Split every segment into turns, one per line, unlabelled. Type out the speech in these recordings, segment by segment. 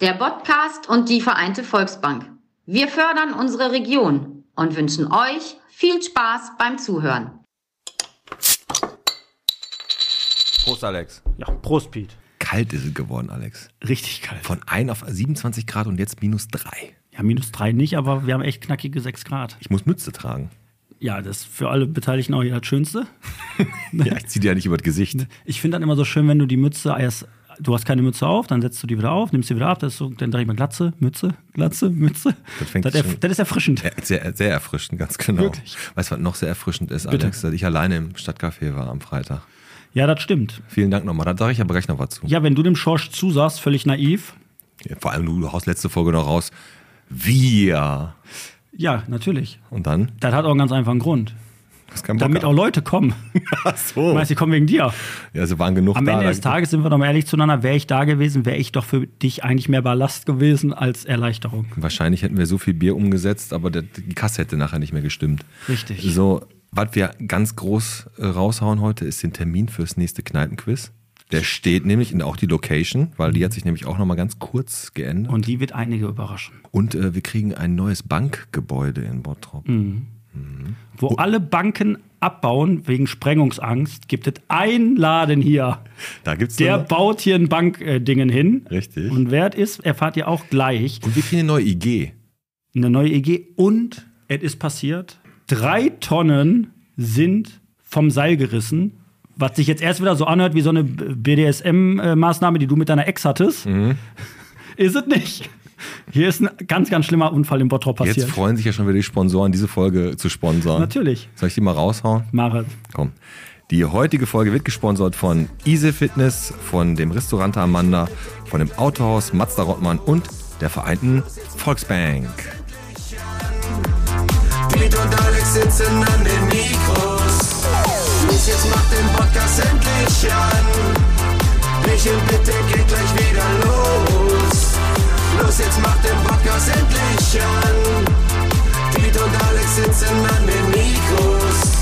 der Podcast und die Vereinte Volksbank. Wir fördern unsere Region und wünschen euch viel Spaß beim Zuhören.
Prost, Alex.
Ja, Prost, Piet.
Kalt ist es geworden, Alex.
Richtig kalt.
Von 1 auf 27 Grad und jetzt minus 3.
Ja, minus drei nicht, aber wir haben echt knackige 6 Grad.
Ich muss Mütze tragen.
Ja, das ist für alle Beteiligten auch hier das Schönste. Ne?
Ja, ich zieh dir ja nicht über das Gesicht.
Ich finde dann immer so schön, wenn du die Mütze erst, du hast keine Mütze auf, dann setzt du die wieder auf, nimmst sie wieder ab, das ist so, dann direkt mal Glatze, Mütze, Glatze, Mütze.
Das fängt
das, erf-
schon-
das ist erfrischend.
Ja, Sehr, sehr erfrischend, ganz genau.
Wirklich?
Weißt du, was noch sehr erfrischend ist,
Bitte.
Alex? Dass ich alleine im Stadtcafé war am Freitag.
Ja, das stimmt.
Vielen Dank nochmal. Da sage ich aber gleich noch was zu.
Ja, wenn du dem Schorsch zusagst, völlig naiv.
Vor allem, du haust letzte Folge noch raus. Wir.
Ja, natürlich.
Und dann?
Das hat auch einen ganz einfachen Grund.
Das kann
Damit auch Leute kommen.
Ach so.
Meinst du, die kommen wegen dir?
Ja, sie waren genug
Am
Oh. da.
Ende des Tages sind wir doch mal ehrlich zueinander. Wäre ich da gewesen, wäre ich doch für dich eigentlich mehr Ballast gewesen als Erleichterung.
Wahrscheinlich hätten wir so viel Bier umgesetzt, aber der- die Kasse hätte nachher nicht mehr gestimmt.
Richtig.
So, was wir ganz groß äh, raushauen heute, ist den Termin fürs nächste Kneipenquiz. Der steht nämlich und auch die Location, weil die hat sich nämlich auch nochmal ganz kurz geändert.
Und die wird einige überraschen.
Und äh, wir kriegen ein neues Bankgebäude in Bottrop.
Mhm. Wo alle Banken abbauen wegen Sprengungsangst, gibt es einen Laden hier.
Da gibt's
Der
eine-
baut hier ein Bankdingen hin.
Richtig.
Und wer es ist, erfahrt ihr auch gleich.
Und wir kriegen eine neue IG.
Eine neue EG. Und es ist passiert. Drei Tonnen sind vom Seil gerissen. Was sich jetzt erst wieder so anhört wie so eine BDSM-Maßnahme, die du mit deiner Ex hattest.
Mhm.
Ist es nicht. Hier ist ein ganz, ganz schlimmer Unfall im Bottrop passiert.
Jetzt freuen sich ja schon wieder die Sponsoren, diese Folge zu sponsern.
Natürlich.
Soll ich die mal raushauen?
Mare.
Komm. Die heutige Folge wird gesponsert von Easy Fitness, von dem Restaurant Amanda, von dem Autohaus Mazda Rottmann und der Vereinten Volksbank.
Piet und Alex sitzen an den Mikros. Los, jetzt macht den Podcast endlich an. Michel, bitte geht gleich wieder los. Los, jetzt macht den Podcast endlich an. Piet und Alex sitzen an den Mikros.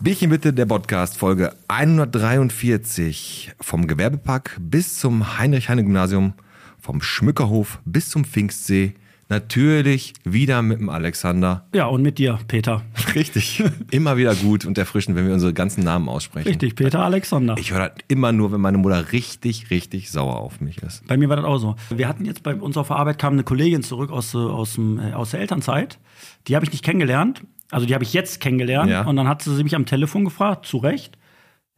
Bierchen bitte der Podcast Folge 143 vom Gewerbepark bis zum Heinrich-Heine-Gymnasium, vom Schmückerhof bis zum Pfingstsee. Natürlich wieder mit dem Alexander.
Ja, und mit dir, Peter.
Richtig. Immer wieder gut und erfrischend, wenn wir unsere ganzen Namen aussprechen.
Richtig, Peter Alexander.
Ich höre das immer nur, wenn meine Mutter richtig, richtig sauer auf mich ist.
Bei mir war das auch so. Wir hatten jetzt bei uns auf der Arbeit kam eine Kollegin zurück aus, äh, aus, dem, äh, aus der Elternzeit. Die habe ich nicht kennengelernt. Also die habe ich jetzt kennengelernt.
Ja.
Und dann hat sie mich am Telefon gefragt, zu Recht,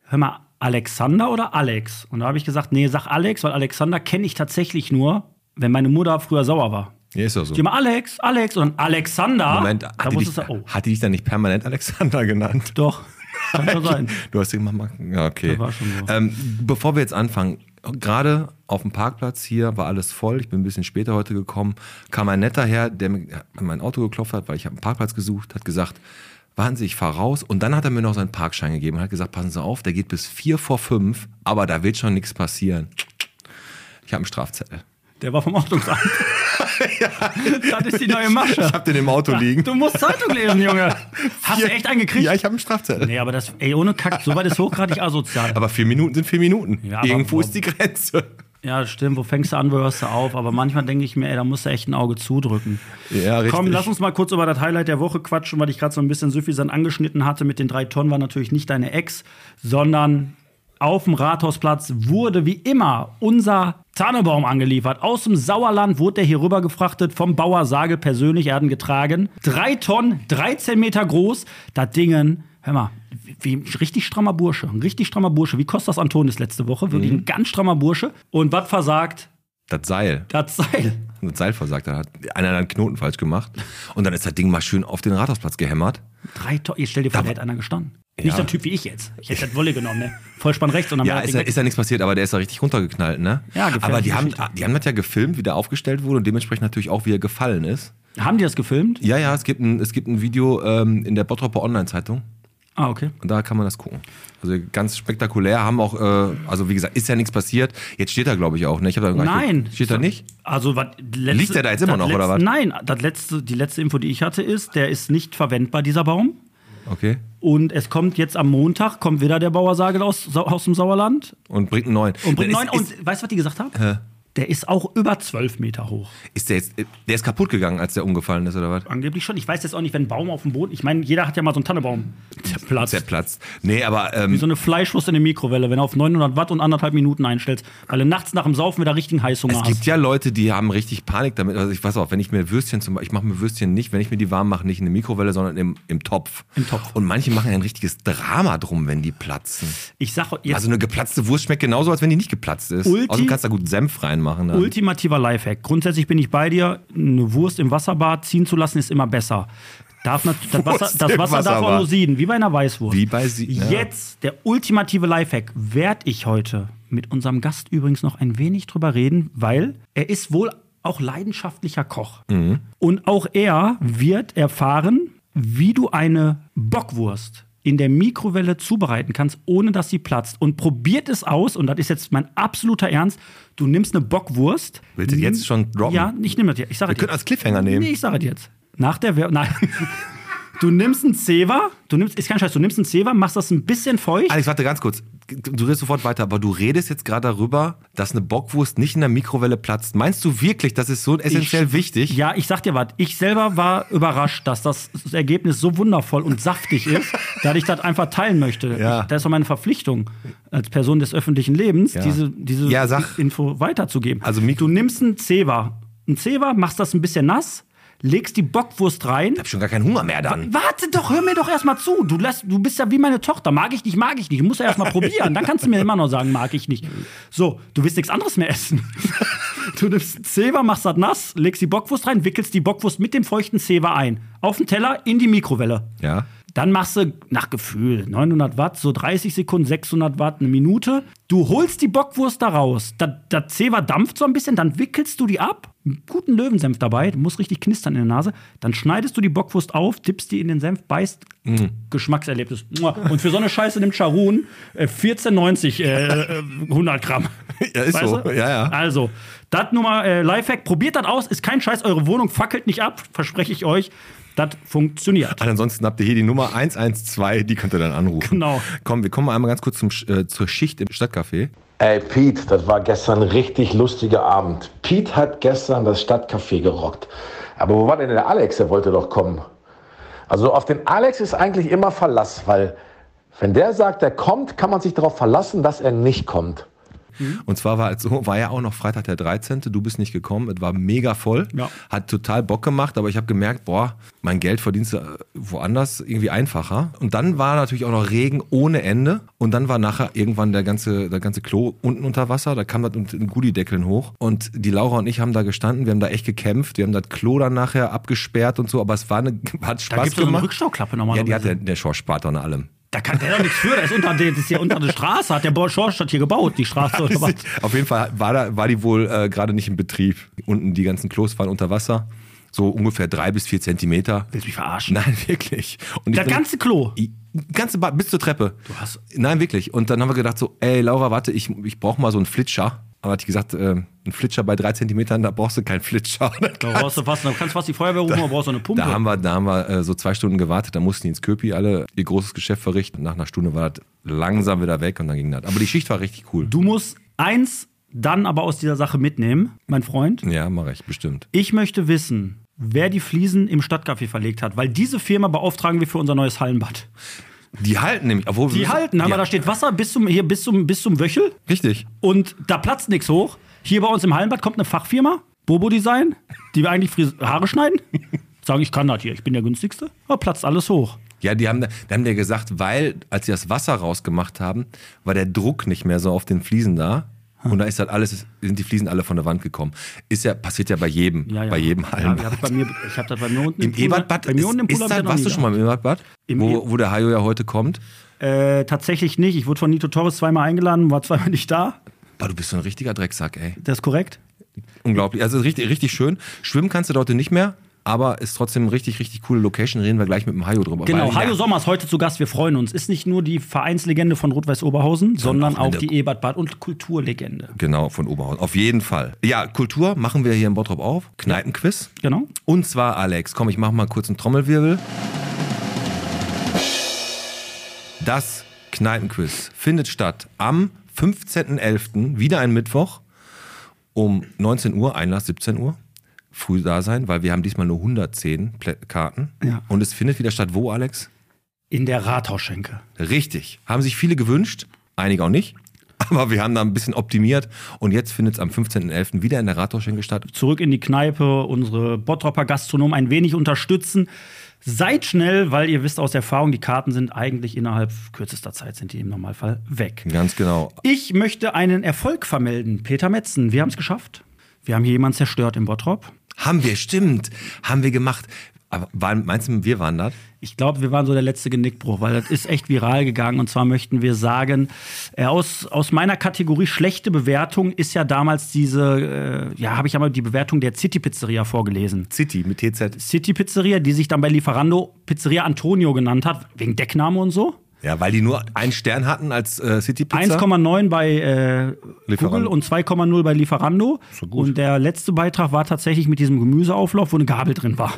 hör mal, Alexander oder Alex? Und da habe ich gesagt, nee, sag Alex, weil Alexander kenne ich tatsächlich nur, wenn meine Mutter früher sauer war.
Ja, ist doch so.
Die immer Alex, Alex und dann Alexander.
Moment,
Ah, da
hat die, dich,
wusstest du, oh,
hat die dich dann nicht permanent Alexander genannt?
doch, kann schon sein.
Du hast immer mal. Ja, okay.
Das war schon so.
ähm, bevor wir jetzt anfangen, gerade auf dem Parkplatz hier war alles voll. Ich bin ein bisschen später heute gekommen. Kam ein netter Herr, der mir an mein Auto geklopft hat, weil ich habe einen Parkplatz gesucht, hat gesagt, warten Sie, ich fahr raus. Und dann hat er mir noch seinen Parkschein gegeben und hat gesagt, passen Sie auf, der geht bis vier vor fünf, aber da wird schon nichts passieren. Ich habe einen Strafzettel.
Der war vom Ordnungsamt. Das ist die neue Masche.
Ich habe den im Auto liegen.
Du musst Zeitung lesen, Junge. Hast du echt einen gekriegt?
Ja, ich habe einen Strafzettel.
Nee, aber das, ey, ohne Kack, so weit ist hochgradig asozial.
Aber vier Minuten sind vier Minuten.
Ja, aber-
Irgendwo ist die Grenze.
ja, stimmt, wo fängst du an, wo hörst du auf? Aber manchmal denke ich mir, ey, da musst du echt ein Auge zudrücken.
Ja, richtig.
Komm, lass uns mal kurz über das Highlight der Woche quatschen, weil ich gerade so ein bisschen süffisant angeschnitten hatte. Mit den drei Tonnen war natürlich nicht deine Ex, sondern auf dem Rathausplatz wurde wie immer unser Tannebaum angeliefert. Aus dem Sauerland wurde der hier rüber gefrachtet vom Bauer Sage persönlich. Er hat ihn getragen. Drei Tonnen, 13 Meter groß. Das Dingen, hör mal, wie ein richtig strammer Bursche. Ein richtig strammer Bursche. Wie Kostas Antonis letzte Woche. Wirklich ein ganz strammer Bursche. Und was versagt?
Das Seil.
Das Seil.
Das Seil versagt. Da hat einer dann einen Knoten falsch gemacht. Und dann ist das Ding mal schön auf den Rathausplatz gehämmert.
Drei Tore. Stell dir vor, da hätte einer gestanden. Nicht so ein Typ wie ich jetzt. Ich hätte das Wolle genommen, ne? Vollspann rechts und dann
Ja,
wäre das
ist
Ding
ja,
weg.
ist ja nichts passiert, aber der ist ja richtig runtergeknallt, ne?
Ja, gefährliche
Aber die haben,
Geschichte.
die haben das ja gefilmt, wie der aufgestellt wurde und dementsprechend natürlich auch, wie er gefallen ist.
Haben die das gefilmt?
Ja, ja, es gibt ein, es gibt ein Video ähm, in der Bottroper Online-Zeitung.
Ah, okay.
Und da kann man das gucken. Also ganz spektakulär haben auch, äh, also wie gesagt, ist ja nichts passiert. Jetzt steht er, glaube ich, auch, ne? Ich hab da gar nicht
Nein.
geguckt. Steht er nicht?
Also, was letzte,
Liegt der da jetzt immer
das
noch, oder
letzte-
was?
Nein, das letzte, die letzte Info, die ich hatte, ist, der ist nicht verwendbar, dieser Baum.
Okay.
Und es kommt jetzt am Montag, kommt wieder der Bauersagel aus, Sau- aus dem Sauerland.
Und bringt einen neuen.
Und bringt
ist,
neun.
Ist,
Und weißt du, was die gesagt haben? Der ist auch über zwölf Meter hoch.
ist der jetzt, äh, der ist kaputt gegangen, als der umgefallen ist, oder was?
Angeblich schon. Ich weiß jetzt auch nicht, wenn ein Baum auf dem Boden. Ich meine, jeder hat ja mal so einen Tannebaum. Der platzt.
Der platzt. Nee, aber
Wie
ähm,
so eine Fleischwurst in der Mikrowelle, wenn du auf 900 Watt und anderthalb Minuten einstellst, weil du nachts nach dem Saufen wieder richtigen Heißhunger
es
hast.
gibt ja Leute, die haben richtig Panik damit. Also ich weiß auch, wenn ich mir Würstchen zum Beispiel, ich mache mir Würstchen nicht, wenn ich mir die warm mache, nicht in der Mikrowelle, sondern im, im Topf.
Im Topf.
Und manche machen ein richtiges Drama drum, wenn die platzen.
Ich sage jetzt
Also eine geplatzte Wurst schmeckt genauso, als wenn die nicht geplatzt ist.
Ulti-
Außerdem kannst du da gut Senf reinmachen. Dann.
ultimativer Lifehack. Grundsätzlich bin ich bei dir, eine Wurst im Wasserbad ziehen zu lassen ist immer besser. Darf nat- das
Wurst
Wasser, das
im
Wasser darf auch
Wasserbad.
nur sieden, wie bei einer Weißwurst.
Wie bei sie- ja.
Jetzt der ultimative Lifehack. Werd ich heute mit unserem Gast übrigens noch ein wenig drüber reden, weil er ist wohl auch leidenschaftlicher Koch.
Mhm.
Und auch er wird erfahren, wie du eine Bockwurst in der Mikrowelle zubereiten kannst, ohne dass sie platzt. Und probiert es aus, und das ist jetzt mein absoluter Ernst, du nimmst eine Bockwurst.
Willst du jetzt schon droppen?
Ja, ich nehme das jetzt. Ich sage
Wir können als Cliffhanger nehmen.
Nee, ich sage das jetzt. Nach der Werbung. Nein. Du nimmst einen Zewa, du nimmst, ist kein Scheiß, du nimmst einen Zewa, machst das ein bisschen feucht.
Alex, warte ganz kurz. Du redest sofort weiter, aber du redest jetzt gerade darüber, dass eine Bockwurst nicht in der Mikrowelle platzt. Meinst du wirklich, das ist so essentiell wichtig?
Ja, ich sag dir was. Ich selber war überrascht, dass das Ergebnis so wundervoll und saftig ist, dass ich das einfach teilen möchte.
Ja.
Ich, das ist doch meine Verpflichtung als Person des öffentlichen Lebens, diese, diese
Ja, sag.
Info weiterzugeben.
Also Mik-
du nimmst einen Zewa, einen Zewa, machst das ein bisschen nass, legst die Bockwurst rein.
Ich hab schon gar keinen Hunger mehr dann.
Warte doch, hör mir doch erstmal zu. Du, lässt, du bist ja wie meine Tochter. Mag ich nicht, mag ich nicht. Du musst ja erstmal probieren. Dann kannst du mir immer noch sagen, mag ich nicht. So, du willst nichts anderes mehr essen. Du nimmst einen Zewa, machst das nass, legst die Bockwurst rein, wickelst die Bockwurst mit dem feuchten Zewa ein. Auf den Teller, in die Mikrowelle.
Ja.
Dann machst du nach Gefühl 900 Watt, so 30 Sekunden, 600 Watt, eine Minute. Du holst die Bockwurst da raus. Da- Das Zewa dampft so ein bisschen, dann wickelst du die ab. Guten Löwensenf dabei, du musst richtig knistern in der Nase. Dann schneidest du die Bockwurst auf, tippst die in den Senf, beißt.
Mhm.
Geschmackserlebnis. Mua. Und für so eine Scheiße nimmt Charun äh, 14,90 äh, äh, 100 Gramm.
Ja, ist so. Ja, ja.
Also, das Nummer äh, Lifehack. Probiert das aus. Ist kein Scheiß. Eure Wohnung fackelt nicht ab. Verspreche ich euch. Das funktioniert.
Und ansonsten habt ihr hier die Nummer 112, die könnt ihr dann anrufen.
Genau.
Komm, wir kommen mal einmal ganz kurz zum, Sch- äh, zur Schicht im Stadtcafé.
Ey, Pete, das war gestern ein richtig lustiger Abend. Pete hat gestern das Stadtcafé gerockt. Aber wo war denn der Alex? Der wollte doch kommen. Also auf den Alex ist eigentlich immer Verlass, weil wenn der sagt, er kommt, kann man sich darauf verlassen, dass er nicht kommt.
Und zwar war es so, war ja auch noch Freitag der 13. Du bist nicht gekommen. Es war mega voll.
Ja.
Hat total Bock gemacht, aber ich habe gemerkt, boah, mein Geld verdienst du äh, woanders irgendwie einfacher. Und dann war natürlich auch noch Regen ohne Ende. Und dann war nachher irgendwann der ganze, der ganze Klo unten unter Wasser. Da kam das mit den Gullideckeln hoch. Und die Laura und ich haben da gestanden. Wir haben da echt gekämpft. Wir haben das Klo dann nachher abgesperrt und so. Aber es war eine, hat Spaß
Da gibt es so eine
gemacht.
Rückstauklappe
ja,
normalerweise.
die hat der, der Schorschpartner an allem.
da kann der doch nichts für. Der ist, unter, der ist hier unter der Straße. Hat der Bo- Schorsch das hier gebaut, die Straße oder was?
Auf jeden Fall war, da, war die wohl äh, gerade nicht im Betrieb. Unten die ganzen Klos waren unter Wasser. So ungefähr drei bis vier Zentimeter.
Willst du mich verarschen?
Nein, wirklich. Und ich
Das
bin-
ganze Klo.
I- ganze Bad bis zur Treppe. Du
hast-
Nein, wirklich. Und dann haben wir gedacht so, ey Laura, warte, ich, ich brauche mal so einen Flitscher. Aber hat die gesagt, äh, ein Flitscher bei drei Zentimetern, da brauchst du keinen Flitscher.
Da brauchst du fast, da kannst du fast die Feuerwehr rufen, aber brauchst du eine Pumpe.
Da haben wir, da haben wir äh, so zwei Stunden gewartet, da mussten die ins Köpi alle ihr großes Geschäft verrichten. Nach einer Stunde war das langsam wieder weg und dann ging das. Aber die Schicht war richtig cool.
du musst eins dann aber aus dieser Sache mitnehmen, mein Freund.
Ja, mache ich, bestimmt.
Ich möchte wissen, wer die Fliesen im Stadtcafé verlegt hat, weil diese Firma beauftragen wir für unser neues Hallenbad.
Die halten nämlich, obwohl
Die halten, aber
ja,
da steht Wasser bis zum, hier bis zum, bis zum Wöchel
Richtig.
und da platzt nichts hoch. Hier bei uns im Hallenbad kommt eine Fachfirma, Bobo Design, die wir eigentlich Fris Haare schneiden. Sagen, ich kann das hier, ich bin der günstigste. Aber platzt alles hoch.
Ja, die haben, da die haben ja gesagt, weil, als sie das Wasser rausgemacht haben, war der Druck nicht mehr so auf den Fliesen da.
Hm.
Und da ist halt alles, sind die Fliesen alle von der Wand gekommen. Ist ja, passiert ja bei jedem,
Ja, ja.
bei jedem
Ja, ich
Hallenbad.
hab bei mir- ich habe das bei mir unten
Im
Pool-
Ebertbad,
bei mir unten im Pool
ist,
hab
ist
ich
das,
noch
warst
nie
du schon mal im Ebertbad?
Im E-
wo, wo der Hajo ja heute kommt.
gehabt. Äh, tatsächlich nicht. Ich wurde von Nito Torres zweimal eingeladen, war zweimal nicht da.
Boah, du bist so ein richtiger Drecksack, ey.
Das ist korrekt.
Unglaublich. Also richtig, richtig schön. Schwimmen kannst du dort nicht mehr, aber ist trotzdem richtig, richtig coole Location. Reden wir gleich mit dem Hajo drüber.
Genau,
Weil-
Hajo Sommers heute zu Gast, wir freuen uns. Ist nicht nur die Vereinslegende von Rot-Weiß Oberhausen, sondern
auch eine
auch die Ebertbad und Kulturlegende.
Genau, von Oberhausen. Auf jeden Fall. Ja, Kultur machen wir hier in Bottrop auf. Kneipenquiz.
Genau.
Und zwar, Alex, komm, ich mache mal kurz einen Trommelwirbel. Das Kneipenquiz findet statt am 15.11., wieder ein Mittwoch, um 19 Uhr, Einlass 17 Uhr. Früh da sein, weil wir haben diesmal nur 110 Plä- Karten.
Ja.
Und es findet wieder statt, wo, Alex?
In der Rathausschenke.
Richtig. Haben sich viele gewünscht, einige auch nicht. Aber wir haben da ein bisschen optimiert. Und jetzt findet es am 15.11. wieder in der Rathausschenke statt.
Zurück in die Kneipe, unsere Bottropper Gastronomen ein wenig unterstützen. Seid schnell, weil ihr wisst aus Erfahrung, die Karten sind eigentlich innerhalb kürzester Zeit, sind die im Normalfall weg.
Ganz genau.
Ich möchte einen Erfolg vermelden. Peter Metzen, wir haben es geschafft. Wir haben hier jemanden zerstört im Bottrop.
Haben wir, stimmt. Haben wir gemacht. Aber waren, meinst du, wir waren das?
Ich glaube, wir waren so der letzte Genickbruch, weil das ist echt viral gegangen. Und zwar möchten wir sagen, äh, aus, aus meiner Kategorie schlechte Bewertung ist ja damals diese, äh, ja, habe ich einmal die Bewertung der City Pizzeria vorgelesen.
City mit TZ.
City Pizzeria, die sich dann bei Lieferando Pizzeria Antonio genannt hat, wegen Deckname und so.
Ja, weil die nur einen Stern hatten als äh, City Pizza.
1,9 bei äh, Google
Lieferando.
und 2,0 bei Lieferando. Und der letzte Beitrag war tatsächlich mit diesem Gemüseauflauf, wo eine Gabel drin war.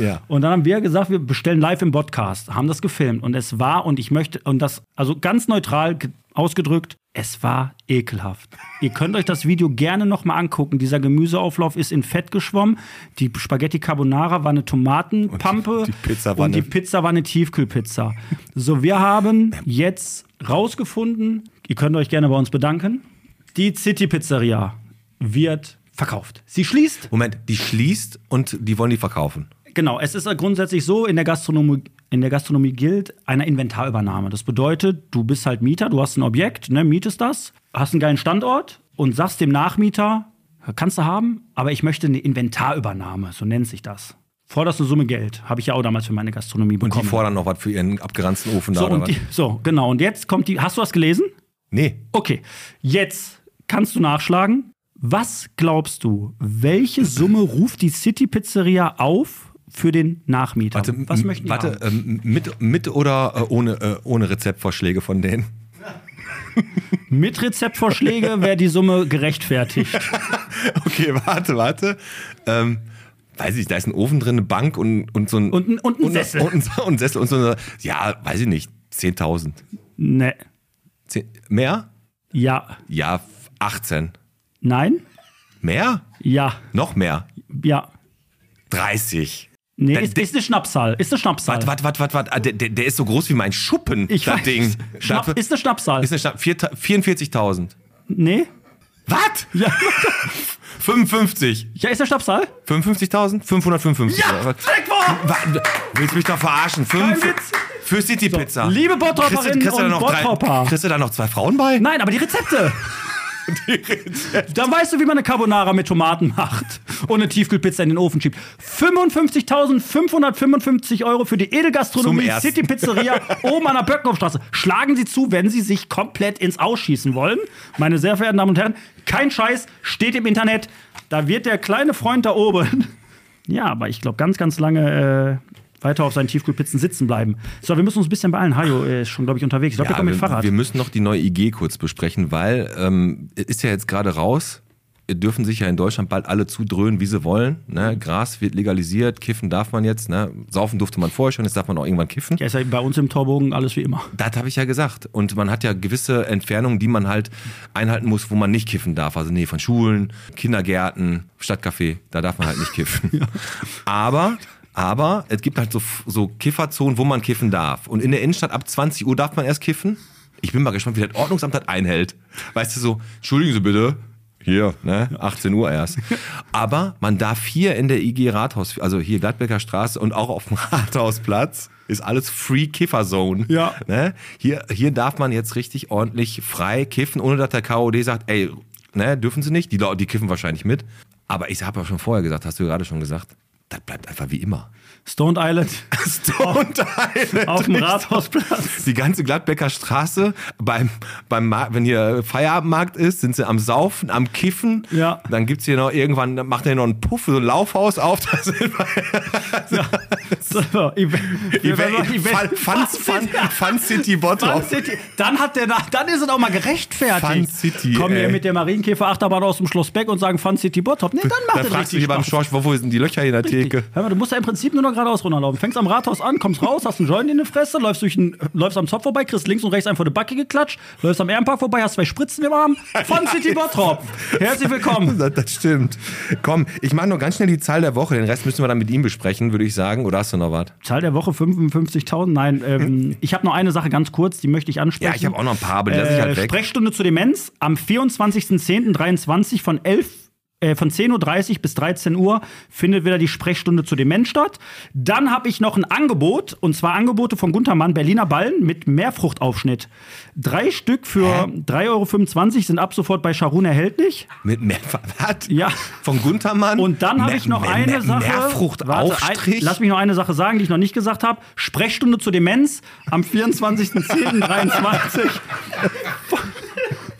Ja.
Und dann haben wir gesagt, wir bestellen live im Podcast, haben das gefilmt und es war und ich möchte und das also ganz neutral ge- ausgedrückt, es war ekelhaft. Ihr könnt euch das Video gerne noch mal angucken. Dieser Gemüseauflauf ist in Fett geschwommen. Die Spaghetti Carbonara war eine Tomatenpampe
die Pizza war
und die
eine-
Pizza war eine Tiefkühlpizza. So, wir haben jetzt rausgefunden, ihr könnt euch gerne bei uns bedanken. Die City Pizzeria wird verkauft. Sie schließt
Moment, die schließt und die wollen die verkaufen.
Genau, es ist grundsätzlich so, in der Gastronomie, in der Gastronomie gilt eine Inventarübernahme. Das bedeutet, du bist halt Mieter, du hast ein Objekt, ne, mietest das, hast einen geilen Standort und sagst dem Nachmieter, kannst du haben, aber ich möchte eine Inventarübernahme, so nennt sich das. Forderst eine Summe Geld, habe ich ja auch damals für meine Gastronomie
Und
bekommen.
die fordern noch was für ihren abgeranzten Ofen da
so,
oder
und
was?
die, so, genau, und jetzt kommt die, hast du das gelesen?
nee.
Okay, jetzt kannst du nachschlagen. Was glaubst du, welche Summe ruft die City Pizzeria auf für den Nachmieter? Was möchten die
Warte, ähm,
haben?
mit, mit oder äh, ohne, äh, ohne Rezeptvorschläge von denen? äh,
Mit Rezeptvorschläge wäre die Summe gerechtfertigt.
Okay, warte, warte. Ähm, weiß ich, da ist ein Ofen drin, eine Bank und, und so ein.
Und ein- und ein Sessel.
Und, ein- und ein Sessel und so eine. Ja, weiß ich nicht. 10.000.
Ne.
Zehn- Mehr?
Ja.
Ja, 18.
Nein?
Mehr?
Ja.
Noch mehr?
Ja.
30.
Nee,
Dann
ist,
de-
ist eine Schnapszahl. Ist eine Schnapszahl.
Wat, wat, wat, wat, wat. Ah, Der, der, der ist so groß wie mein Schuppen,
Ich
das
weiß.
Ding.
Schnapp,
Dafür-
ist eine Schnapszahl.
ist eine Schnapp. Vier- 44.000.
nee?
Was?
Ja.
55.
ja, ist eine Schnapszahl?
55.000? 555. Ja, Willst du mich doch verarschen? Fünf,
Kein Witz.
Für City Pizza.
liebe
Kriegst du-
Bottropperinnen
kriegst du da
und
noch drei-
Bottropper.
Kriegst du da noch zwei Frauen bei?
Nein, aber die Rezepte. Dann weißt du, wie man eine Carbonara mit Tomaten macht und eine Tiefkühlpizza in den Ofen schiebt. 55.555 Euro für die
Zum
Edelgastronomie
Ersten.
City Pizzeria oben an der Böckenhofstraße. Schlagen Sie zu, wenn Sie sich komplett ins Ausschießen wollen. Meine sehr verehrten Damen und Herren, kein Scheiß, steht im Internet. Da wird der kleine Freund da oben, ja, aber ich glaube, ganz, ganz lange äh, weiter auf seinen Tiefkühlpizzen sitzen bleiben. So, wir müssen uns ein bisschen beeilen. Hajo äh, ist schon, glaube ich, unterwegs. Ich glaube, der
Ja,
kommt mit
wir,
Fahrrad.
wir müssen noch die neue IG kurz besprechen, weil ähm, ist ja jetzt gerade raus. Dürfen sich ja in Deutschland bald alle zudröhnen, wie sie wollen. Ne? Gras wird legalisiert, kiffen darf man jetzt. Ne? Saufen durfte man vorher schon, jetzt darf man auch irgendwann kiffen.
Ja, ist ja bei uns im Torbogen alles wie immer.
Das habe ich ja gesagt. Und man hat ja gewisse Entfernungen, die man halt einhalten muss, wo man nicht kiffen darf. Also nee, von Schulen, Kindergärten, Stadtcafé, da darf man halt nicht kiffen. Aber, aber es gibt halt so, so Kifferzonen, wo man kiffen darf. Und in der Innenstadt ab 20 Uhr darf man erst kiffen. Ich bin mal gespannt, wie das Ordnungsamt das einhält. Weißt du so, entschuldigen Sie bitte. Hier, ne? 18 Uhr erst. Aber man darf hier in der IG Rathaus, also hier Gladbecker Straße und auch auf dem Rathausplatz, ist alles Free Kiffer Zone.
Ja.
Ne? Hier, hier darf man jetzt richtig ordentlich frei kiffen, ohne dass der KOD sagt, ey, ne, dürfen sie nicht. Die, Leute, die kiffen wahrscheinlich mit. Aber ich habe ja schon vorher gesagt, hast du gerade schon gesagt, das bleibt einfach wie immer.
Stone Island
Stone Island.
auf dem Rathausplatz.
Die ganze Gladbecker Straße, beim, beim Markt, wenn hier Feierabendmarkt ist, sind sie am Saufen, am Kiffen.
Ja.
Dann gibt's hier noch irgendwann, dann macht er hier noch einen Puff, so ein Laufhaus auf. Da sind wir-
So, Event-
Fun,
Event-
Fun, Fun, Fun City Bottrop.
Fun City. Dann hat der, dann ist es auch mal gerechtfertigt.
Fun City,
Kommen wir
ey.
mit der Marienkäfer Achterbahn aus dem Schloss Beck und sagen Fun City Bottrop. Nee, dann macht
Da
das
fragst du
richtig
dich beim
Spaß.
Schorsch, wo wo sind die Löcher hier in der Theke.
Hör mal, du musst ja im Prinzip nur noch geradeaus runterlaufen. Fängst am Rathaus an, kommst raus, hast einen Joint in der Fresse, läufst, durch den, läufst am Zopf vorbei, kriegst links und rechts einfach eine Backe geklatscht, läufst am Ehrenpark vorbei, hast zwei Spritzen im Arm. Fun City Bottrop. Herzlich willkommen.
Das, das stimmt. Komm, ich mache nur ganz schnell die Zahl der Woche. Den Rest müssen wir dann mit ihm besprechen, würde ich sagen. Oder hast du noch was?
Zahl der Woche 55.000. Nein, ähm, ich habe noch eine Sache ganz kurz, die möchte ich ansprechen.
Ja, ich habe auch noch ein paar, aber die lasse ich halt
Äh,
weg.
Sprechstunde zu Demenz am 24.10.23 von 11 äh, von 10.30 Uhr bis 13 Uhr findet wieder die Sprechstunde zu Demenz statt. Dann habe ich noch ein Angebot, und zwar Angebote von Gunther Mann, Berliner Ballen mit Meerfruchtaufschnitt. Drei Stück für 3,25 Euro sind ab sofort bei Charun erhältlich.
Mit mehr was?
Ja.
Von Guntermann.
Und dann habe
Mehr-
ich noch
mehr-
eine
mehr-
Sache. Warte, ein,
Meerfruchtaufstrich.
lass mich noch eine Sache sagen, die ich noch nicht gesagt habe. Sprechstunde zur Demenz am 24.10.23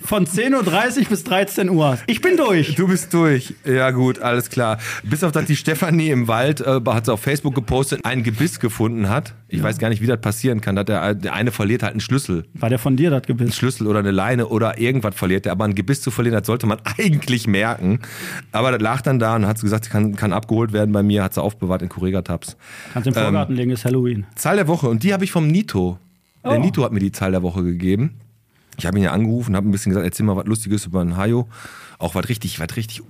von 10.30 Uhr bis 13 Uhr. Ich bin durch.
Du bist durch. Ja, gut, alles klar. Bis auf dass die Stefanie im Wald äh, hat es auf Facebook gepostet, ein Gebiss gefunden hat. Ich weiß gar nicht, wie das passieren kann. Dass der, der eine verliert halt einen Schlüssel.
War der von dir das Gebiss?
Schlüssel oder eine Leine oder irgendwas verliert er. Aber ein Gebiss zu verlieren, das sollte man eigentlich merken. Aber das lag dann da und hat sie gesagt, sie kann, kann abgeholt werden bei mir, hat sie aufbewahrt in Correga-Tabs.
Kannst im
Ähm.
Vorgarten legen, ist Halloween.
Zahl der Woche und die habe ich vom Nito. Der
Oh.
Nito hat mir die Zahl der Woche gegeben. Ich habe ihn ja angerufen, habe ein bisschen gesagt, erzähl mal was Lustiges über einen Hayo. Auch was richtig, was richtig,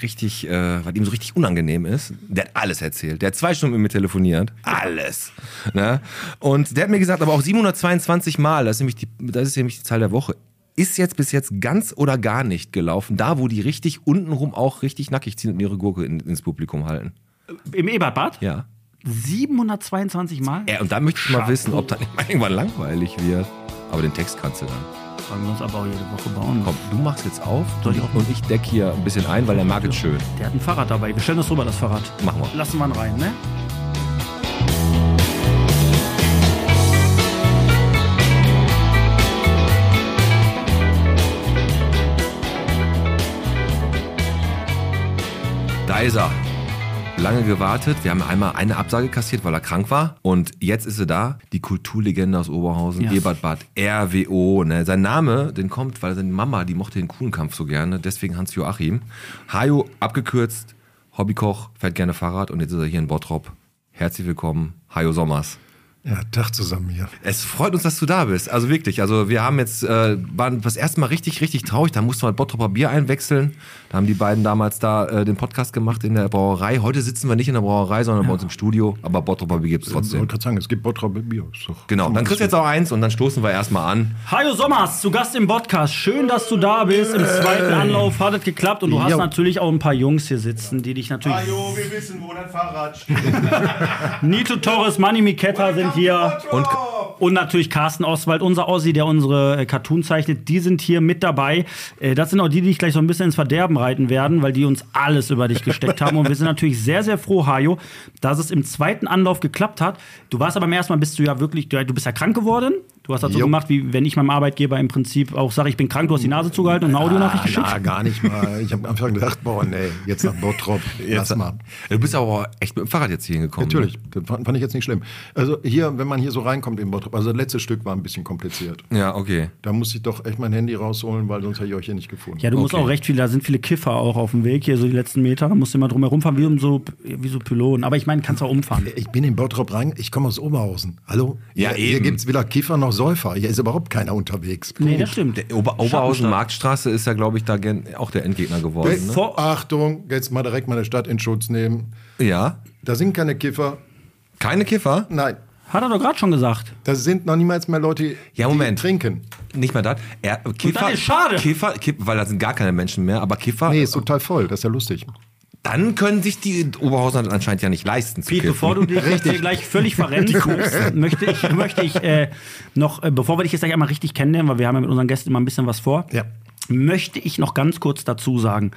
richtig, äh, was ihm so richtig unangenehm ist. Der hat alles erzählt. Der hat zwei Stunden mit mir telefoniert. Alles. Ne? Und der hat mir gesagt, aber auch 722 Mal, das ist nämlich die, das ist nämlich die Zahl der Woche. Ist jetzt bis jetzt ganz oder gar nicht gelaufen, da wo die richtig untenrum auch richtig nackig ziehen und ihre Gurke in, ins Publikum halten.
Im Ebertbad?
Ja.
722 Mal?
Ja, und da möchte ich mal wissen, ob das nicht mal irgendwann langweilig wird. Aber den Text kannst du dann.
Wollen wir uns aber auch jede Woche bauen.
Komm, du machst jetzt auf
Soll ich auch?
und ich deck hier ein bisschen ein, weil der mag es schön.
Der hat ein Fahrrad dabei. Wir stellen das rüber, das Fahrrad.
Machen wir.
Lassen wir ihn rein, ne?
Da ist er. Lange gewartet. Wir haben einmal eine Absage kassiert, weil er krank war. Und jetzt ist er da. Die Kulturlegende aus Oberhausen,
Ja.
Ebert Bad, RWO. Ne? Sein Name, den kommt, weil seine Mama, die mochte den Kuhlenkampf so gerne. Deswegen Hans-Joachim. Hajo, abgekürzt, Hobbykoch, fährt gerne Fahrrad. Und jetzt ist er hier in Bottrop. Herzlich willkommen, Hajo Sommers.
Ja, Tag zusammen hier.
Es freut uns, dass du da bist. Also wirklich. Also wir haben jetzt, äh, waren das erste Mal richtig, richtig traurig. Da mussten wir ein Bottroper Bier einwechseln. Da haben die beiden damals da äh, den Podcast gemacht in der Brauerei. Heute sitzen wir nicht in der Brauerei, sondern bei uns im Studio. Aber Bottroper Bier gibt es
Ich wollte
trotzdem.
gerade sagen, es gibt Bottrop mit Bier. Ist doch-
Genau. Dann
Ist
kriegst du jetzt auch eins und dann stoßen wir erstmal an.
Hajo Sommers, zu Gast im Podcast. Schön, dass du da bist. Im zweiten Anlauf hat es geklappt und du hast
Jo.
natürlich auch ein paar Jungs hier sitzen, die dich natürlich.
Ajo, wir wissen, wo dein Fahrrad steht.
Nito Torres, Manny Miketta sind hier.
Und
Und natürlich Carsten Oswald, unser Ossi, der unsere äh, Cartoon zeichnet. Die sind hier mit dabei. Äh, Das sind auch die, die dich gleich so ein bisschen ins Verderben reiten werden, weil die uns alles über dich gesteckt haben. Und wir sind natürlich sehr, sehr froh, Hajo, dass es im zweiten Anlauf geklappt hat. Du warst aber im ersten Mal, bist du ja wirklich, du bist ja krank geworden. Du hast das so
Jo.
gemacht, wie wenn ich meinem Arbeitgeber im Prinzip auch sage, ich bin krank, du hast die Nase zugehalten und eine Audionachricht geschickt.
Na, Ah, gar nicht mal. Ich habe am Anfang gedacht, boah, nee, jetzt nach Bottrop. Lass mal.
du bist aber echt mit dem Fahrrad jetzt hier hingekommen. ne?
Natürlich, das fand fand ich jetzt nicht schlimm. Also hier, wenn man hier so reinkommt in Bottrop, also das letzte Stück war ein bisschen kompliziert.
Ja, okay.
Da muss ich doch echt mein Handy rausholen, weil sonst hätte ich euch hier nicht gefunden.
Ja, du musst
Okay.
auch recht viel, da sind viele Kiffer auch auf dem Weg, hier so die letzten Meter. Da musst du immer drum herumfahren, wie um so, wie so Pylonen. Aber ich meine, kannst auch umfahren.
Ich bin in Bottrop rein, ich komme aus Oberhausen. Hallo?
Ja,
hier, Hier
eben.
gibt es weder Kiefer noch Säufer. Hier ist überhaupt keiner unterwegs.
Nee, das stimmt.
Ober Oberhausen Marktstraße ist ja, glaube ich, da gen- auch der Endgegner geworden. Ne?
Vor,
Achtung, jetzt mal direkt meine Stadt in Schutz nehmen.
Ja.
Da sind keine Kiffer.
Keine Kiffer?
Nein,
hat er doch gerade schon gesagt.
da sind noch niemals mehr Leute,
Ja, Moment.
die trinken.
Nicht mal das. Er, Kiffer,
dann ist schade.
Kiffer, Kiff- weil da sind gar keine Menschen mehr, aber Kiffer.
Nee, ist total voll, das ist ja lustig.
dann können sich die Oberhausen anscheinend ja nicht leisten zu
Pete,
kiffen.
bevor du dich jetzt hier gleich völlig verrennst, möchte ich, möchte ich äh, noch, äh, bevor wir dich jetzt gleich einmal richtig kennenlernen, weil wir haben ja mit unseren Gästen immer ein bisschen was vor,
Ja.
möchte ich noch ganz kurz dazu sagen,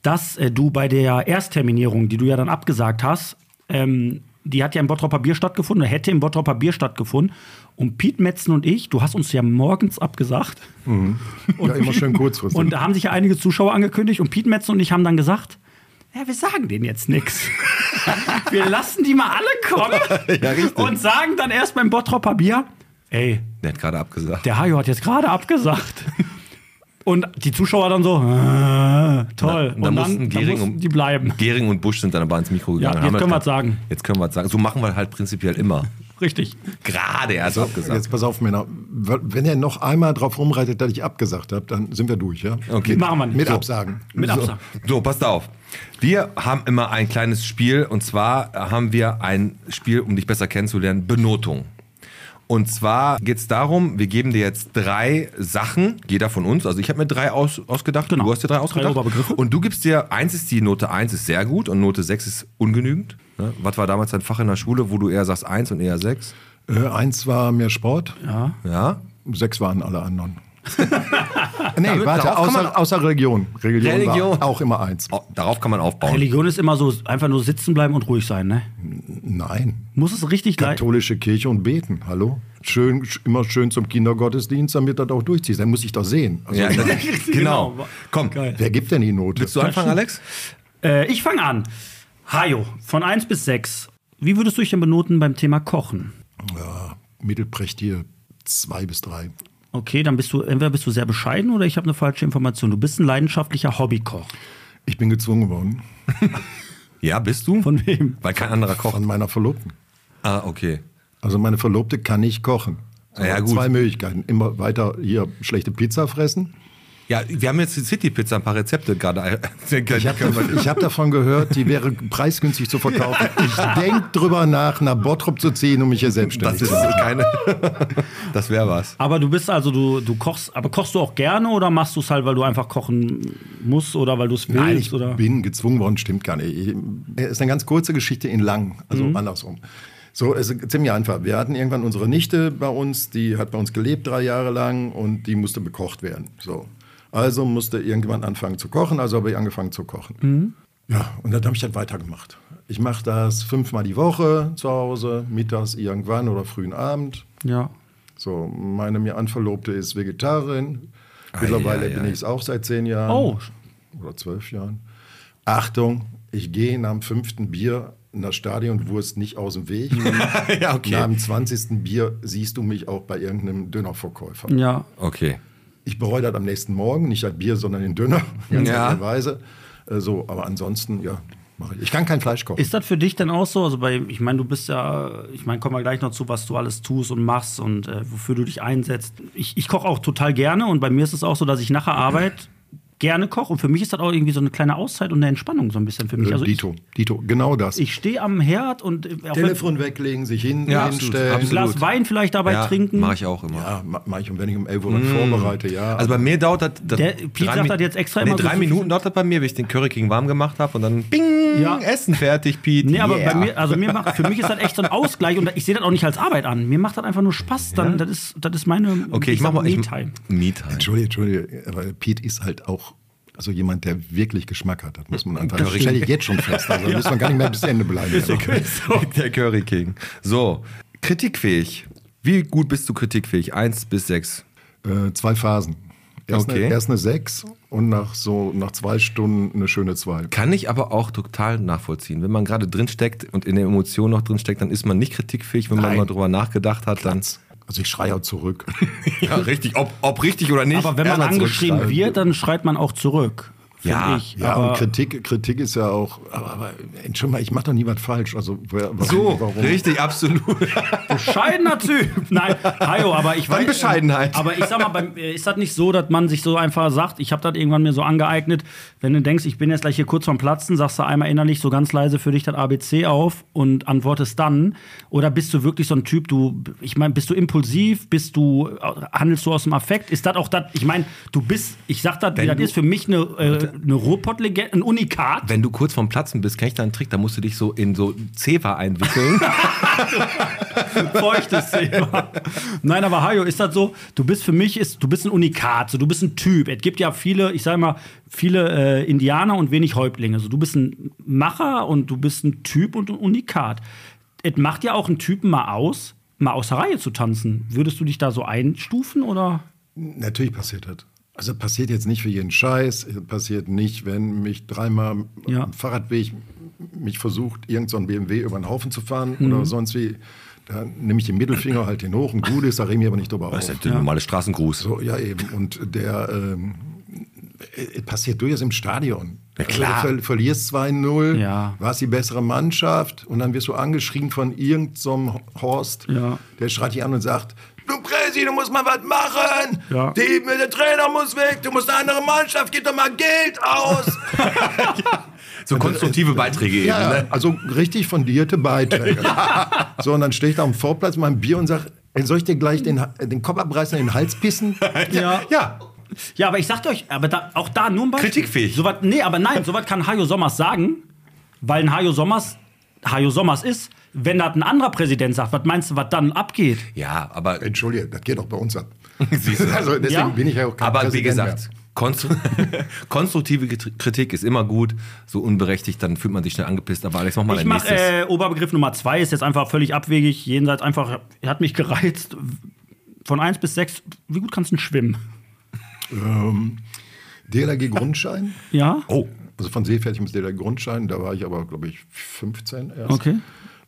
dass äh, du bei der Erstterminierung, die du ja dann abgesagt hast, ähm, die hat ja im Bottroper Bier stattgefunden, oder hätte im Bottroper Bier stattgefunden. Und Piet Metzen und ich, du hast uns ja morgens abgesagt.
ja, immer schön kurzfristig.
Und da haben sich ja einige Zuschauer angekündigt und Piet Metzen und ich haben dann gesagt, ja, wir sagen denen jetzt nichts. Wir lassen die mal alle kommen und sagen dann erst beim Bottropper Bier, ey,
Der hat gerade abgesagt.
der Hajo hat jetzt gerade abgesagt. Und die Zuschauer dann so, äh, toll.
Und dann mussten um. Gehring und-
die bleiben.
Gering und Busch sind dann aber ans Mikro gegangen.
Ja,
und haben
jetzt können
halt gesagt,
wir was sagen.
Jetzt können wir was sagen. So machen wir halt prinzipiell immer.
Richtig.
Gerade erst abgesagt.
Jetzt pass auf, Männer. Wenn ihr noch einmal drauf rumreitet, dass ich abgesagt habe, dann sind wir durch, ja?
Okay.
Machen wir nicht.
Mit
So.
Absagen.
Mit Absagen.
So, passt auf. Wir haben immer ein kleines Spiel und zwar haben wir ein Spiel, um dich besser kennenzulernen, Benotung. Und zwar geht es darum, wir geben dir jetzt drei Sachen, jeder von uns. Also ich habe mir drei aus, ausgedacht,
Genau.
du hast dir drei
Drei
ausgedacht.
Oberbegriffe.
und du gibst dir, eins ist die Note eins ist sehr gut und Note sechs ist ungenügend. Ne? Was war damals dein Fach in der Schule, wo du eher sagst eins und eher sechs?
Äh, eins war mehr Sport,
Ja.
sechs waren alle anderen. nee,
Damit-
warte,
darauf kann man-
außer, außer Religion. Religion,
Religion. Oh.
war auch immer eins.
Au- Darauf kann man aufbauen.
Religion ist immer so, einfach nur sitzen bleiben und ruhig sein, ne?
Nein,
Muss es richtig gleich.
katholische Kirche und beten, hallo? Schön, sch- immer schön zum Kindergottesdienst, damit das auch durchzieht. Dann muss ich doch sehen. Also,
Ja, genau.
Genau.
Komm,
Geil.
Wer gibt denn die Note?
willst du anfangen, Alex?
Äh, ich fange an. Hajo, von 1 bis 6. Wie würdest du dich denn benoten beim Thema Kochen?
Ja, Mittelprecht hier zwei bis drei.
Okay, dann bist du, entweder bist du sehr bescheiden oder ich habe eine falsche Information. Du bist ein leidenschaftlicher Hobbykoch.
Ich bin gezwungen worden
Ja, bist du?
Von wem?
Weil kein anderer kocht.
von meiner Verlobten.
Ah, okay.
Also meine Verlobte kann nicht kochen. So,
Ja, gut.
Zwei Möglichkeiten. Immer weiter hier schlechte Pizza fressen.
Ja, wir haben jetzt die City Pizza ein paar Rezepte gerade.
Ich habe ich hab davon gehört, die wäre preisgünstig zu verkaufen. Ich denke drüber nach, nach Bottrop zu ziehen, um mich hier
das
selbstständig
ist
zu machen.
keine. Das wäre was.
Aber du bist also, du, du kochst, aber kochst du auch gerne oder machst du es halt, weil du einfach kochen musst oder weil du es willst?
Nein, ich
oder?
bin gezwungen worden, stimmt gar nicht. Ich, es ist eine ganz kurze Geschichte in lang, also andersrum. So, es ist ziemlich einfach. Wir hatten irgendwann unsere Nichte bei uns, die hat bei uns gelebt drei Jahre lang und die musste bekocht werden. So. Also musste irgendwann anfangen zu kochen, also habe ich angefangen zu kochen. Ja, und dann habe ich das weitergemacht. Ich mache das fünfmal die Woche zu Hause, mittags irgendwann oder frühen Abend.
Ja.
So, meine mir anverlobte ist Vegetarin. Mittlerweile
Ei, ei,
bin
ei.
ich es auch seit zehn Jahren.
Ah, Oh.
Oder zwölf Jahren. Achtung, ich gehe nach dem fünften Bier in das Stadionwurst nicht aus dem Weg.
Ja,
Nach dem 20. Bier siehst du mich auch bei irgendeinem Dönerverkäufer.
Ja.
Okay.
Ich bereue das am nächsten Morgen, nicht das Bier, sondern den Döner.
Ja.
Weise. So, aber ansonsten, ja, mache ich. Ich kann kein Fleisch kochen.
Ist das für dich denn auch so? Also bei, ich meine, du bist ja, ich meine, kommen wir gleich noch zu, was du alles tust und machst und äh, wofür du dich einsetzt. Ich, ich koche auch total gerne und bei mir ist es auch so, dass ich nach der Arbeit gerne koche und für mich ist das auch irgendwie so eine kleine Auszeit und eine Entspannung so ein bisschen für mich. Also ich,
Äh, Dito, Dito, genau das.
ich stehe am Herd und äh, auch wenn,
Telefon weglegen, sich hin,
Ja, absolut,
hinstellen.
ein Glas Wein vielleicht dabei
Ja,
trinken.
mache ich auch immer.
Ja, ma- mach ich, und wenn ich um 11 Uhr dann vorbereite, ja.
Mm. Also bei mir dauert das. das
Der Piet sagt
Mi-
das jetzt extra
nee,
immer so
drei
süß.
Minuten dauert das bei mir, wenn ich den Curry King warm gemacht habe und dann Bing,
Ja.
Essen fertig, Piet.
Nee, aber
Yeah.
bei mir, also mir macht, für mich ist das echt so ein Ausgleich und ich sehe das auch nicht als Arbeit an. Mir macht das einfach nur Spaß. Dann, das, ist, das ist meine
Okay, ich, mach
sag
mal. ich-
Me-Time.
Me-Time.
Entschuldige, Entschuldige, aber Pete ist halt auch also jemand, der wirklich Geschmack hat. Das muss man einfach. Das
Curry.
stelle ich jetzt schon fest. Also da muss man gar nicht mehr bis Ende bleiben.
Der Curry King. So, kritikfähig. Wie gut bist du kritikfähig? Eins bis sechs.
Äh, zwei Phasen. Erst,
Okay.
eine, erst eine 6 und nach so nach zwei Stunden eine schöne 2.
Kann ich aber auch total nachvollziehen. Wenn man gerade drin steckt und in der Emotion noch drin steckt, dann ist man nicht kritikfähig, wenn man
Nein.
mal drüber nachgedacht hat, dann
Also ich schreie auch zurück.
ja richtig, ob, ob richtig oder nicht.
Aber wenn man
Erstmal
angeschrien
zurückschreiben.
wird, dann schreit man auch zurück. find
Ja,
ich.
Ja,
aber
und Kritik, Kritik ist ja auch, aber, aber entschuldige mal, ich mache doch nie was falsch. Also wer, warum,
so
warum?
richtig absolut.
bescheidener Typ. Nein, Hajo, aber ich
Dann
weiß.
Bescheidenheit.
Aber ich sag mal, beim, äh, ist das nicht so, dass man sich so einfach sagt, ich habe das irgendwann mir so angeeignet, wenn du denkst, ich bin jetzt gleich hier kurz vom Platzen, sagst du einmal innerlich so ganz leise für dich das ABC auf und antwortest dann. Oder bist du wirklich so ein Typ, du, ich meine, bist du impulsiv, bist du, äh, handelst du aus dem Affekt? Ist das auch das, ich meine, du bist, ich sag das, wie das
du-
ist für mich eine, äh, eine Ruhrpott-Legende, ein Unikat.
Wenn du kurz vom Platzen bist, kenn ich da einen Trick, da musst du dich so in so Zewa einwickeln.
feuchtes Thema. Nein, aber Hajo, ist das so? Du bist für mich ist, du bist ein Unikat, so, du bist ein Typ. Es gibt ja viele, ich sag mal, viele äh, Indianer und wenig Häuptlinge. So, du bist ein Macher und du bist ein Typ und ein Unikat. Es macht ja auch einen Typen mal aus, mal aus der Reihe zu tanzen. Würdest du dich da so einstufen oder?
Natürlich passiert das. Also das passiert jetzt nicht für jeden Scheiß, das passiert nicht, wenn mich dreimal
Ja.
am Fahrradweg mich versucht, irgend so ein BMW über den Haufen zu fahren oder sonst wie. Da nehme ich den Mittelfinger halt den hoch und gut ist, da rede ich mir aber nicht drüber auf.
der normale Straßengruß.
So, ja eben. Und der ähm, äh, passiert durchaus im Stadion.
klar.
Also, du ver verlierst 2-0,
Ja.
warst die bessere Mannschaft und dann wirst du angeschrien von irgendeinem Horst,
Ja.
der schreit dich an und sagt, du Presi, du musst mal was machen.
Ja.
Die, der Trainer muss weg, du musst eine andere Mannschaft, gib doch mal Geld aus.
So konstruktive Beiträge eben.
ja,
Ne?
also richtig fundierte Beiträge. so, und dann stehe ich da am Vorplatz mit meinem Bier und sage, soll ich dir gleich den, Ha- den Kopf abreißen und den Hals pissen?
Ja.
ja.
Ja, aber ich sagte euch, aber da, auch da nur ein Beispiel.
Kritikfähig.
So was- nee, aber nein, sowas kann Hajo Sommers sagen, weil ein Hajo Sommers Hajo Sommers ist. Wenn das ein anderer Präsident sagt, was meinst du, was dann abgeht?
Ja, aber,
Entschuldige, das geht auch bei uns ab.
Siehst du.
Also deswegen
Ja.
bin ich ja auch kein
aber wie
Präsident
gesagt, konstru konstruktive Krit- Kritik ist immer gut. So unberechtigt, dann fühlt man sich schnell angepisst. Aber Alex, mach mal
Ich
dein
mache
nächstes.
äh, Oberbegriff Nummer zwei, ist jetzt einfach völlig abwegig, jenseits einfach, hat mich gereizt. Von eins bis sechs, wie gut kannst du denn schwimmen?
mehr. Ähm, DLRG Grundschein,
Ja?
oh,
also von Seefertig bis DLRG Grundschein, da war ich aber, glaube ich, 15 erst.
Okay.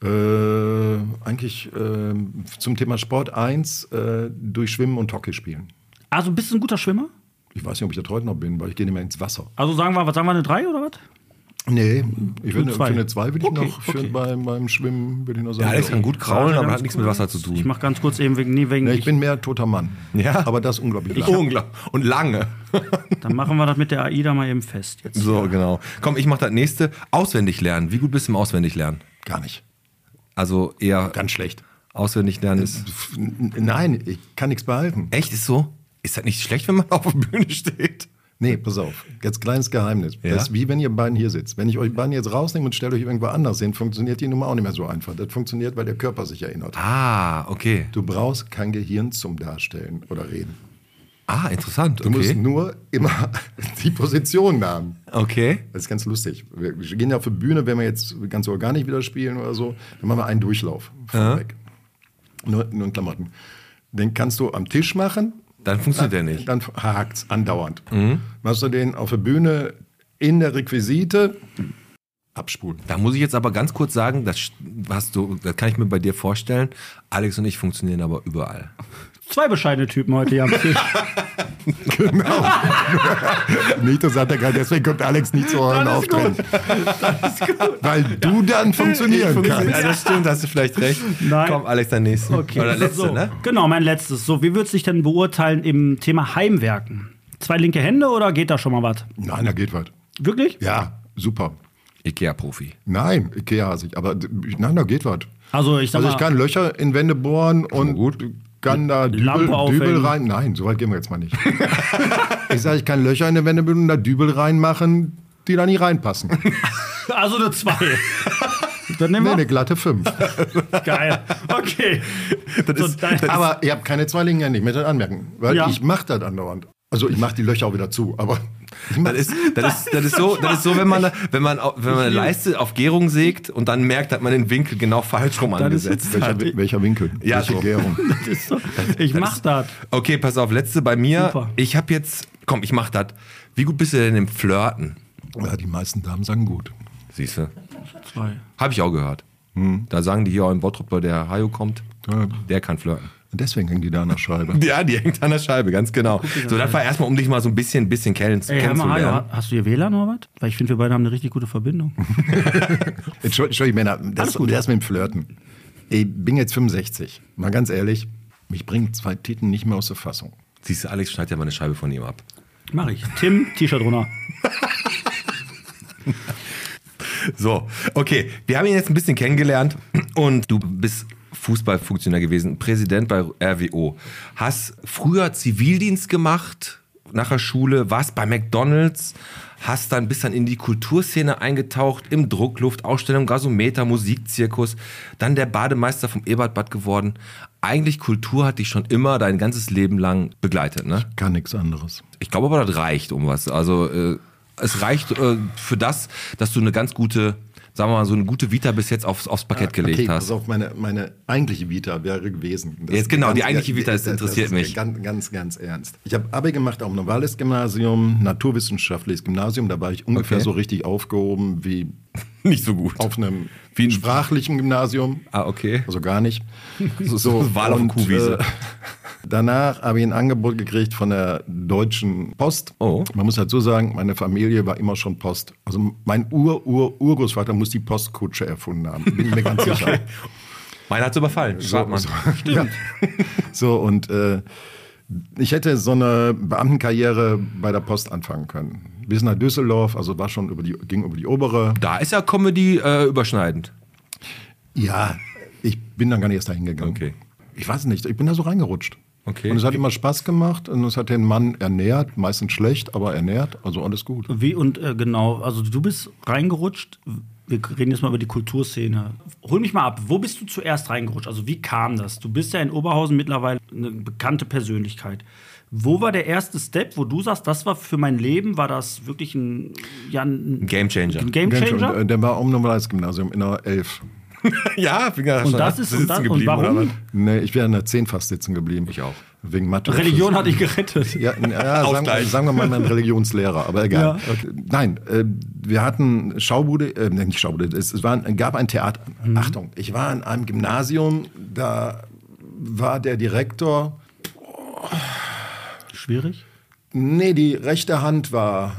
Äh, eigentlich ähm, zum Thema Sport 1, äh, durch Schwimmen und Hockey spielen.
Also bist du ein guter Schwimmer?
Ich weiß nicht, ob ich das heute noch bin, weil ich gehe nicht mehr ins Wasser.
Also sagen wir, was sagen wir, eine drei oder was?
Nee, ich
um
will, für
zwei.
eine 2 würde ich
Okay,
noch, für,
okay.
beim, beim Schwimmen würde ich noch sagen.
Alex kann gut kraulen, aber hat nichts mit Wasser zu
Ich
tun.
mach ganz kurz eben wegen, nee, wegen
Ja, ich
ich-
bin mehr toter Mann.
Ja.
Aber das unglaublich lang.
Unglaublich. Und lange.
Dann machen wir das mit der AIDA mal eben fest jetzt.
So, genau. Komm, ich mache das nächste. Auswendig lernen. Wie gut bist du im Auswendig lernen?
Gar nicht.
Also eher
Ganz schlecht.
auswendig lernen ist.
Pff, n- Nein, ich kann nichts behalten.
Echt, ist so? Ist das nicht schlecht, wenn man auf der Bühne steht?
Nee, pass auf. Jetzt kleines Geheimnis.
Ja?
Das ist wie wenn ihr beiden hier sitzt. Wenn ich euch beiden jetzt rausnehme und stelle euch irgendwo anders hin, funktioniert die Nummer auch nicht mehr so einfach. Das funktioniert, weil der Körper sich erinnert.
Ah, okay.
Du brauchst kein Gehirn zum Darstellen oder Reden.
Ah, interessant.
Du musst
Okay.
nur immer die Position haben.
Okay.
Das ist ganz lustig. Wir gehen ja auf die Bühne, wenn wir jetzt ganz organisch wieder spielen oder so, dann machen wir einen Durchlauf. vorne Weg. Nur, nur in Klamotten. Den kannst du am Tisch machen.
Dann funktioniert der nicht. Mhm.
Dann hakt's andauernd. Machst du den auf der Bühne in der Requisite, abspulen.
Da muss ich jetzt aber ganz kurz sagen, das sch- hast du, das kann ich mir bei dir vorstellen. Alex und ich funktionieren aber überall.
Zwei bescheidene Typen heute hier am Tisch.
Genau. nicht, das hat er gerade, deswegen kommt Alex nie zu euren
Dann ist gut.
Auftritten. Weil du dann funktionieren kannst.
das stimmt, da hast du vielleicht recht.
Nein.
Komm, Alex, dein nächstes.
Okay.
Oder letzte,
so.
ne?
Genau, mein letztes. So, wie würdest du dich denn beurteilen im Thema Heimwerken? Zwei linke Hände oder geht da schon mal was?
Nein, da geht was.
Wirklich?
Ja, super.
Ikea-Profi.
Nein, Ikea hasse ich. Aber d- nein, da geht was.
Also ich sag
Also
mal,
ich kann Löcher in Wände bohren und
gut.
kann da Dübel,
Lampe aufhängen.
Dübel rein. Nein, so weit gehen wir jetzt mal nicht. ich sage, ich kann Löcher in die Wände bohren und da Dübel reinmachen, die da nie reinpassen.
also eine zwei. Dann nehmen
Nee,
wir
eine glatte 5.
geil. Okay. so, dein-
aber ihr habt keine zwei Linien, ich möchte das anmerken. Weil
Ja.
ich mache das andauernd. Also ich mache die Löcher auch wieder zu, aber ich mach,
Das ist, das ist, das ist so, das ist so wenn, man, wenn, man, au- wenn man eine Leiste auf Gärung sägt und dann merkt, hat man den Winkel genau falsch rum
ist
angesetzt.
welcher, welcher Winkel,
Ja,
welche
so.
Gärung.
ich mach das.
Okay, pass auf, letzte bei mir.
Super.
Ich habe jetzt, komm, ich mach das. Wie gut bist du denn im Flirten?
Ja, die meisten Damen sagen gut.
Siehst du? Habe ich auch gehört. Da sagen die hier auch im Bottrop, bei der Hajo kommt,
Ja.
der kann flirten.
Und deswegen hängen die da an der Scheibe.
Ja, die hängt an der Scheibe, ganz genau. So, das war erstmal, um dich mal so ein bisschen, bisschen kennen,
Ey, Herr Mahayo,
kennenzulernen.
ha- hast du hier WLAN oder was? Weil ich finde, wir beide haben eine richtig gute Verbindung.
Entschuldigung, Entschuldigung, Männer, das, das mit dem Flirten. Ich bin jetzt 65. Mal ganz ehrlich, mich bringen zwei Titten nicht mehr aus der Fassung.
Siehst du, Alex schneidet ja mal eine Scheibe von ihm ab.
Mach ich. Tim, T-Shirt runter.
So, okay, wir haben ihn jetzt ein bisschen kennengelernt und du bist Fußballfunktionär gewesen, Präsident bei RWO. Hast früher Zivildienst gemacht nach der Schule, warst bei McDonalds, hast dann bist dann in die Kulturszene eingetaucht, im Druckluft, Ausstellung, Gasometer, Musikzirkus, dann der Bademeister vom Ebertbad geworden. Eigentlich Kultur hat dich schon immer dein ganzes Leben lang begleitet, ne?
Kann nichts anderes.
Ich glaube aber, das reicht um was. Also äh, es reicht äh, für das, dass du eine ganz gute, sagen wir mal, so eine gute Vita bis jetzt aufs, aufs Parkett gelegt
okay,
hast.
Pass auf, meine, meine eigentliche Vita wäre gewesen. Das
Jetzt
ist
genau, die eigentliche Vita, das interessiert
ist
mich.
Ganz, ganz, ganz ernst. Ich habe Abi gemacht am normales Gymnasium, naturwissenschaftliches Gymnasium. Da war ich ungefähr
Okay.
so richtig aufgehoben wie
Nicht so gut.
auf einem
Wie ein-
sprachlichen Gymnasium.
Ah, okay.
Also gar nicht.
Wahl auf dem
und,
Kuhwiese.
äh, Danach habe ich ein Angebot gekriegt von der Deutschen Post.
Oh.
Man muss dazu sagen, meine Familie war immer schon Post. Also mein Ur-Ur-Urgroßvater muss die Postkutsche erfunden haben. Bin mir ganz sicher.
Meiner hat's überfallen. Schreibt man.
Stimmt. So, und äh, ich hätte so eine Beamtenkarriere bei der Post anfangen können. Bis nach Düsseldorf, also war schon über die, ging über die obere.
Da ist ja Comedy äh, überschneidend.
Ja, ich bin dann gar nicht erst dahin gegangen.
Okay.
Ich weiß nicht, ich bin da so reingerutscht.
Okay.
Und es hat immer Spaß gemacht und es hat den Mann ernährt, meistens schlecht, aber ernährt, also alles gut.
Wie und äh, genau, also du bist reingerutscht. Wir reden jetzt mal über die Kulturszene. Hol mich mal ab, wo bist du zuerst reingerutscht? Also wie kam das? Du bist ja in Oberhausen mittlerweile eine bekannte Persönlichkeit. Wo war der erste Step, wo du sagst, das war für mein Leben, war das wirklich ein, ja, ein
Gamechanger.
ein Game Changer?
Und, äh, Der war am Normalgymnasium in der 11.
ja, bin ja
Und
schon
das ist- und
sitzen
das- und
geblieben,
warum?
oder was?
Nee, ich wäre in der 10 fast sitzen geblieben.
Ich auch.
Wegen Mathe.
Religion hat dich gerettet.
Ja, n- ja sagen,
Ausgleich.
sagen wir mal mein Religionslehrer, aber egal.
Ja.
Okay. Nein, äh, wir hatten Schaubude, äh, nee, nicht Schaubude, es, es war ein, gab ein Theater.
Mhm.
Achtung, ich war in einem Gymnasium, da war der Direktor,
Schwierig.
nee, die rechte Hand war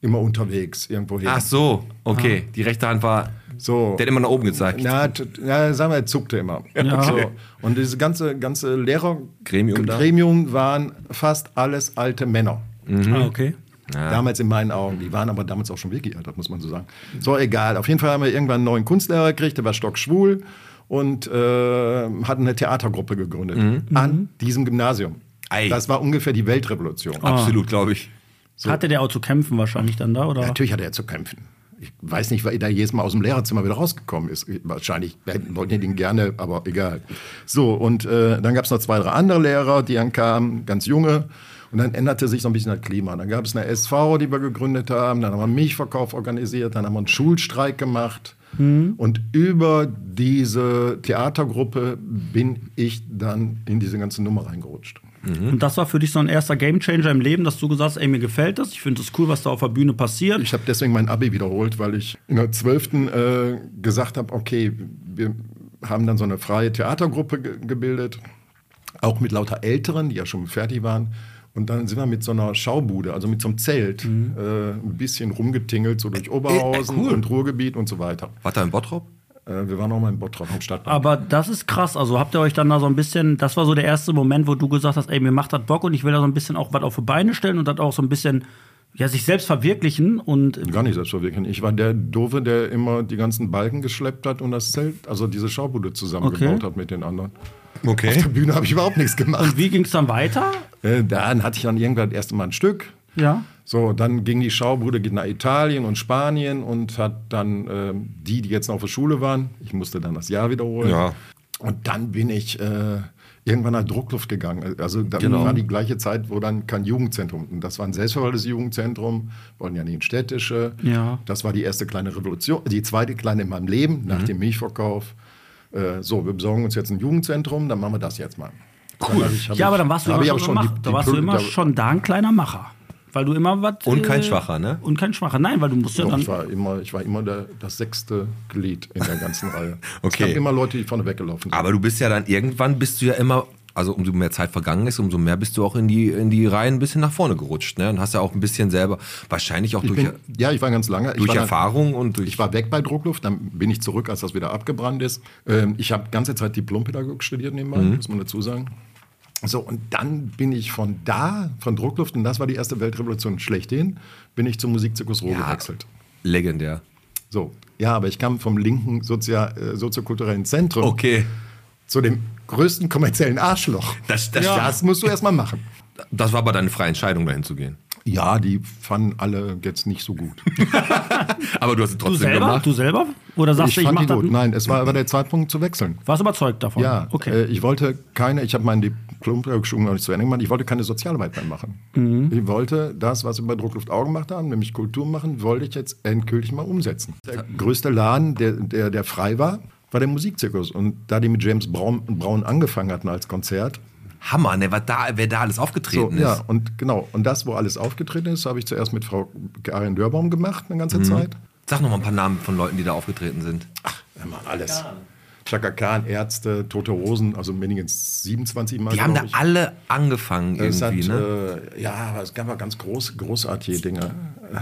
immer unterwegs irgendwohin.
Ach so,
Ah.
okay. Die rechte Hand war.
so.
Der hat immer nach oben gezeigt.
Na, t- na, sagen wir, er zuckte immer. So. Und diese ganze, ganze
Gremium
Lehrergremium
da?
Gremium waren fast alles alte Männer.
Ah, okay.
Damals in meinen Augen. Die waren aber damals auch schon wirklich alt, das muss man so sagen. So, egal. Auf jeden Fall haben wir irgendwann einen neuen Kunstlehrer gekriegt, der war stockschwul und äh, hatten eine Theatergruppe gegründet an diesem Gymnasium.
Ei.
Das war ungefähr die Weltrevolution.
Absolut, glaube ich.
Hatte der auch zu kämpfen wahrscheinlich dann da? Oder?
Natürlich hatte er zu kämpfen. Ich weiß nicht, weil er jedes Mal aus dem Lehrerzimmer wieder rausgekommen ist. Wahrscheinlich hätten- wollten die ihn gerne, aber egal. So, und äh, dann gab es noch zwei, drei andere Lehrer, die dann kamen, ganz junge. Und dann änderte sich so ein bisschen das Klima. Dann gab es eine SV, die wir gegründet haben. Dann haben wir einen Milchverkauf organisiert. Dann haben wir einen Schulstreik gemacht. Und über diese Theatergruppe bin ich dann in diese ganze Nummer reingerutscht.
Und das war für dich so ein erster Gamechanger im Leben, dass du gesagt hast, ey, mir gefällt das, ich finde es cool, was da auf der Bühne passiert.
Ich habe deswegen mein Abi wiederholt, weil ich in der 12. Äh, gesagt habe, okay, wir haben dann so eine freie Theatergruppe ge gebildet, auch mit lauter Älteren, die ja schon fertig waren. Und dann sind wir mit so einer Schaubude, also mit so einem Zelt, äh, ein bisschen rumgetingelt, so durch Oberhausen
cool.
und Ruhrgebiet und so weiter.
War da in Bottrop?
Äh, wir waren auch mal in Bottrop am Stadtpark.
Aber das ist krass. Also habt ihr euch dann da so ein bisschen, das war so der erste Moment, wo du gesagt hast, ey, mir macht das Bock und ich will da so ein bisschen auch was auf die Beine stellen und das auch so ein bisschen, ja, sich selbst verwirklichen und
Gar nicht selbstverwirklichend. Ich war der Doofe, der immer die ganzen Balken geschleppt hat und das Zelt, also diese Schaubude zusammengebaut
Okay.
hat mit den anderen. Auf
Okay.
der Bühne habe ich überhaupt nichts gemacht.
wie ging es dann weiter?
Äh, Dann hatte ich dann irgendwann erst mal ein Stück.
Ja.
So, dann ging die Schaubude geht nach Italien und Spanien und hat dann ähm, die, die jetzt noch auf der Schule waren, ich musste dann das Jahr wiederholen.
Ja.
Und dann bin ich äh, irgendwann nach Druckluft gegangen. Also dann war die gleiche Zeit, wo dann kein Jugendzentrum. Und das war ein selbstverwaltetes Jugendzentrum, wollen ja nicht ins städtische.
Ja.
Das war die erste kleine Revolution, die zweite kleine in meinem Leben nach dem Milchverkauf. Äh, so, wir besorgen uns jetzt ein Jugendzentrum, dann machen wir das jetzt mal. Cool.
Ja, aber dann warst du immer schon,
die,
gemacht.
die
da warst du
Pöbel-
immer
da-
schon da ein kleiner Macher. Weil du immer was. äh,
Und kein Schwacher, ne?
Und kein Schwacher. Nein, weil du musst ja
Doch,
dann.
ich war immer, ich war immer der, das sechste Glied in der ganzen Reihe.
Okay. Ah,
Es gab immer Leute, die vorne weggelaufen sind.
Aber du bist ja dann irgendwann bist du ja immer, also umso mehr Zeit vergangen ist, umso mehr bist du auch in die, in die Reihen ein bisschen nach vorne gerutscht, ne? Und hast ja auch ein bisschen selber, wahrscheinlich auch
ich
durch,
bin, ja, ich war ganz lange. ich
durch
war dann-
Erfahrung und durch.
Ich war weg bei Druckluft, dann bin ich zurück, als das wieder abgebrannt ist. Ähm, ich habe ganze Zeit Diplompädagogik studiert nebenbei,
Mhm.
muss man dazu sagen. So, und dann bin ich von da, von Druckluft, und das war die erste Weltrevolution schlechthin, bin ich zum Musikzirkus Ruhr
ja,
gewechselt.
legendär.
So, ja, aber ich kam vom linken Sozia äh, soziokulturellen Zentrum
Okay.
zu dem größten kommerziellen Arschloch.
Das- das-
das musst du erstmal machen.
Das war aber deine freie Entscheidung, dahin zu gehen.
Ja, die fanden alle jetzt nicht so gut.
Aber du hast es
du
trotzdem
selber?
gemacht.
Du selber? Oder sagst
Ich
du, ich
fand
mach
die
das.
gut. Nein, es war aber der Zeitpunkt zu wechseln.
Warst überzeugt davon?
Ja,
Okay.
äh, ich wollte keine, ich habe meinen Diplom-Schulung noch nicht zu Ende gemacht, ich wollte keine Sozialarbeit mehr machen.
Mhm.
Ich wollte das, was wir bei Druckluft Augen gemacht haben, nämlich Kultur machen, wollte ich jetzt endgültig mal umsetzen. Der größte Laden, der, der, der frei war, war der Musikzirkus. Und da die mit James Braun, Braun angefangen hatten als Konzert,
Hammer, ne? Was da, wer da alles aufgetreten
so,
ist.
Ja, und genau. Und das, wo alles aufgetreten ist, habe ich zuerst mit Frau Karin Dörbaum gemacht, eine ganze Zeit.
Sag noch mal ein paar Namen von Leuten, die da aufgetreten sind.
Immer alles. Chaka Khan, Ärzte, Tote Rosen, also mindestens 27 Mal.
Die haben da
Also glaub ich.
alle angefangen
Es hat,
irgendwie, ne?
äh, ja, aber es gab mal ganz groß, großartige Dinge.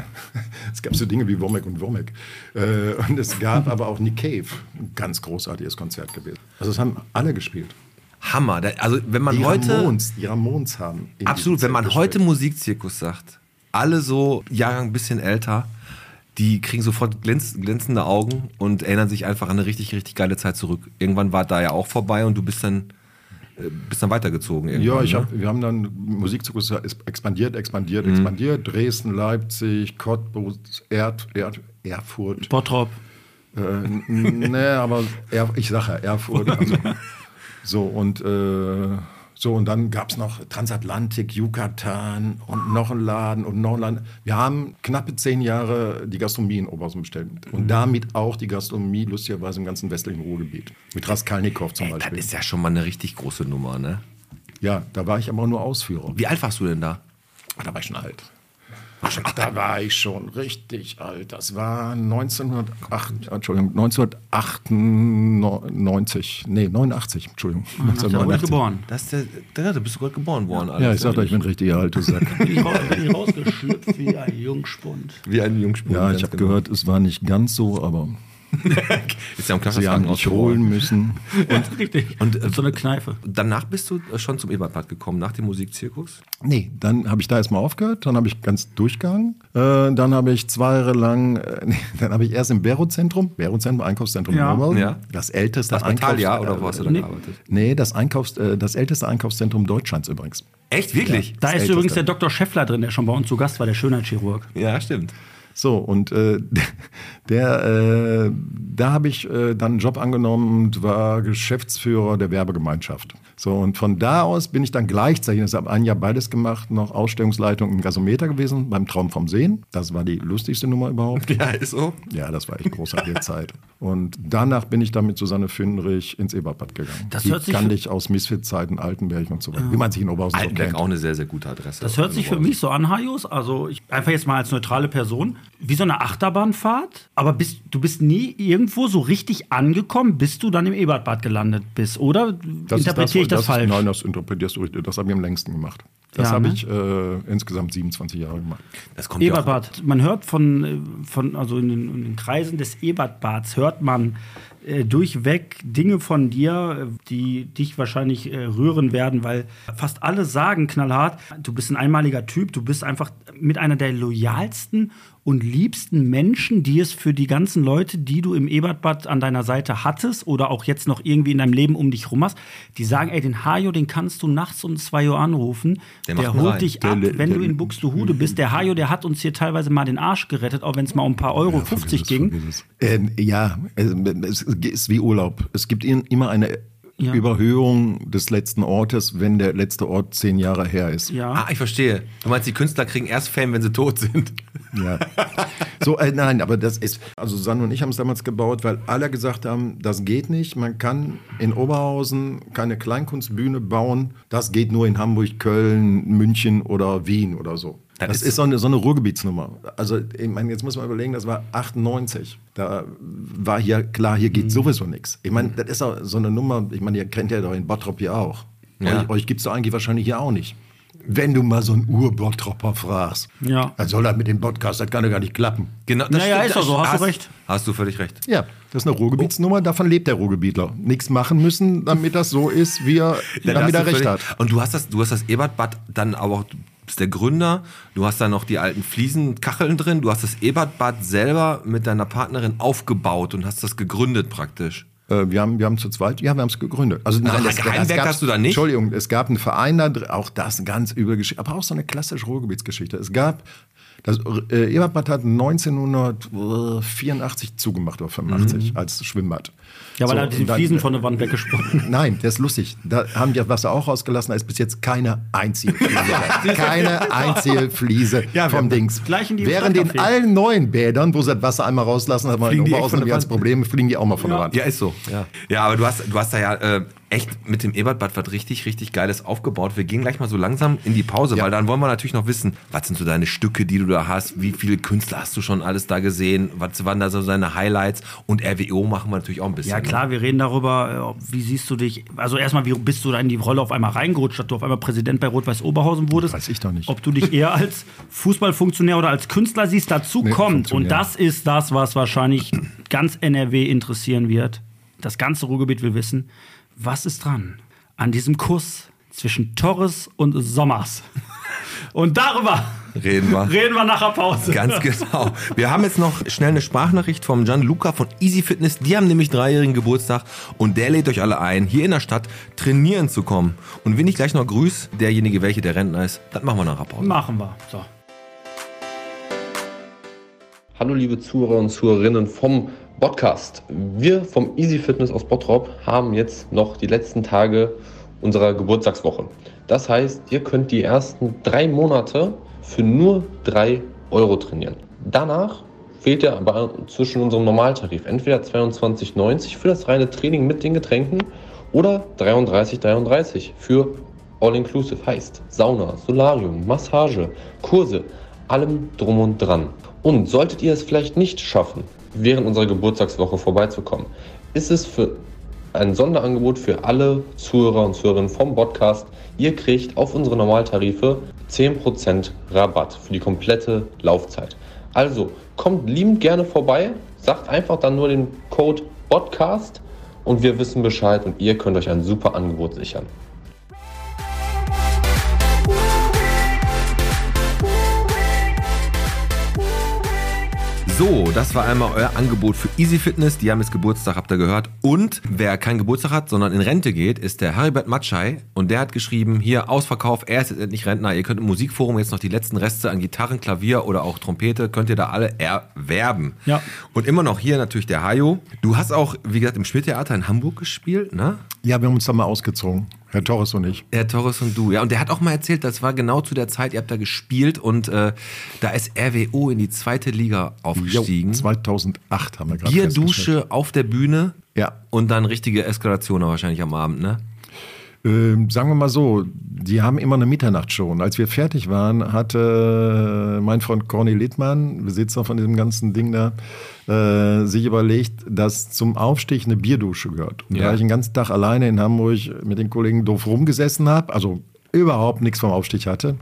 Es gab so Dinge wie Womack und Womack. Äh, und es gab aber auch Nick Cave, ein ganz großartiges Konzert gewesen. Also es haben alle gespielt.
Hammer. Da- Also wenn man
die
heute
Ramones, die Ramones haben. in
absolut,
diesem
wenn man
Zelt
heute
gespielt.
Musikzirkus sagt, alle so Jahrgang ein bisschen älter, die kriegen sofort glänz, glänzende Augen und erinnern sich einfach an eine richtig richtig geile Zeit zurück. Irgendwann war da ja auch vorbei und du bist dann äh, bist dann weitergezogen irgendwann.
Ja, ich
ne? Mhm.
hab, wir haben dann Musikzirkus ist expandiert, expandiert, expandiert. Dresden, Leipzig, Cottbus, Erd, Erd, Erfurt.
Bottrop.
Äh, n- nee, aber Erf ich sage ja, Erfurt. Also, so und äh, so und dann gab es noch Transatlantik, Yucatan und noch ein Laden und noch ein Laden. Wir haben knappe zehn Jahre die Gastronomie in Oberhausen bestellt
Mhm.
und damit auch die Gastronomie lustigerweise im ganzen westlichen Ruhrgebiet. Mit Raskalnikow zum
Ey, das
Beispiel.
ist ja schon mal eine richtig große Nummer, ne?
ja, da war ich aber nur Ausführer.
Wie alt warst du denn da?
Ah, Da war ich schon alt. Da war ich schon richtig alt. Das war 1908, Entschuldigung, 1998, nee, 89, Entschuldigung.
Ich bin geboren.
Das ist der, der, da bist du gerade geboren worden, Alex. ne?
Ja, ich sag doch, ich bin ein richtiger alter Sack.
Ich bin ich rausgeschlüpft wie ein Jungspund.
Wie ein Jungspund. genau.
Ja, ich habe gehört, es war nicht ganz so, aber
Ist ja am
sie haben
Klassenrahmen
mich holen
ausgeholt.
müssen.
Und, Richtig. Und, so eine Kneife.
Danach bist du äh, schon zum Ebertbad gekommen, nach dem Musikzirkus.
Nee, dann habe ich da erstmal aufgehört, dann habe ich ganz durchgegangen, äh, dann habe ich zwei Jahre lang, äh, nee, dann habe ich erst im Bero-Zentrum, Bero-Zentrum, Einkaufszentrum
Ja.
Oberhausen,
Ja.
das älteste
Das Natalia,
Einkaufs- Äh,
oder wo hast du da genau? gearbeitet?
Nee, das, Einkaufs äh, das älteste Einkaufszentrum Deutschlands übrigens.
Echt, wirklich?
Da ist
Älteste.
übrigens der Dr. Scheffler drin, der schon bei uns zu Gast war, der Schönheitschirurg.
Ja, stimmt.
So, und äh, der, äh, da habe ich äh, dann einen Job angenommen und war Geschäftsführer der Werbegemeinschaft. So, und von da aus bin ich dann gleichzeitig, das habe ein Jahr beides gemacht, noch Ausstellungsleitung im Gasometer gewesen, beim Traum vom Sehen. Das war die lustigste Nummer überhaupt.
Ja, ist so.
Ja, das war echt großartige Zeit. Und danach bin ich dann mit Susanne Fünrich ins Eberbad gegangen.
Das
die
hört sich
kannte ich aus Misfit-Zeiten, Altenberg und so weiter. Wie man sich in Oberhausen so
Altenberg
kennt.
auch eine sehr, sehr gute Adresse.
Das hört sich für mich so an, Hajos. Also ich, einfach jetzt mal als neutrale Person, wie so eine Achterbahnfahrt. Aber bist, du bist nie irgendwo so richtig angekommen, bis du dann im Ebertbad gelandet bist, oder?
ist
Interpretiere ich das,
ist-
falsch?
Nein, das interpretierst du richtig. Das habe ich am längsten gemacht. Das
Ja,
habe
ne?
ich äh, insgesamt 27 Jahre gemacht.
Das kommt ja auch,
Ebertbad. Man hört von, äh, von also in den, in den Kreisen des Ebertbads hört man äh, durchweg Dinge von dir, äh, die dich wahrscheinlich äh, rühren werden, weil fast alle sagen knallhart, du bist ein einmaliger Typ, du bist einfach mit einer der loyalsten und liebsten Menschen, die es für die ganzen Leute, die du im Ebertbad an deiner Seite hattest oder auch jetzt noch irgendwie in deinem Leben um dich rum hast, die sagen, ey, den Hajo, den kannst du nachts um 2 Uhr anrufen,
Der
der,
macht mal rein.
holt dich ab,
Der-
wenn
der-
du in Buxtehude bist. Der Hajo, der hat uns hier teilweise mal den Arsch gerettet, auch wenn es mal um ein paar Euro 50 ging.
Ähm, ja, also, es ist wie Urlaub. Es gibt in- immer eine
Ja.
Überhöhung des letzten Ortes, wenn der letzte Ort zehn Jahre her ist.
Ja.
Ah, ich verstehe. Du meinst, die Künstler kriegen erst Fame, wenn sie tot sind.
Ja. So, äh, nein, aber das ist, also Susanne und ich haben es damals gebaut, weil alle gesagt haben, das geht nicht. Man kann in Oberhausen keine Kleinkunstbühne bauen. Das geht nur in Hamburg, Köln, München oder Wien oder so.
Das
Das,
ist-
ist, so eine, so eine Ruhrgebietsnummer. Also, ich meine, jetzt muss man überlegen, das war 98. Da war hier klar, hier geht sowieso nichts. Ich meine, das ist auch so eine Nummer, ich meine, ihr kennt ja doch in Bottrop hier auch.
Ja.
Euch, euch gibt es doch eigentlich wahrscheinlich hier auch nicht. Wenn du mal so einen Ur-Bottropper fragst.
Ja.
Was soll das mit dem Podcast? Das kann ja gar nicht klappen.
Genau,
Naja, ist doch so, hast du
hast,
recht.
Hast du völlig recht.
Ja, das ist eine Ruhrgebietsnummer, davon lebt der Ruhrgebietler. Nichts machen müssen, damit das so ist, wie er,
Ja, da
damit er
hast du
recht
völlig-
hat.
Und du hast das, du hast das Ebertbad dann aber auch, du bist der Gründer, du hast da noch die alten Fliesenkacheln drin, du hast das Ebertbad selber mit deiner Partnerin aufgebaut und hast das gegründet praktisch.
Äh, wir, haben, wir haben zu zweit, ja, wir haben es gegründet. Also,
ein Geheimwerk
gab's-
hast du da nicht?
Entschuldigung, es gab einen Verein da drin, auch das eine ganz üble Geschichte, aber auch so eine klassische Ruhrgebietsgeschichte. Es gab, das äh, Eberbad hat 1984 zugemacht oder 85 als Schwimmbad.
Mhm. Ja, weil
So,
er hat die
und dann-
Fliesen von der Wand weggesprungen.
Nein, der ist lustig. Da haben wir Wasser auch rausgelassen. Da ist bis jetzt keine einzige Fliese. da. keine einzige Fliese vom Dings.
gleich in die
Während in
Stadtcafé.
allen neuen Bädern, wo sie das Wasser einmal rauslassen, hat man in
Fliegen die echt von
Oberhausen
der
ganz
Wand?
Probleme, fliegen die auch mal von der Wand.
Ja, ist so. Ja, ja aber du hast, du hast da ja äh, echt mit dem Ebertbad was richtig, richtig Geiles aufgebaut. Wir gehen gleich mal so langsam in die Pause, weil dann wollen wir natürlich noch wissen, was sind so deine Stücke, die du da hast, wie viele Künstler hast du schon alles da gesehen, was waren da so deine Highlights und RWO machen wir natürlich auch ein bisschen. ne?
ne?
Ja, klar, wir reden darüber, äh, wie siehst du dich. Also, erstmal, wie bist du da in die Rolle auf einmal reingerutscht, dass du auf einmal Präsident bei Rot-Weiß Oberhausen wurdest?
Weiß ich doch nicht.
Ob du dich eher als Fußballfunktionär oder als Künstler siehst, dazu
Nee,
kommt. Und
Funktionär.
das ist das, was wahrscheinlich ganz NRW interessieren wird. Das ganze Ruhrgebiet will wissen, was ist dran an diesem Kuss zwischen Torres und Sommers? Und darüber
Ne? Reden wir.
reden wir nach der Pause.
Ganz genau. Wir haben jetzt noch schnell eine Sprachnachricht vom Gianluca von Easy Fitness. Die haben nämlich dreijährigen Geburtstag und der lädt euch alle ein, hier in der Stadt trainieren zu kommen. Und wenn ich gleich noch grüß, derjenige, welche der Rentner ist, dann machen wir nachher Pause.
Machen wir. So.
Hallo liebe Zuhörer und Zuhörerinnen vom Podcast. Wir vom Easy Fitness aus Bottrop haben jetzt noch die letzten Tage unserer Geburtstagswoche. Das heißt, ihr könnt die ersten drei Monate für nur drei Euro trainieren. Danach fehlt ihr aber zwischen unserem Normaltarif entweder 22,90 für das reine Training mit den Getränken oder 33,33 für All-Inclusive heißt Sauna, Solarium, Massage, Kurse, allem drum und dran. Und solltet ihr es vielleicht nicht schaffen, während unserer Geburtstagswoche vorbeizukommen, ist es für ein Sonderangebot für alle Zuhörer und Zuhörerinnen vom Podcast. Ihr kriegt auf unsere Normaltarife 10% Rabatt für die komplette Laufzeit. Also kommt liebend gerne vorbei, sagt einfach dann nur den Code Podcast und wir wissen Bescheid und ihr könnt euch ein super Angebot sichern.
So, das war einmal euer Angebot für Easy Fitness. Die haben jetzt Geburtstag, habt ihr gehört. Und wer keinen Geburtstag hat, sondern in Rente geht, ist der Haribert Matschei. Und der hat geschrieben, hier Ausverkauf, er ist jetzt endlich Rentner. Ihr könnt im Musikforum jetzt noch die letzten Reste an Gitarren, Klavier oder auch Trompete, könnt ihr da alle erwerben.
Ja.
Und immer noch hier natürlich der Hajo. Du hast auch, wie gesagt, im Schmidt-Theater in Hamburg gespielt, ne?
Ja, wir haben uns da mal ausgezogen, Herr Torres und ich.
Herr Torres und du. Ja, und der hat auch mal erzählt, das war genau zu der Zeit, ihr habt da gespielt und äh, da ist RWO in die zweite Liga aufgestiegen.
2008 haben Hm? wir gerade festgestellt.
Bierdusche auf der Bühne.
Ja.
Und dann richtige Eskalation wahrscheinlich am Abend, ne?
Ähm, sagen wir mal so, die haben immer eine Mitternachtsshow. Und als wir fertig waren, hatte äh, mein Freund Corny Littmann, Besitzer von diesem ganzen Ding da, äh, sich überlegt, dass zum Aufstieg eine Bierdusche gehört. Und
Ja.
da ich den ganzen Tag alleine in Hamburg mit den Kollegen doof rumgesessen habe, also überhaupt nichts vom Aufstieg hatte,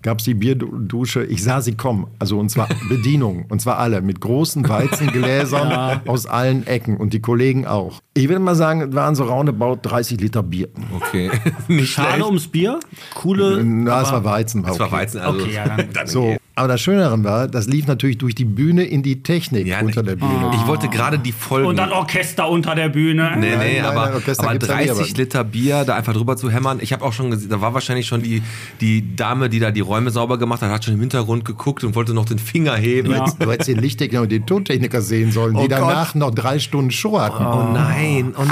gab es die Bierdusche. Ich sah sie kommen. Also und zwar Bedienung. Und zwar alle mit großen Weizengläsern aus allen Ecken. Und die Kollegen auch. Ich will mal sagen, es waren so roundabout 30 Liter Bier.
Okay. Nicht
Schade ums Bier. Coole.
Na, es war Weizen.
Das war Weizen, also.
Okay, ja, dann.
So, aber das Schöne daran war, das lief natürlich durch die Bühne in die Technik
Ja,
unter
ne-
der Bühne.
Ich wollte gerade die Folgen.
Oh. Und dann Orchester unter der Bühne.
Nee, nee,
Nein, nein,
aber,
Orchester
aber
gibt's ja nicht,
30
aber-
Liter Bier da einfach drüber zu hämmern. Ich habe auch schon gesehen, da war wahrscheinlich schon die, die Dame, die da die Räume sauber gemacht hat, hat schon im Hintergrund geguckt und wollte noch den Finger heben.
Du hättest- Du hättest den Lichttechniker und den Tontechniker sehen sollen, die
Oh Gott.
danach noch drei Stunden Show hatten.
Oh nein, oh nein.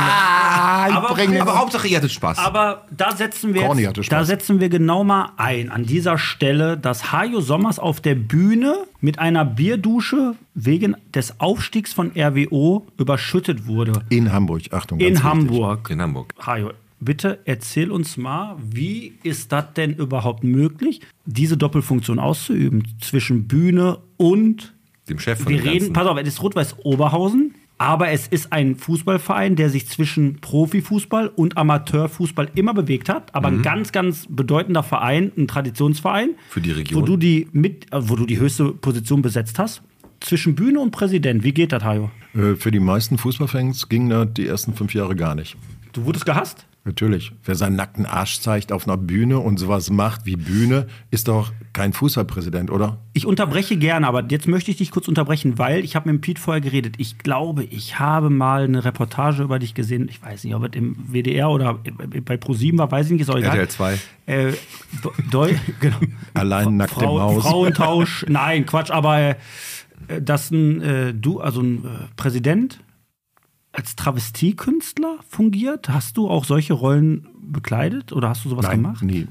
Aber-
aber, aber Hauptsache, ihr hattet Spaß.
Ah, Aber da setzen wir
Corny hatte
jetzt,
Spaß.
da setzen wir genau mal ein an dieser Stelle, dass Hajo Sommers auf der Bühne mit einer Bierdusche wegen des Aufstiegs von RWO überschüttet wurde
In Hamburg, Achtung.
in
ganz wichtig.
Hamburg.
in Hamburg.
Hajo, bitte erzähl uns mal, wie ist das denn überhaupt möglich, diese Doppelfunktion auszuüben zwischen Bühne und
Dem Chef von
wir
dem
reden,
Ganzen.
pass auf, es ist Rot-Weiß Oberhausen, aber es ist ein Fußballverein, der sich zwischen Profifußball und Amateurfußball immer bewegt hat, aber ein ganz, ganz bedeutender Verein, ein Traditionsverein.
Mhm. Für die Region.
Wo du die, mit, äh, wo du die höchste Position besetzt hast. Zwischen Bühne und Präsident, wie geht das, Hajo?
Äh, Für die meisten Fußballfans ging das die ersten fünf Jahre gar nicht.
Du wurdest gehasst?
Natürlich. Wer seinen nackten Arsch zeigt auf einer Bühne und sowas macht wie Bühne, ist doch kein Fußballpräsident, oder?
Ich unterbreche gerne, aber jetzt möchte ich dich kurz unterbrechen, weil ich habe mit Pete vorher geredet. Ich glaube, ich habe mal eine Reportage über dich gesehen. Ich weiß nicht, ob es im WDR oder bei ProSieben war, weiß ich nicht, ist auch egal.
RTL 2.
Äh, do, Deu- genau.
Allein nackt im
Frau,
Haus.
Frauentausch, nein, Quatsch, aber äh, dass ein äh, du, also ein äh, Präsident als Travestiekünstler fungiert, hast du auch solche Rollen bekleidet oder hast du sowas gemacht?
nie.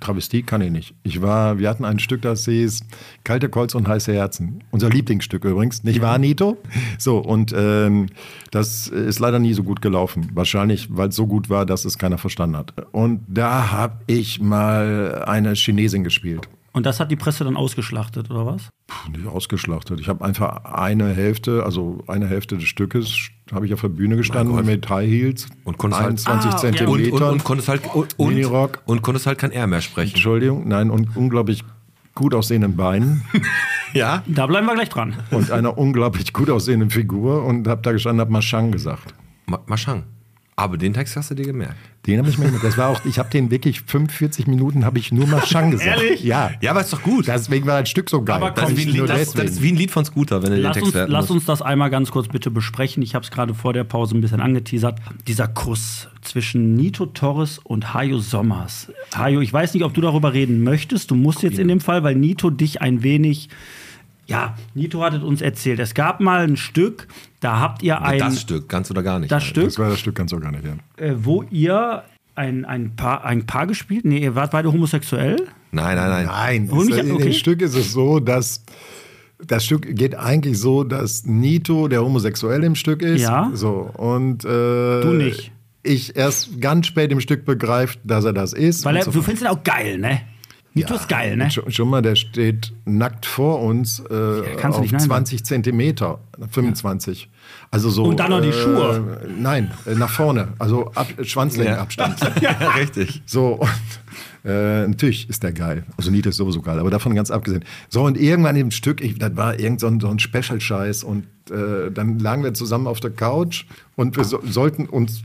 Travestie kann ich nicht. Ich war, wir hatten ein Stück, das hieß Kalte Kolz und heiße Herzen. Unser Lieblingsstück übrigens, nicht wahr, Nito? So, und ähm, das ist leider nie so gut gelaufen. Wahrscheinlich, weil es so gut war, dass es keiner verstanden hat. Und da habe ich mal eine Chinesin gespielt.
Und das hat die Presse dann ausgeschlachtet, oder was?
Puh, nicht ausgeschlachtet. Ich habe einfach eine Hälfte, also eine Hälfte des Stückes, habe ich auf der Bühne gestanden
Gott.
mit High Heels,
Und konntest halt-
21
Ah, okay.
Zentimeter.
Und, und, und konntest halt und, und,
Minirock.
und konntest halt kein R mehr sprechen.
Entschuldigung, nein, und unglaublich gut aussehenden Beinen
Ja?
Da bleiben wir gleich dran.
und einer unglaublich gut aussehenden Figur und habe da gestanden, habe Maschang gesagt.
Ma Maschang. Aber den Text hast du dir gemerkt.
Den habe ich mir, das war auch, ich habe den wirklich 45 Minuten habe ich nur Maschang gesagt.
Ehrlich?
Ja.
Ja, aber ist doch gut. Das,
Deswegen war das Stück so geil.
Aber
das,
komm,
ist, wie ein Lied,
nur
das, das ist
deswegen.
wie ein Lied von Scooter, wenn du
Lass
den
uns,
Text werden
lass
musst.
uns das einmal ganz kurz bitte besprechen. Ich habe es gerade vor der Pause ein bisschen angeteasert. Dieser Kuss zwischen Nito Torres und Hajo Sommers. Hajo, ich weiß nicht, ob du darüber reden möchtest. Du musst jetzt in dem Fall, weil Nito dich ein wenig. Ja, Nito hat es uns erzählt. Es gab mal ein Stück, da habt ihr ein.
das Stück, ganz oder gar nicht.
das Stück,
Das war das Stück ganz so gar nicht. Ja.
äh, wo ihr ein, ein, Paar, ein Paar gespielt. Nee, ihr wart beide homosexuell.
Nein, nein, nein.
Nein,
Hol
es-
mich-
in
okay.
dem Stück ist es so, dass das Stück geht eigentlich so, dass Nito der Homosexuelle im Stück ist.
Ja.
So und äh, du
nicht.
Ich erst ganz spät im Stück begreift, dass er das ist.
Weil
und
er,
so
du
fort.
findest ihn auch geil, ne? Nito ist geil, ne?
Schon, schon mal, der steht nackt vor uns äh,
kannst du
auf
nicht nein sagen.
20 Zentimeter, 25. Also so.
Und dann noch die Schuhe.
Äh, nein, äh, nach vorne, also ab, Schwanzlängenabstand.
Ja, richtig.
So, und äh, natürlich ist der geil. Also Nito ist sowieso geil, aber davon ganz abgesehen. So, und irgendwann im Stück, ich, das war irgend so ein, so ein Special-Scheiß und äh, dann lagen wir zusammen auf der Couch und wir so, sollten uns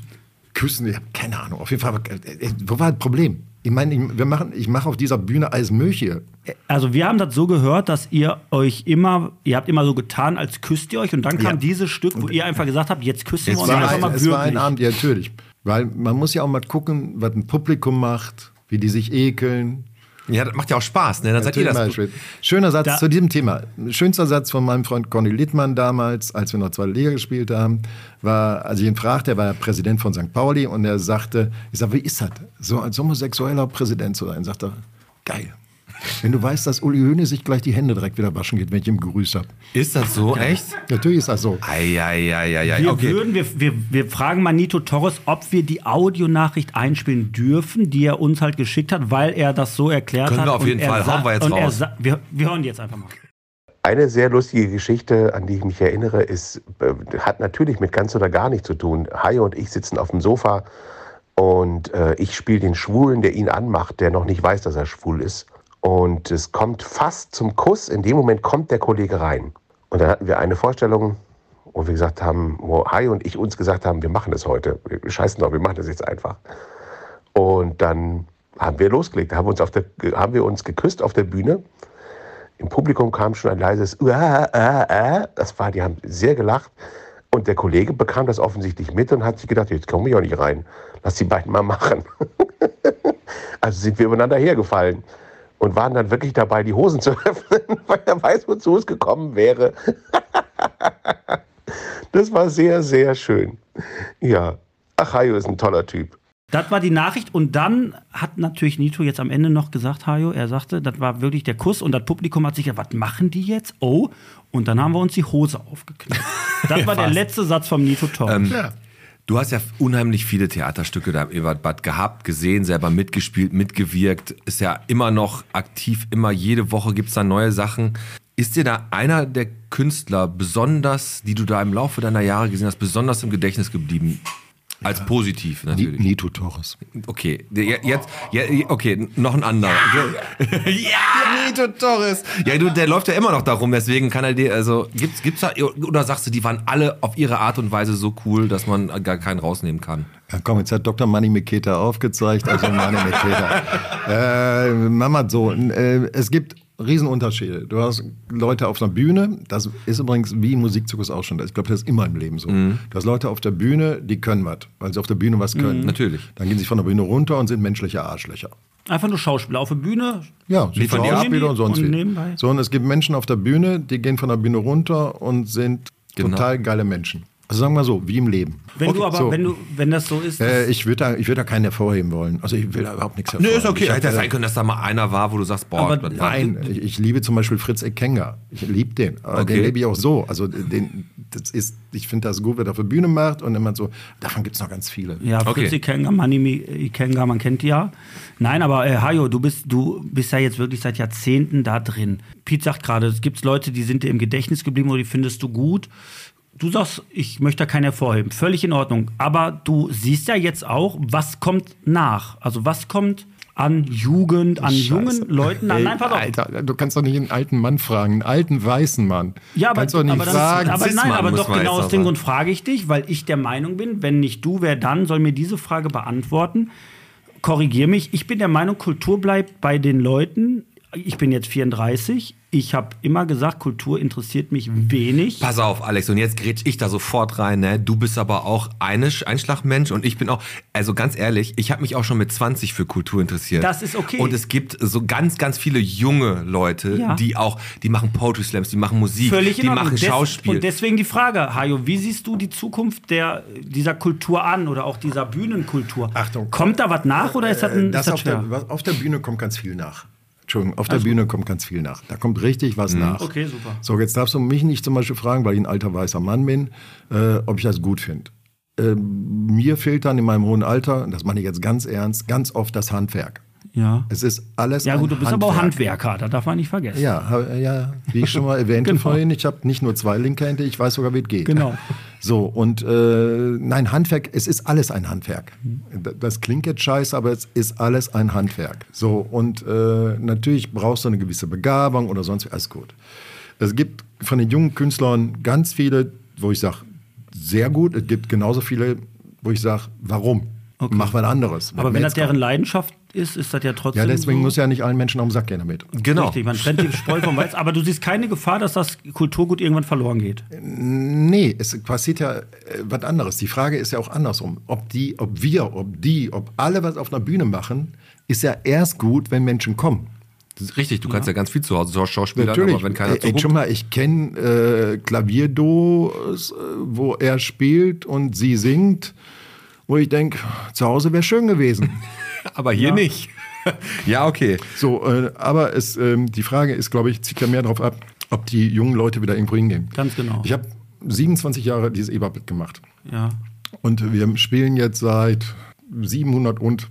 küssen. Ich habe keine Ahnung. Auf jeden Fall, aber, äh, äh, wo war das Problem? Ich meine, ich- wir machen, ich mache auf dieser Bühne alles Mögliche.
Also wir haben das so gehört, dass ihr euch immer, ihr habt immer so getan, als küsst ihr euch und dann kam
Ja.
dieses Stück, wo ihr einfach gesagt habt, jetzt küssen wir
Jetzt
uns
war
einfach
ein,
mal
es war ein
wirklich.
Abend, ja, natürlich. Weil man muss ja auch mal gucken, was ein Publikum macht, wie die sich ekeln.
Ja, das macht ja auch Spaß, ne? Dann seid ihr
Natürlich,
das.
Manfred. Schöner Satz
Da-
zu diesem Thema. Schönster Satz von meinem Freund Conny Littmann damals, als wir noch zwei Liga gespielt haben, war, als ich ihn fragte, er war ja Präsident von St. Pauli und er sagte, ich sag, wie ist das, so als homosexueller Präsident zu sein? Sagt er, geil. Wenn du weißt, dass Uli Höhne sich gleich die Hände direkt wieder waschen geht, wenn ich ihm gegrüßt habe.
Ist das so, echt?
Natürlich ist das so.
Eieieiei.
Wir
Okay.
würden, wir, wir, wir fragen mal Nito Torres, ob wir die Audionachricht einspielen dürfen, die er uns halt geschickt hat, weil er das so erklärt
Können
hat.
wir auf
und
jeden
er
Fall.
sa-
Hauen wir jetzt
und er
raus.
sa- wir, wir hören die jetzt einfach mal.
Eine sehr lustige Geschichte, an die ich mich erinnere, ist, äh, hat natürlich mit ganz oder gar nicht zu tun. Haie und ich sitzen auf dem Sofa und äh, ich spiele den Schwulen, der ihn anmacht, der noch nicht weiß, dass er schwul ist. Und es kommt fast zum Kuss. In dem Moment kommt der Kollege rein. Und dann hatten wir eine Vorstellung, wo wir gesagt haben, wo Haie und ich uns gesagt haben, wir machen das heute. Wir scheißen drauf, wir machen das jetzt einfach. Und dann haben wir losgelegt, haben, uns auf der, haben wir uns geküsst auf der Bühne. Im Publikum kam schon ein leises "Uah, ah, ah." Das war, die haben sehr gelacht. Und der Kollege bekam das offensichtlich mit und hat sich gedacht, jetzt komme ich auch nicht rein. Lass die beiden mal machen. also sind wir übereinander hergefallen und waren dann wirklich dabei, die Hosen zu öffnen, weil er weiß, wozu es gekommen wäre. das war sehr, sehr schön. Ja. Ach, Hajo ist ein toller Typ.
Das war die Nachricht und dann hat natürlich Nito jetzt am Ende noch gesagt, Hajo, er sagte, das war wirklich der Kuss und das Publikum hat sich gedacht, was machen die jetzt? Oh, und dann haben wir uns die Hose aufgeknöpft. Das war der
Fast.
letzte Satz vom Nito Torres.
Du hast ja unheimlich viele Theaterstücke da im Ebertbad gehabt, gesehen, selber mitgespielt, mitgewirkt, ist ja immer noch aktiv, immer jede Woche gibt's da neue Sachen. Ist dir da einer der Künstler besonders, die du da im Laufe deiner Jahre gesehen hast, besonders im Gedächtnis geblieben? Als positiv natürlich.
Nito Torres.
Okay, der- je- jetzt, je- okay, noch ein anderer. Ja, Nito Torres. Ja, du, der läuft ja immer noch darum, deswegen kann er dir, also gibt's, gibt's da, oder sagst du, die waren alle auf ihre Art und Weise so cool, dass man gar keinen rausnehmen kann?
Ja, komm, jetzt hat Dr. Manny Miketa aufgezeigt, also Manny Miketa. äh, Mama, so, äh, es gibt Riesenunterschiede. Du hast Leute auf einer Bühne, das ist übrigens wie im Musikzyklus auch schon. Ich glaube, das ist immer im Leben so. Du hast Leute auf der Bühne, die können was, weil sie auf der Bühne was können.
Natürlich.
Dann gehen sie von der Bühne runter und sind menschliche Arschlöcher.
Einfach nur Schauspieler auf der Bühne.
Ja, sie
Liefern
sind
die ab?
Schauspieler und sonst
Und
wie.
nebenbei?
So, und es gibt Menschen auf der Bühne, die gehen von der Bühne runter und sind
Genau.
total geile Menschen. Also sagen wir mal so, wie im Leben.
Wenn
Okay,
du aber,
so.
wenn du, wenn das so ist,
Äh, ich würde da, ich würd da keinen hervorheben wollen. Also ich will da überhaupt nichts
Nö,
hervorheben.
ist okay.
Ich hab,
Hätte ja
äh,
sein können, dass da mal einer war, wo du sagst, boah,
Aber
das war-
Nein, ich, ich liebe zum Beispiel Fritz Eckenga. Ich liebe den. Aber
Okay.
Den liebe ich auch so. Also den, das ist, ich finde das gut, wer dafür Bühne macht und immer so. Davon gibt es noch ganz viele.
ja,
okay.
Fritz Ikenga, Manimi Ikenga, äh, man kennt die ja. Nein, aber äh, Hajo, du bist, du bist ja jetzt wirklich seit Jahrzehnten da drin. Piet sagt gerade, es gibt Leute, die sind dir im Gedächtnis geblieben oder die findest du gut. Du sagst, ich möchte da keinen hervorheben. Völlig in Ordnung. Aber du siehst ja jetzt auch, was kommt nach. Also was kommt an Jugend, an jungen
Scheiße.
Leuten. Nein,
Ey,
nein, pass auf.
Alter, du kannst doch nicht einen alten Mann fragen, einen alten weißen Mann.
Ja, aber,
kannst doch nicht
aber, das,
fragen.
aber
Sisman
nein, aber
muss
doch
man
genau
jetzt
aus dem
aber.
Grund frage ich dich, weil ich der Meinung bin, wenn nicht du, wer dann, soll mir diese Frage beantworten. Korrigier mich. Ich bin der Meinung, Kultur bleibt bei den Leuten. Ich bin jetzt 34. Ich habe immer gesagt, Kultur interessiert mich wenig.
Pass auf, Alex, und jetzt grätsch ich da sofort rein, ne? Du bist aber auch eine, Sch- ein Schlagmensch und ich bin auch, also ganz ehrlich, ich habe mich auch schon mit 20 für Kultur interessiert.
Das ist okay.
Und es gibt so ganz, ganz viele junge Leute,
Ja.
die auch, die machen Poetry Slams, die machen Musik,
Völlig in
die
Ordnung.
machen
Des-
Schauspiel.
Und deswegen die Frage, Hajo, wie siehst du die Zukunft der, dieser Kultur an oder auch dieser Bühnenkultur?
Achtung.
Kommt da was nach oder ist das ein
Äh, das
ist das
auf, der,
schwer?
was- auf der Bühne kommt ganz viel nach. Entschuldigung, auf der Bühne kommt ganz viel nach. Da kommt richtig was nach.
Also Mhm. Okay, super.
So, jetzt darfst du mich nicht zum Beispiel fragen, weil ich ein alter weißer Mann bin, äh, ob ich das gut finde. Ähm, mir fehlt dann in meinem hohen Alter, und das meine ich jetzt ganz ernst, ganz oft das Handwerk.
Ja.
Es ist alles
Ja,
ein
gut, du bist aber auch
Handwerk.
Handwerker, da darf man nicht vergessen.
Ja, ha- ja, wie ich schon mal erwähnte
Genau.
vorhin, ich habe nicht nur zwei linke Hände, ich weiß sogar, wie es geht.
Genau.
So, und äh, nein, Handwerk, es ist alles ein Handwerk. D- Das klingt jetzt scheiße, aber es ist alles ein Handwerk. So, und äh, natürlich brauchst du eine gewisse Begabung oder sonst alles gut. Es gibt von den jungen Künstlern ganz viele, wo ich sage, sehr gut. Es gibt genauso viele, wo ich sage, warum? Mach was anderes.
Aber wenn das
jetzt
deren
kommt.
Leidenschaft ist, ist das ja trotzdem.
Ja, deswegen
so
muss ja nicht allen Menschen auf den Sack gehen damit.
genau.
Richtig, man trennt die Spreu vom Weiz. Aber du siehst keine Gefahr, dass das Kulturgut irgendwann verloren geht.
Nee, es passiert ja äh, was anderes. Die Frage ist ja auch andersrum. Ob die, ob wir, ob die, ob alle was auf einer Bühne machen, ist ja erst gut, wenn Menschen kommen.
Das ist Richtig, du kannst ja ganz viel zu Hause schaus- schauspielern,
Natürlich. Äh,
aber wenn keiner
ey, ey, schon
zuguckt.
mal, ich kenne äh, Klavierduos, äh, wo er spielt und sie singt, wo ich denke, zu Hause wäre schön gewesen.
Aber hier nicht. ja, okay.
so, äh, aber es, ähm, die Frage ist, glaube ich, zieht ja mehr darauf ab, ob die jungen Leute wieder irgendwo hingehen.
Ganz genau.
Ich habe 27 Jahre dieses E-Bubblet gemacht.
Ja.
Und wir spielen jetzt seit 700 und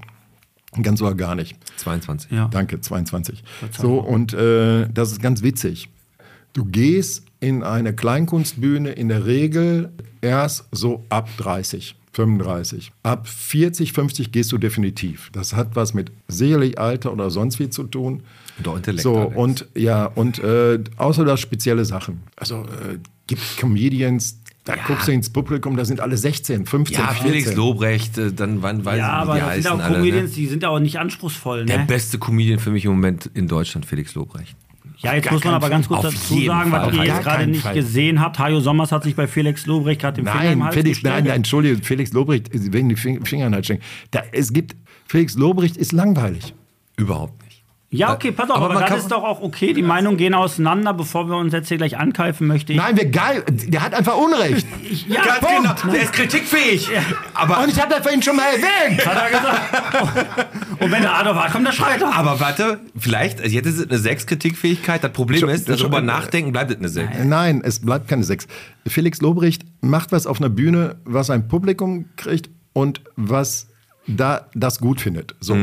ganz oder gar nicht.
22.
Ja.
Danke, 22. So, und äh, das ist ganz witzig. Du gehst in eine Kleinkunstbühne in der Regel erst so ab 30, 35. Ab 40, 50 gehst du definitiv. Das hat was mit sicherlich Alter oder sonst wie zu tun.
Und auch Intellekt,
So,
Alex.
und ja, und äh, außer das spezielle Sachen. Also äh, gibt Comedians, da guckst du ins Publikum, da sind alle 16, 15,
Ja,
14.
Felix Lobrecht, äh, dann wann weiß
Ja,
ich, wie
aber
die
das sind
heißen
auch
alle.
Comedians,
Ne?
die sind auch nicht anspruchsvoll.
Der
Ne?
beste Comedian für mich im Moment in Deutschland, Felix Lobrecht.
Ja, jetzt muss man aber ganz kurz
Auf
dazu
jeden
sagen,
Fall.
was ihr
Auf
jetzt
gar
gerade
keinen
nicht
Fall.
gesehen habt. Hajo Sommers hat sich bei Felix Lobrecht gerade den Finger im
Nein,
Hals
Felix,
gesteckt.
nein, nein, Entschuldigung, Felix Lobrecht, wegen die Fing- Finger in den Hals stecken. Da, es gibt, Felix Lobrecht ist langweilig.
Überhaupt nicht.
Ja, okay, pass auf,
Aber
aber,
man
das
kann-
ist doch auch okay. Die Meinungen gehen auseinander. Bevor wir uns jetzt hier gleich ankeifen, möchte ich.
Nein, wer geil, der hat einfach Unrecht.
ja,
Ganz
Punkt.
genau, der ist kritikfähig.
ne? Und ich habe das vorhin schon mal erwähnt.
Hat er gesagt. Und wenn der Adolf hat, kommt der Schreit ab.
Aber warte, vielleicht, also jetzt ist es eine 6 Kritikfähigkeit. Das Problem ist, dass darüber nachdenken bleibt es eine 6.
Nein, es bleibt keine Sechs. Felix Lobrecht macht was auf einer Bühne, was ein Publikum kriegt und was da das gut findet. So.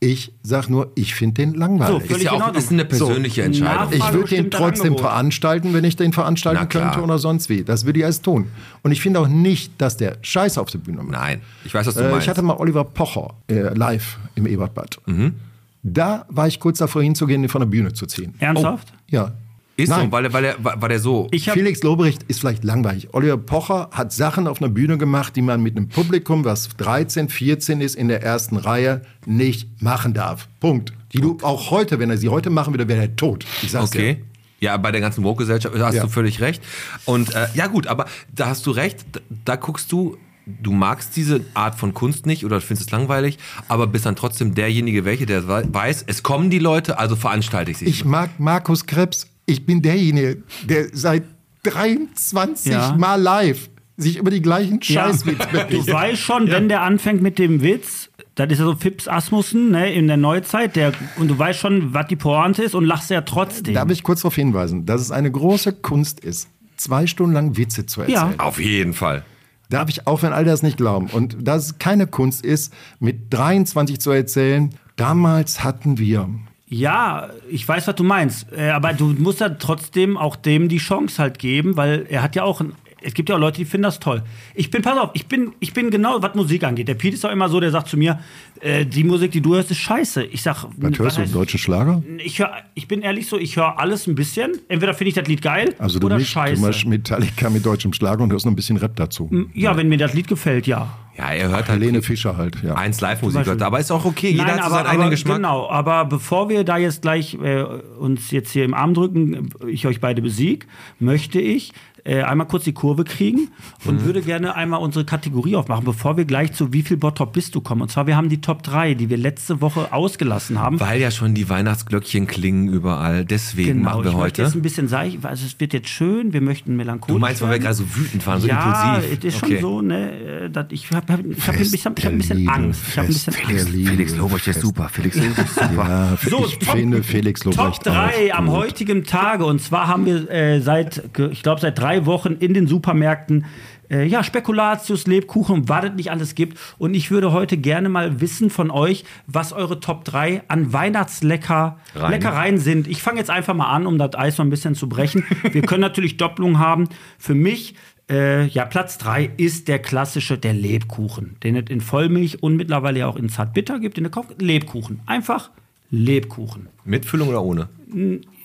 Ich sag nur, ich finde den langweilig.
So,
Ist ja
Völlig in
auch
Ordnung.
ist eine persönliche
So,
Entscheidung.
nach-
Ich würde den
Bestimmte
trotzdem
Angebote.
veranstalten, wenn ich den
Na
veranstalten
klar.
könnte oder sonst wie. Das würde ich alles tun. Und ich finde auch nicht, dass der Scheiße auf der Bühne macht.
Nein, ich weiß, was du
Äh,
meinst.
ich hatte mal Oliver Pocher äh, live im Ebertbad.
Mhm.
Da war ich kurz davor hinzugehen, den von der Bühne zu ziehen.
Oh.
Ernsthaft?
Ja.
ist
Nein.
so, weil, er- weil, er, weil er so.
Ich hab-
Felix Lobrecht ist vielleicht langweilig. Oliver Pocher hat Sachen auf einer Bühne gemacht, die man mit einem Publikum, was 13, 14 ist, in der ersten Reihe nicht machen darf. Punkt. Die du auch heute, wenn er sie heute machen würde, wäre er tot. Ich sag's dir.
Okay. Ja, bei der ganzen Woke-Gesellschaft da hast
Ja.
du völlig recht. Und äh, ja, gut, aber da hast du recht. Da, da guckst du, du magst diese Art von Kunst nicht oder findest es langweilig, aber bist dann trotzdem derjenige, welche, der wei- weiß, es kommen die Leute, also veranstalte ich sie.
Ich mag Markus Krebs. Ich bin derjenige, der seit 23
Ja.
Mal live sich über die gleichen Scheißwitz
Du weißt schon, wenn der anfängt mit dem Witz, das ist ja so Fips Asmussen ne, in der Neuzeit, der, und du weißt schon, was die Pointe ist und lachst ja trotzdem.
Darf ich kurz darauf hinweisen, dass es eine große Kunst ist, zwei Stunden lang Witze zu
Ja.
erzählen.
Auf jeden Fall.
Darf ich auch, wenn all das nicht glauben. Und dass es keine Kunst ist, mit 23 zu erzählen, damals hatten wir.
Ja, ich weiß, was du meinst. Äh, Aber du musst ja trotzdem auch dem die Chance halt geben, weil er hat ja auch. ein- Es gibt ja auch Leute, die finden das toll. Ich bin, pass auf, ich bin, ich bin genau, was Musik angeht. Der Pete ist auch immer so, der sagt zu mir, äh, die Musik, die du hörst, ist scheiße. Ich sag,
Was hörst du,
heißt-
deutschen Schlager?
Ich, hör, ich bin ehrlich so, ich höre alles ein bisschen. Entweder finde ich das Lied geil
Also du
oder
mischst
scheiße. Hm.
zum Beispiel Metallica mit deutschem Schlager und hörst noch ein bisschen Rap dazu.
ja, wenn mir das Lied gefällt, ja.
Ja, er hört halt
Helene Fischer halt, ja.
eins Live-Musik, Leute. Aber ist auch okay. Jeder hat so seinen eigenen
aber,
Geschmack.
Genau, aber bevor wir da jetzt gleich äh, uns jetzt hier im Arm drücken, ich euch beide besieg, möchte ich äh, einmal kurz die Kurve kriegen
Mhm.
und würde gerne einmal unsere Kategorie aufmachen, bevor wir gleich zu wie viel Bottrop bist du kommen. Und zwar, wir haben die Top 3, die wir letzte Woche ausgelassen haben.
Weil ja schon die Weihnachtsglöckchen klingen überall. Deswegen machen wir
Genau, ich möchte jetzt ein
heute.
bisschen seicht, also es wird jetzt schön, wir möchten melancholisch
Du meinst, weil wir
werden.
gerade so wütend waren, so
ja,
impulsiv.
es ist schon
Okay.
so, ne, äh, dass ich habe hab, ich hab, ein bisschen- ich hab ein bisschen
Liebe,
Angst. Ich habe ein bisschen
Fest der
Angst.
Liebe.
Felix Lobrecht ist super. Felix Lobrecht ist super.
Ja,
So,
ich
Top-
finde Felix Lobrecht
Top 3
auch
am
gut.
heutigen Tage. Und zwar haben wir äh, seit, ge- ich glaube, seit drei Wochen in den Supermärkten äh, ja, Spekulatius, Lebkuchen, was es nicht alles gibt. Und ich würde heute gerne mal wissen von euch, was eure Top 3 an Weihnachtslecker
Rein.
Leckereien sind. Ich fange jetzt einfach mal an, um das Eis noch ein bisschen zu brechen. Wir können natürlich Doppelungen haben. Für mich. Äh, ja, Platz 3 ist der klassische, der Lebkuchen, den es in Vollmilch und mittlerweile ja auch in Zartbitter gibt, in der Kauf Lebkuchen. Einfach Lebkuchen.
Mit Füllung oder ohne?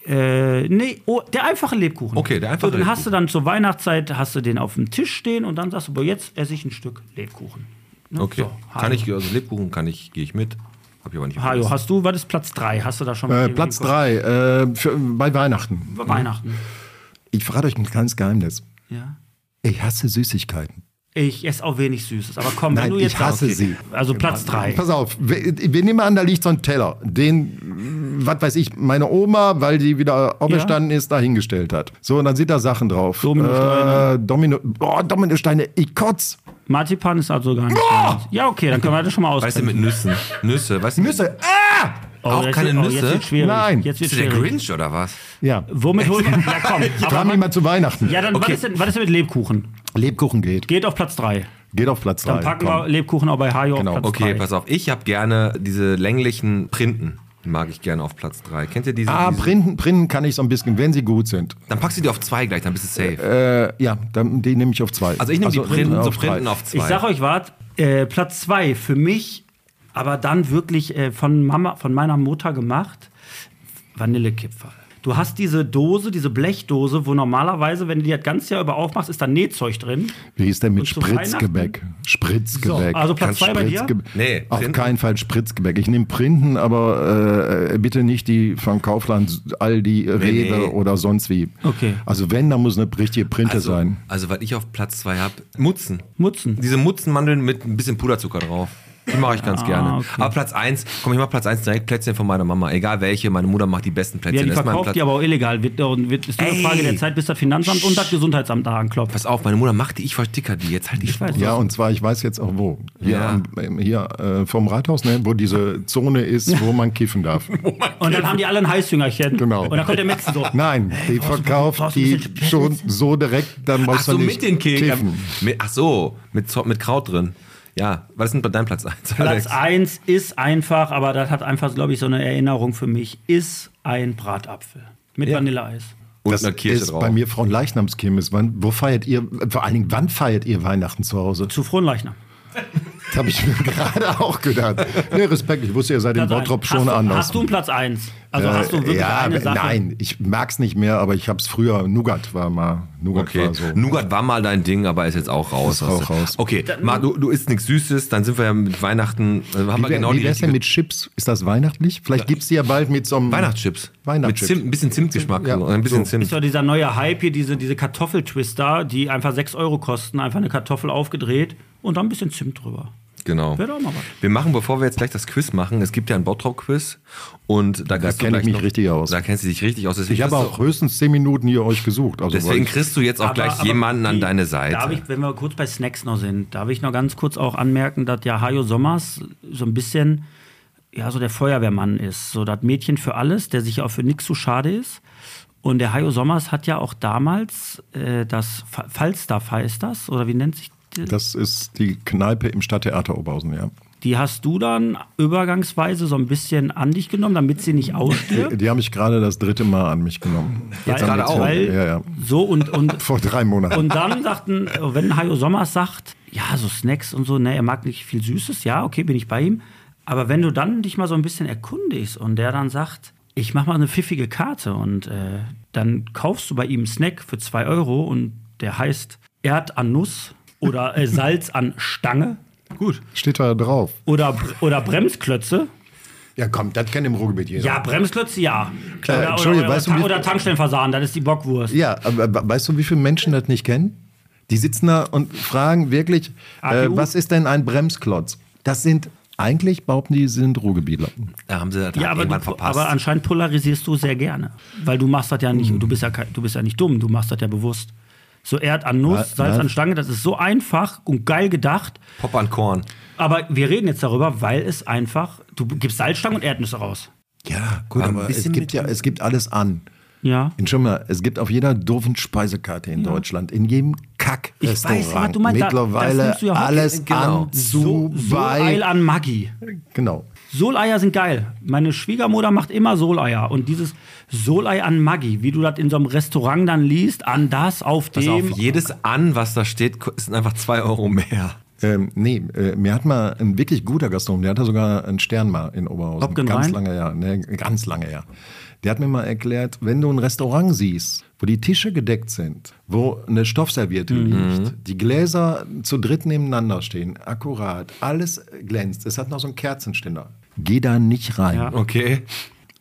Äh, nee, oh, der einfache Lebkuchen.
Okay, der einfache
so, den hast
Lebkuchen.
du dann zur Weihnachtszeit, hast du den auf dem Tisch stehen und dann sagst du, boah, jetzt esse ich ein Stück Lebkuchen. Ne?
Okay.
So,
kann
Hajo.
ich, also Lebkuchen kann ich, gehe ich mit. Hab ich aber nicht
Hajo,
überlegt.
hast du, was ist Platz 3? Hast du da schon
Äh,
was
Platz
im Kopf?
3, äh, für- bei Weihnachten.
Weihnachten.
Ich verrate euch ein kleines Geheimnis.
Ja.
Ich hasse Süßigkeiten.
Ich esse auch wenig Süßes, aber komm,
Nein,
wenn du jetzt
ich hasse
sagst,
sie.
Also Platz 3.
Pass auf, wir, wir nehmen an, da liegt so ein Teller, den, was weiß ich, meine Oma, weil die wieder auferstanden ist, da hingestellt hat. So, und dann sind da Sachen drauf.
Dominosteine.
Äh, Domino, boah, Dominosteine, ich kotz.
Marzipan ist also gar nicht. Ja, okay, dann können wir das schon mal aus.
Weißt du, mit Nüssen. Nüsse, weißt du?
Nüsse, ah!
auch keine
Oh, Jetzt
Nüsse?
wird schwierig.
Nein.
Jetzt wird
Bist du der
schwierig.
Grinch oder was?
Ja,
Womit holen wir? Ja, komm.
fragen wir
Aber,
mal zu Weihnachten.
ja, dann,
Okay.
was, ist denn, was ist denn mit Lebkuchen?
Lebkuchen geht.
Geht auf Platz 3.
Geht auf Platz 3.
Dann packen wir Lebkuchen auch bei Hajo
Genau,
auf Platz
Okay,
3.
pass auf. Ich habe gerne diese länglichen Printen. Mag ich gerne auf Platz 3. Kennt ihr diese?
Ah,
diese?
Printen, Printen kann ich so ein bisschen, wenn sie gut sind.
Dann packst du die auf zwei gleich, dann bist du safe.
Äh, Ja, dann, die nehme ich auf zwei.
also ich nehme die Printen, so
drei.
Printen auf zwei.
Ich sag euch was, äh, Platz 2 für mich, aber dann wirklich äh, von, Mama, von meiner Mutter gemacht, Vanillekipferl. Du hast diese Dose, diese Blechdose, wo normalerweise, wenn du die das ganze Jahr über aufmachst, ist da Nähzeug drin.
Wie ist denn mit
Und zu
Spritzgebäck? Spritzgebäck.
Äh,
So, also Platz
Kannst
zwei bei dir?
Spritzge-
Nee,
auf
Printen.
keinen Fall Spritzgebäck. Ich nehme Printen, aber äh, bitte nicht die von Kaufland, Aldi, Rewe
nee.
oder sonst wie.
Okay.
Also wenn, dann muss eine richtige Printe
also,
sein.
also, was ich auf Platz 2 habe, Mutzen.
Mutzen.
Diese Mutzenmandeln mit ein bisschen Puderzucker drauf. Die mache ich ganz gerne.
Ah, okay.
Aber Platz 1, komm, ich mach Platz 1 direkt Plätzchen von meiner Mama. Egal welche, meine Mutter macht die besten Plätzchen.
Ja, die
Das ist mein
verkauft
Platz-
die aber auch illegal. Wird, und wird, ist nur eine
Ey.
Frage der Zeit, bis das Finanzamt und das Gesundheitsamt da anklopft.
Pass auf, meine Mutter macht die, ich versticker die. Jetzt halt die Schnauze.
Ja, und zwar, ich weiß jetzt auch wo. Hier,
Ja.
am, hier äh, vom Rathaus, ne, wo diese Zone ist, wo man kiffen darf.
Und dann haben die alle ein Heißhüngerchen.
Genau.
Und dann kommt der Max so.
Nein, die verkauft
brauchst du ein
die
bisschen
schon so direkt, dann
Ach
brauchst
so,
du nicht
mit den Keksen.
kiffen.
Mit- Ach so, mit, Zo- mit Kraut drin. Ja, was ist denn dein Platz 1?
Platz 1 ist einfach, aber das hat einfach, glaube ich, so eine Erinnerung für mich, ist ein Bratapfel mit Vanilleeis.
Und
Das
eine Kirsche
ist
drauf.
bei mir Frau Leichnamskirmes. Wann, wo feiert ihr, vor allen Dingen, wann feiert ihr Weihnachten zu Hause?
Zu Frohnleichnam.
Das habe ich mir gerade auch gedacht. Nee, Respekt, ich wusste, ihr seid in
Platz
Bottrop
eins.
schon
hast du,
anders. Äh,
Hast du einen Platz 1? Also hast du wirklich
ja,
eine Sache?
nein, ich mag's nicht mehr, aber ich hab's früher. Nougat war mal. Nougat
Okay,
war so.
Nougat war mal dein Ding, aber ist jetzt auch raus.
Ist auch
Hast du-
raus.
Okay, Mar, du, du isst nichts Süßes, dann sind wir ja mit Weihnachten, äh, haben
Wie,
wir genau
wär, wie
die
wär's denn
richtige
mit Chips? Ist das weihnachtlich? Vielleicht gibt's die ja bald mit so einem.
Weihnachtschips.
Weihnachtschips.
Mit Zimt, ein bisschen Zimtgeschmack.
Ja,
so, ein bisschen
so.
Ist
Zimt.
doch dieser neue Hype hier, diese, diese Kartoffeltwister, die einfach 6 Euro kosten, einfach eine Kartoffel aufgedreht und dann ein bisschen Zimt drüber.
Genau.
Wäre doch mal was.
Wir machen, bevor wir jetzt gleich das Quiz machen, es gibt ja ein Bottrop-Quiz und da, kriegst du
kenn ich
gleich
mich
noch-
richtig aus.
Da kennst du dich richtig aus. Deswegen,
Ich habe
kriegst
auch
du,
höchstens zehn Minuten hier euch gesucht. Also
deswegen
weil-
kriegst du jetzt auch gleich jemanden an
die-
deine
Darf
Seite.
ich, wenn wir kurz bei Snacks noch sind, darf ich noch ganz kurz auch anmerken, dass ja Hajo Sommers so ein bisschen ja so der Feuerwehrmann ist, so das Mädchen für alles, der sich ja auch für nichts zu schade ist. Und der Hajo Sommers hat ja auch damals äh, das Fa- Falstaff heißt das oder wie nennt sich die?
das ist die Kneipe im Stadttheater Oberhausen, ja.
die hast du dann übergangsweise so ein bisschen an dich genommen, damit sie nicht
Die,
ausstirbt.
die haben mich gerade das dritte Mal an mich genommen.
Weil-
haben wir
gerade auch.
zwei- Ja, ja.
So und und
Vor drei Monaten.
Und dann sagten, äh, wenn Hajo Sommers sagt, ja, so Snacks und so, ne, er mag nicht viel Süßes, ja, okay, bin ich bei ihm. Aber wenn du dann dich mal so ein bisschen erkundigst und der dann sagt, ich mach mal eine pfiffige Karte und äh, dann kaufst du bei ihm einen Snack für 2 Euro und der heißt Erd an Nuss oder äh, Salz an Stange
Gut.
Steht da drauf.
oder, oder Bremsklötze.
Ja, komm, das kennt im Ruhrgebiet jeder.
Ja, Bremsklötze, ja.
Klar,
oder,
Entschuldigung,
oder,
weißt du,
oder,
wie-
oder Tankstellenversagen, das ist die Bockwurst.
Ja, aber aber weißt du, wie viele Menschen das nicht kennen? Die sitzen da und fragen wirklich, äh,
APU?
was ist denn ein Bremsklotz? Das sind, eigentlich behaupten die, sind Ruhrgebietler.
Da haben sie das
Ja,
halt
aber, du,
irgendwann verpasst. Mhm.
aber anscheinend polarisierst du sehr gerne. Weil du machst das ja nicht, du bist ja, kein- du bist ja nicht dumm, du machst das ja bewusst. So Erd an Nuss,
Na-
Salz
nein.
an Stange, das ist so einfach und geil gedacht.
Pop an Korn.
Aber wir reden jetzt darüber, weil es einfach, du gibst Salzstangen und Erdnüsse raus.
Ja, gut,
Aber ein
aber es
bisschen
gibt ja, es gibt alles an.
Ja.
Entschuldigung mal, es gibt auf jeder doofen Speisekarte in Deutschland, in jedem Kack
Ich weiß, was du meinst. Da- das
mittlerweile
nimmst du ja
alles
genau.
an,
So,
zu,
so
bei.
Eil an Maggi.
genau.
Soleier sind geil. Meine Schwiegermutter macht immer Soleier. Und dieses Solei an Maggi, wie du das in so einem Restaurant dann liest, an das, auf
Pass auf,
dem.
jedes an, was da steht, ko- sind einfach 2 Euro mehr.
Ähm, nee, äh, mir hat mal ein wirklich guter Gastronom, der hatte sogar einen Stern mal in Oberhausen.
Hopken
ganz
Rhein?
lange ja, ne, ganz lange ja. Der hat mir mal erklärt, wenn du ein Restaurant siehst, wo die Tische gedeckt sind, wo eine Stoffserviette liegt, die Gläser zu dritt nebeneinander stehen, akkurat, alles glänzt, es hat noch so einen Kerzenständer. Geh da nicht rein,
Ja.
Okay.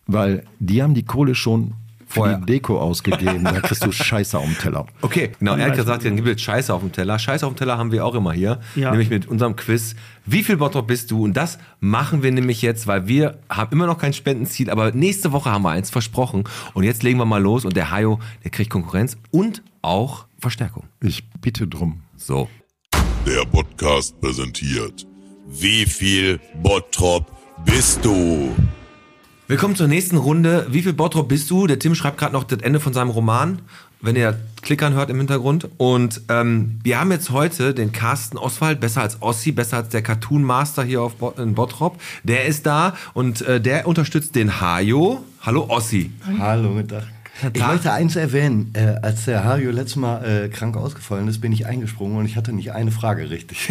weil die haben die Kohle schon für
Vorher.
die Deko ausgegeben. da kriegst du Scheiße auf den Teller.
Okay, genau. Er hat gesagt, dann gibt es Scheiße auf dem Teller. Scheiße auf dem Teller haben wir auch immer hier.
Ja.
Nämlich mit unserem Quiz. Wie viel Bottrop bist du? Und das machen wir nämlich jetzt, weil wir haben immer noch kein Spendenziel, aber nächste Woche haben wir eins versprochen. Und jetzt legen wir mal los und der Hayo, der kriegt Konkurrenz und auch Verstärkung.
Ich bitte drum.
So.
Der Podcast präsentiert. Wie viel Bottrop bist du?
Willkommen zur nächsten Runde. Wie viel Bottrop bist du? Der Tim schreibt gerade noch das Ende von seinem Roman, wenn ihr Klickern hört im Hintergrund. Und ähm, wir haben jetzt heute den Carsten Oswald, besser als Ossi, besser als der Cartoon Master hier auf Bot in Bottrop. Der ist da und äh, der unterstützt den Hajo. Hallo Ossi.
Hallo, guten Tag. Ich möchte eins erwähnen. Äh, als der Hario letztes Mal äh, krank ausgefallen ist, bin ich eingesprungen und ich hatte nicht eine Frage richtig.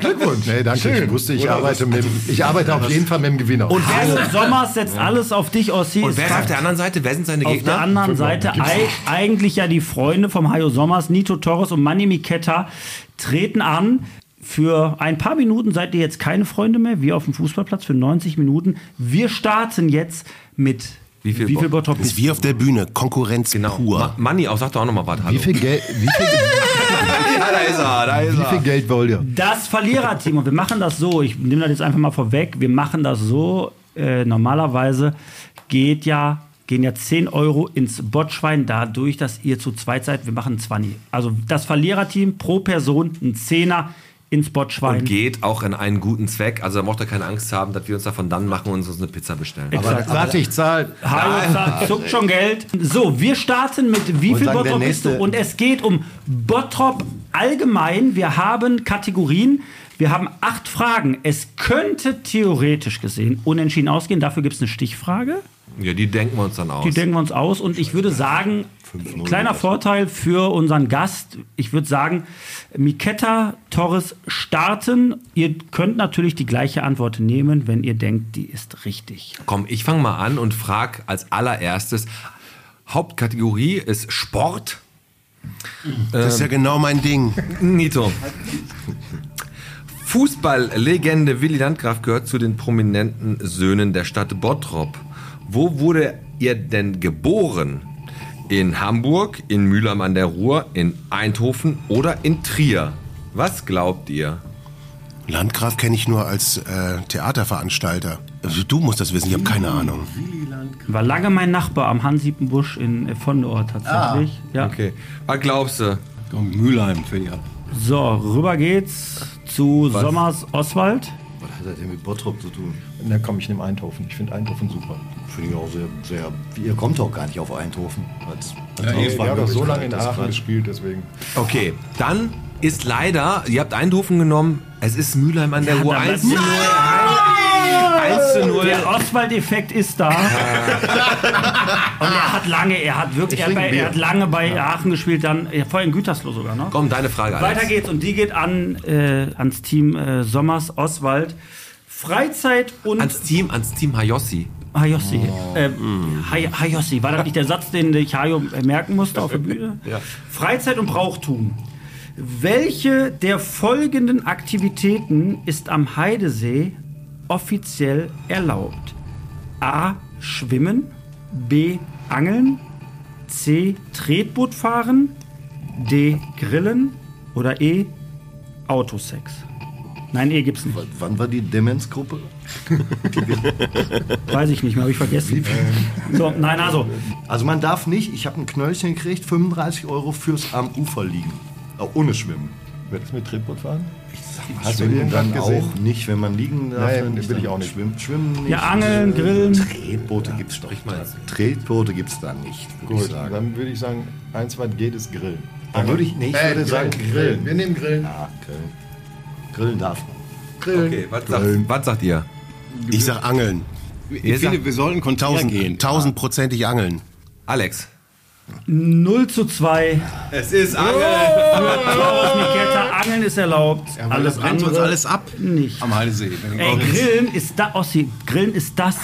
Glückwunsch. Nee, danke. Ich wusste, ich arbeite, mit, ich arbeite auf jeden Fall mit dem Gewinner.
Und wer,
Hajo
ist,
Sommers setzt alles auf dich, Ossi.
und
ist
wer ist auf
Fakt.
der anderen Seite? Wer sind seine
Auf der
Gegner?
anderen Seite ei- eigentlich ja die Freunde vom Hajo Sommers, Nito Torres und Manny Miketta treten an. Für ein paar Minuten seid ihr jetzt keine Freunde mehr, wie auf dem Fußballplatz für 90 Minuten. Wir starten jetzt mit
Wie viel Bo-
Bottrop
Ist wie auf der Bühne, Konkurrenz
Genau. Ma
pur.
Manni, auch, sag doch auch nochmal was. Hallo.
Wie viel, Geld, wie, viel,
Ja, da ist er, da ist
wie viel
er.
Geld wollt ihr?
Das Verliererteam. Und wir machen das so, ich nehme das jetzt einfach mal vorweg, wir machen das so, äh, normalerweise geht ja, gehen ja 10 Euro ins Botschwein dadurch, dass ihr zu zweit seid. Wir machen ein 20. Also das Verliererteam pro Person ein Zehner ins Botschwein.
Und geht auch in einen guten Zweck. Also da braucht ihr keine Angst haben, dass wir uns davon dann machen und uns eine Pizza bestellen.
Exakt.
Warte, ich zahl.
Hallo, sagt, zuckt schon Geld. So, wir starten mit wie
Und
viel
sagen, der
Bottrop bist du?
nächste-
Und es geht um Bottrop allgemein. Wir haben Kategorien. Wir haben acht Fragen. Es könnte theoretisch gesehen unentschieden ausgehen. Dafür gibt es eine Stichfrage.
Ja, die denken wir uns dann aus.
Die denken wir uns aus. Und ich würde sagen, kleiner Vorteil für unseren Gast. Ich würde sagen, Miketta Torres starten. Ihr könnt natürlich die gleiche Antwort nehmen, wenn ihr denkt, die ist richtig.
Komm, ich fange mal an und frage als allererstes. Hauptkategorie ist Sport.
Das
Ähm.
ist ja genau mein Ding.
Nito. Fußballlegende Willi Landgraf gehört zu den prominenten Söhnen der Stadt Bottrop. Wo wurde ihr denn geboren? In Hamburg, in Mülheim an der Ruhr, in Eindhoven oder in Trier? Was glaubt ihr?
Landgraf kenne ich nur als äh, Theaterveranstalter. Also du musst das wissen, ich habe keine Ahnung.
War lange mein Nachbar am Hansiepenbusch in Fondor tatsächlich.
Ah,
ja.
Okay. Was glaubst du?
Komm, Mülheim für die ab.
So, rüber geht's zu
Was?
Sommers Oswald.
Was hat das denn mit Bottrop zu tun?
Na komm, ich nehme Eindhoven. Ich finde Eindhoven super.
Finde ich auch sehr, sehr. Ihr kommt doch gar nicht auf Eindhoven. Als, als
Ja, eben,
Auswahl-
wir haben doch so
Das
lange in
Quatsch.
Aachen gespielt, deswegen.
Okay, dann ist leider, ihr habt Eindhoven genommen, es ist Mülheim an der Uhr.
dann
1
lass-
zu 0. 1 zu 0.
Der Oswald-Effekt ist da. Und er hat lange, er hat wirklich,
Ah. Ich trinke
er hat, bei, er
Bier.
hat lange bei Aachen gespielt, dann ja, vorher in Gütersloh sogar noch.
Komm, deine Frage, Alex.
Weiter geht's und die geht an äh, ans Team äh, Sommers Oswald. Freizeit und
Ans Team, ans Team Hayossi.
Hayossi. Äh, Hay Hayossi, war das nicht der Satz, den ich Hayo äh, merken musste auf der Bühne?
Ja.
Freizeit und Brauchtum. Welche der folgenden Aktivitäten ist am Heidesee offiziell erlaubt? A. Schwimmen. B. Angeln. C. Tretboot fahren. D. Grillen. Oder E. Autosex. Nein, E gibt's nicht.
Wann war die Demenzgruppe?
Weiß ich nicht mehr, habe ich vergessen. So, nein, also.
Also man darf nicht, ich habe ein Knöllchen gekriegt, 35 Euro fürs am Ufer liegen. Auch ohne Schwimmen.
Wird es mit Trittboot fahren?
Hast du den dann auch nicht, wenn man liegen darf?
Nein,
dann
will
dann
ich auch nicht.
Schwimmen, schwimmen nicht.
Ja, angeln, grillen.
Tretboote gibt's doch nicht. Tretboote gibt's da nicht, würde ich
Gut,
sagen.
dann würde ich sagen, eins, was geht, ist Grillen.
Dann würde ich, nee, ich
Äh,
würde sagen Grillen.
Wir nehmen Grillen.
Ja, Grillen. Grillen darf man.
Grillen.
Okay, was sagt, was sagt ihr?
Ich sag Angeln.
Ihr
Ich finde,
sagt-
wir sollten Konter
Tausend,
gehen.
Tausendprozentig Angeln.
Alex.
0 zu 2.
Es ist Angeln.
Klaus Miketta, Angeln ist erlaubt.
Ja, aber
alles
das brennt
andere
uns alles ab.
Nicht.
Am Heidesee. Wenn du
Ey,
brauchst.
Grillen ist da, Ossi, Grillen ist das,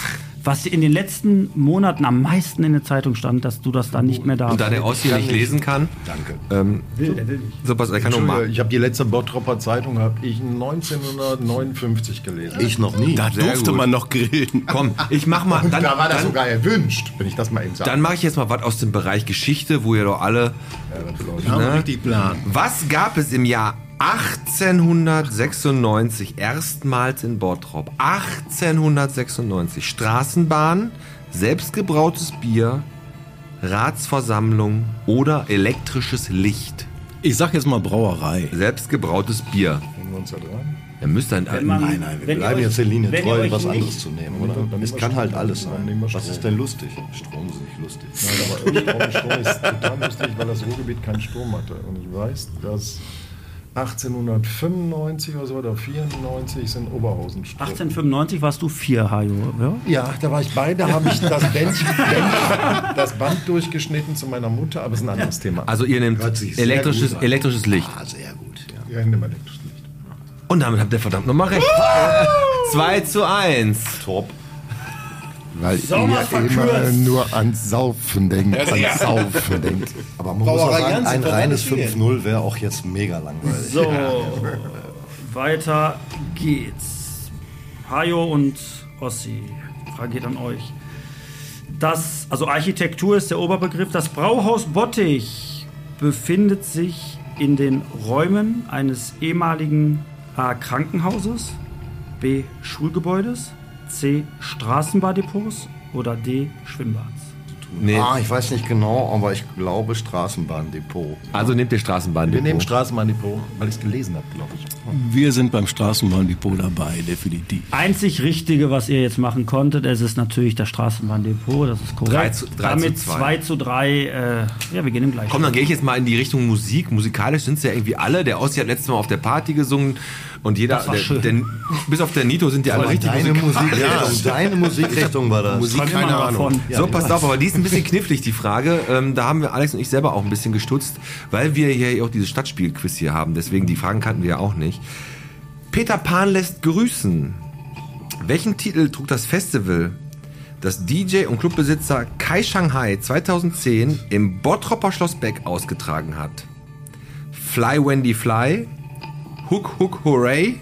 was in den letzten Monaten am meisten in der Zeitung stand, dass du das da nicht mehr darfst.
Und da der Ossi nicht lesen kann,
Danke.
ähm,
will, der will nicht.
so was, er kann nur
Entschuldige,
machen.
ich habe die letzte Bottropper Zeitung habe ich 1959 gelesen.
Ich noch nie.
Da
Sehr
durfte
gut.
man noch grillen.
Komm, ich mach mal. Dann,
da war das
dann,
sogar erwünscht, wenn ich das mal eben sage.
dann mache ich jetzt mal was aus dem Bereich Geschichte, wo ihr doch alle.
Haben wir
ne?
richtig Plan.
Was gab es im Jahr 1896 erstmals in Bottrop? 1896 Straßenbahn, selbstgebrautes Bier, Ratsversammlung oder elektrisches Licht.
Ich sag jetzt mal Brauerei.
Selbstgebrautes Bier.
Hängen wir uns da dran.
Da müsst ihr ein,
Wenn man-
Nein, nein, wir
wenn ihr
bleiben
euch-
jetzt der Linie
wenn ihr
treu,
euch
was
nicht-
anderes zu nehmen, oder?
Dann nehmen
es
wir
kann
Strom.
halt alles
Dann
sein.
nehmen wir
Was ist
Strom.
denn lustig? Strom ist nicht lustig.
Nein, aber Strom, Strom ist total lustig, weil das Ruhrgebiet keinen Strom hatte. Und ich weiß, dass 1895 oder so oder 94 sind Oberhausen Strom.
1895 warst du vier, Hajo. Ja?
Ja, da war ich bei, da habe ich das Band, Band, das Band durchgeschnitten zu meiner Mutter, aber es ist ein anderes Thema.
also ihr nehmt
Hört sich sehr
elektrisches,
gut an.
elektrisches Licht.
Ah, sehr gut. Ja.
Ja, nimm mal elektrisches Licht.
Und damit habt ihr verdammt nochmal recht. 2 zu 1.
Top.
Weil
Sommer
ihr immer
verkürzt.
nur ans Saufen denkt, ans Saufen denkt.
Aber man muss auch
Brauerei
sagen,
Jansen,
ein
Brauerei
reines
Fiel.
5-0 wäre auch jetzt mega langweilig.
So, weiter geht's. Hajo und Ossi, Frage geht an euch. Das, also Architektur ist der Oberbegriff. Das Brauhaus Bottich befindet sich in den Räumen eines ehemaligen A. Krankenhauses, B. Schulgebäudes, C. Straßenbahndepots oder D. Schwimmbads.
Nee.
Ah, ich weiß nicht genau, aber ich glaube Straßenbahndepot.
Also nehmt ihr Straßenbahn.
Wir nehmen Straßenmanipul, weil ich es gelesen habe, glaube ich.
Wir sind beim Straßenbahndepot dabei, definitiv.
Einzig Richtige, was ihr jetzt machen konntet, es ist natürlich das Straßenbahndepot, das ist korrekt.
Drei zu- drei
Damit
zu zwei.
2 zu 3, äh, ja, wir gehen im gleichen.
Komm, dann gehe ich jetzt mal in die Richtung Musik. Musikalisch sind es ja irgendwie alle. Der Ossi hat letztes Mal auf der Party gesungen und jeder,
war
der,
schön.
der, bis auf der Nito sind die alle
Aber
richtig
deine
musikalisch.
Musikrichtung, deine Musikrichtung war das.
Musik,
Träum immer
keine
noch
Ahnung.
davon.
so, passt auf, aber die ist ein bisschen knifflig, die Frage. Ähm, da haben wir Alex und ich selber auch ein bisschen gestutzt, weil wir hier auch dieses Stadtspielquiz hier haben. Deswegen, die Fragen kannten wir ja auch nicht. Peter Pan lässt grüßen. Welchen Titel trug das Festival, das DJ und Clubbesitzer Kai Shanghai 2010 im Bottropper Schlossbeck ausgetragen hat? Fly Wendy Fly, Hook Hook Hooray,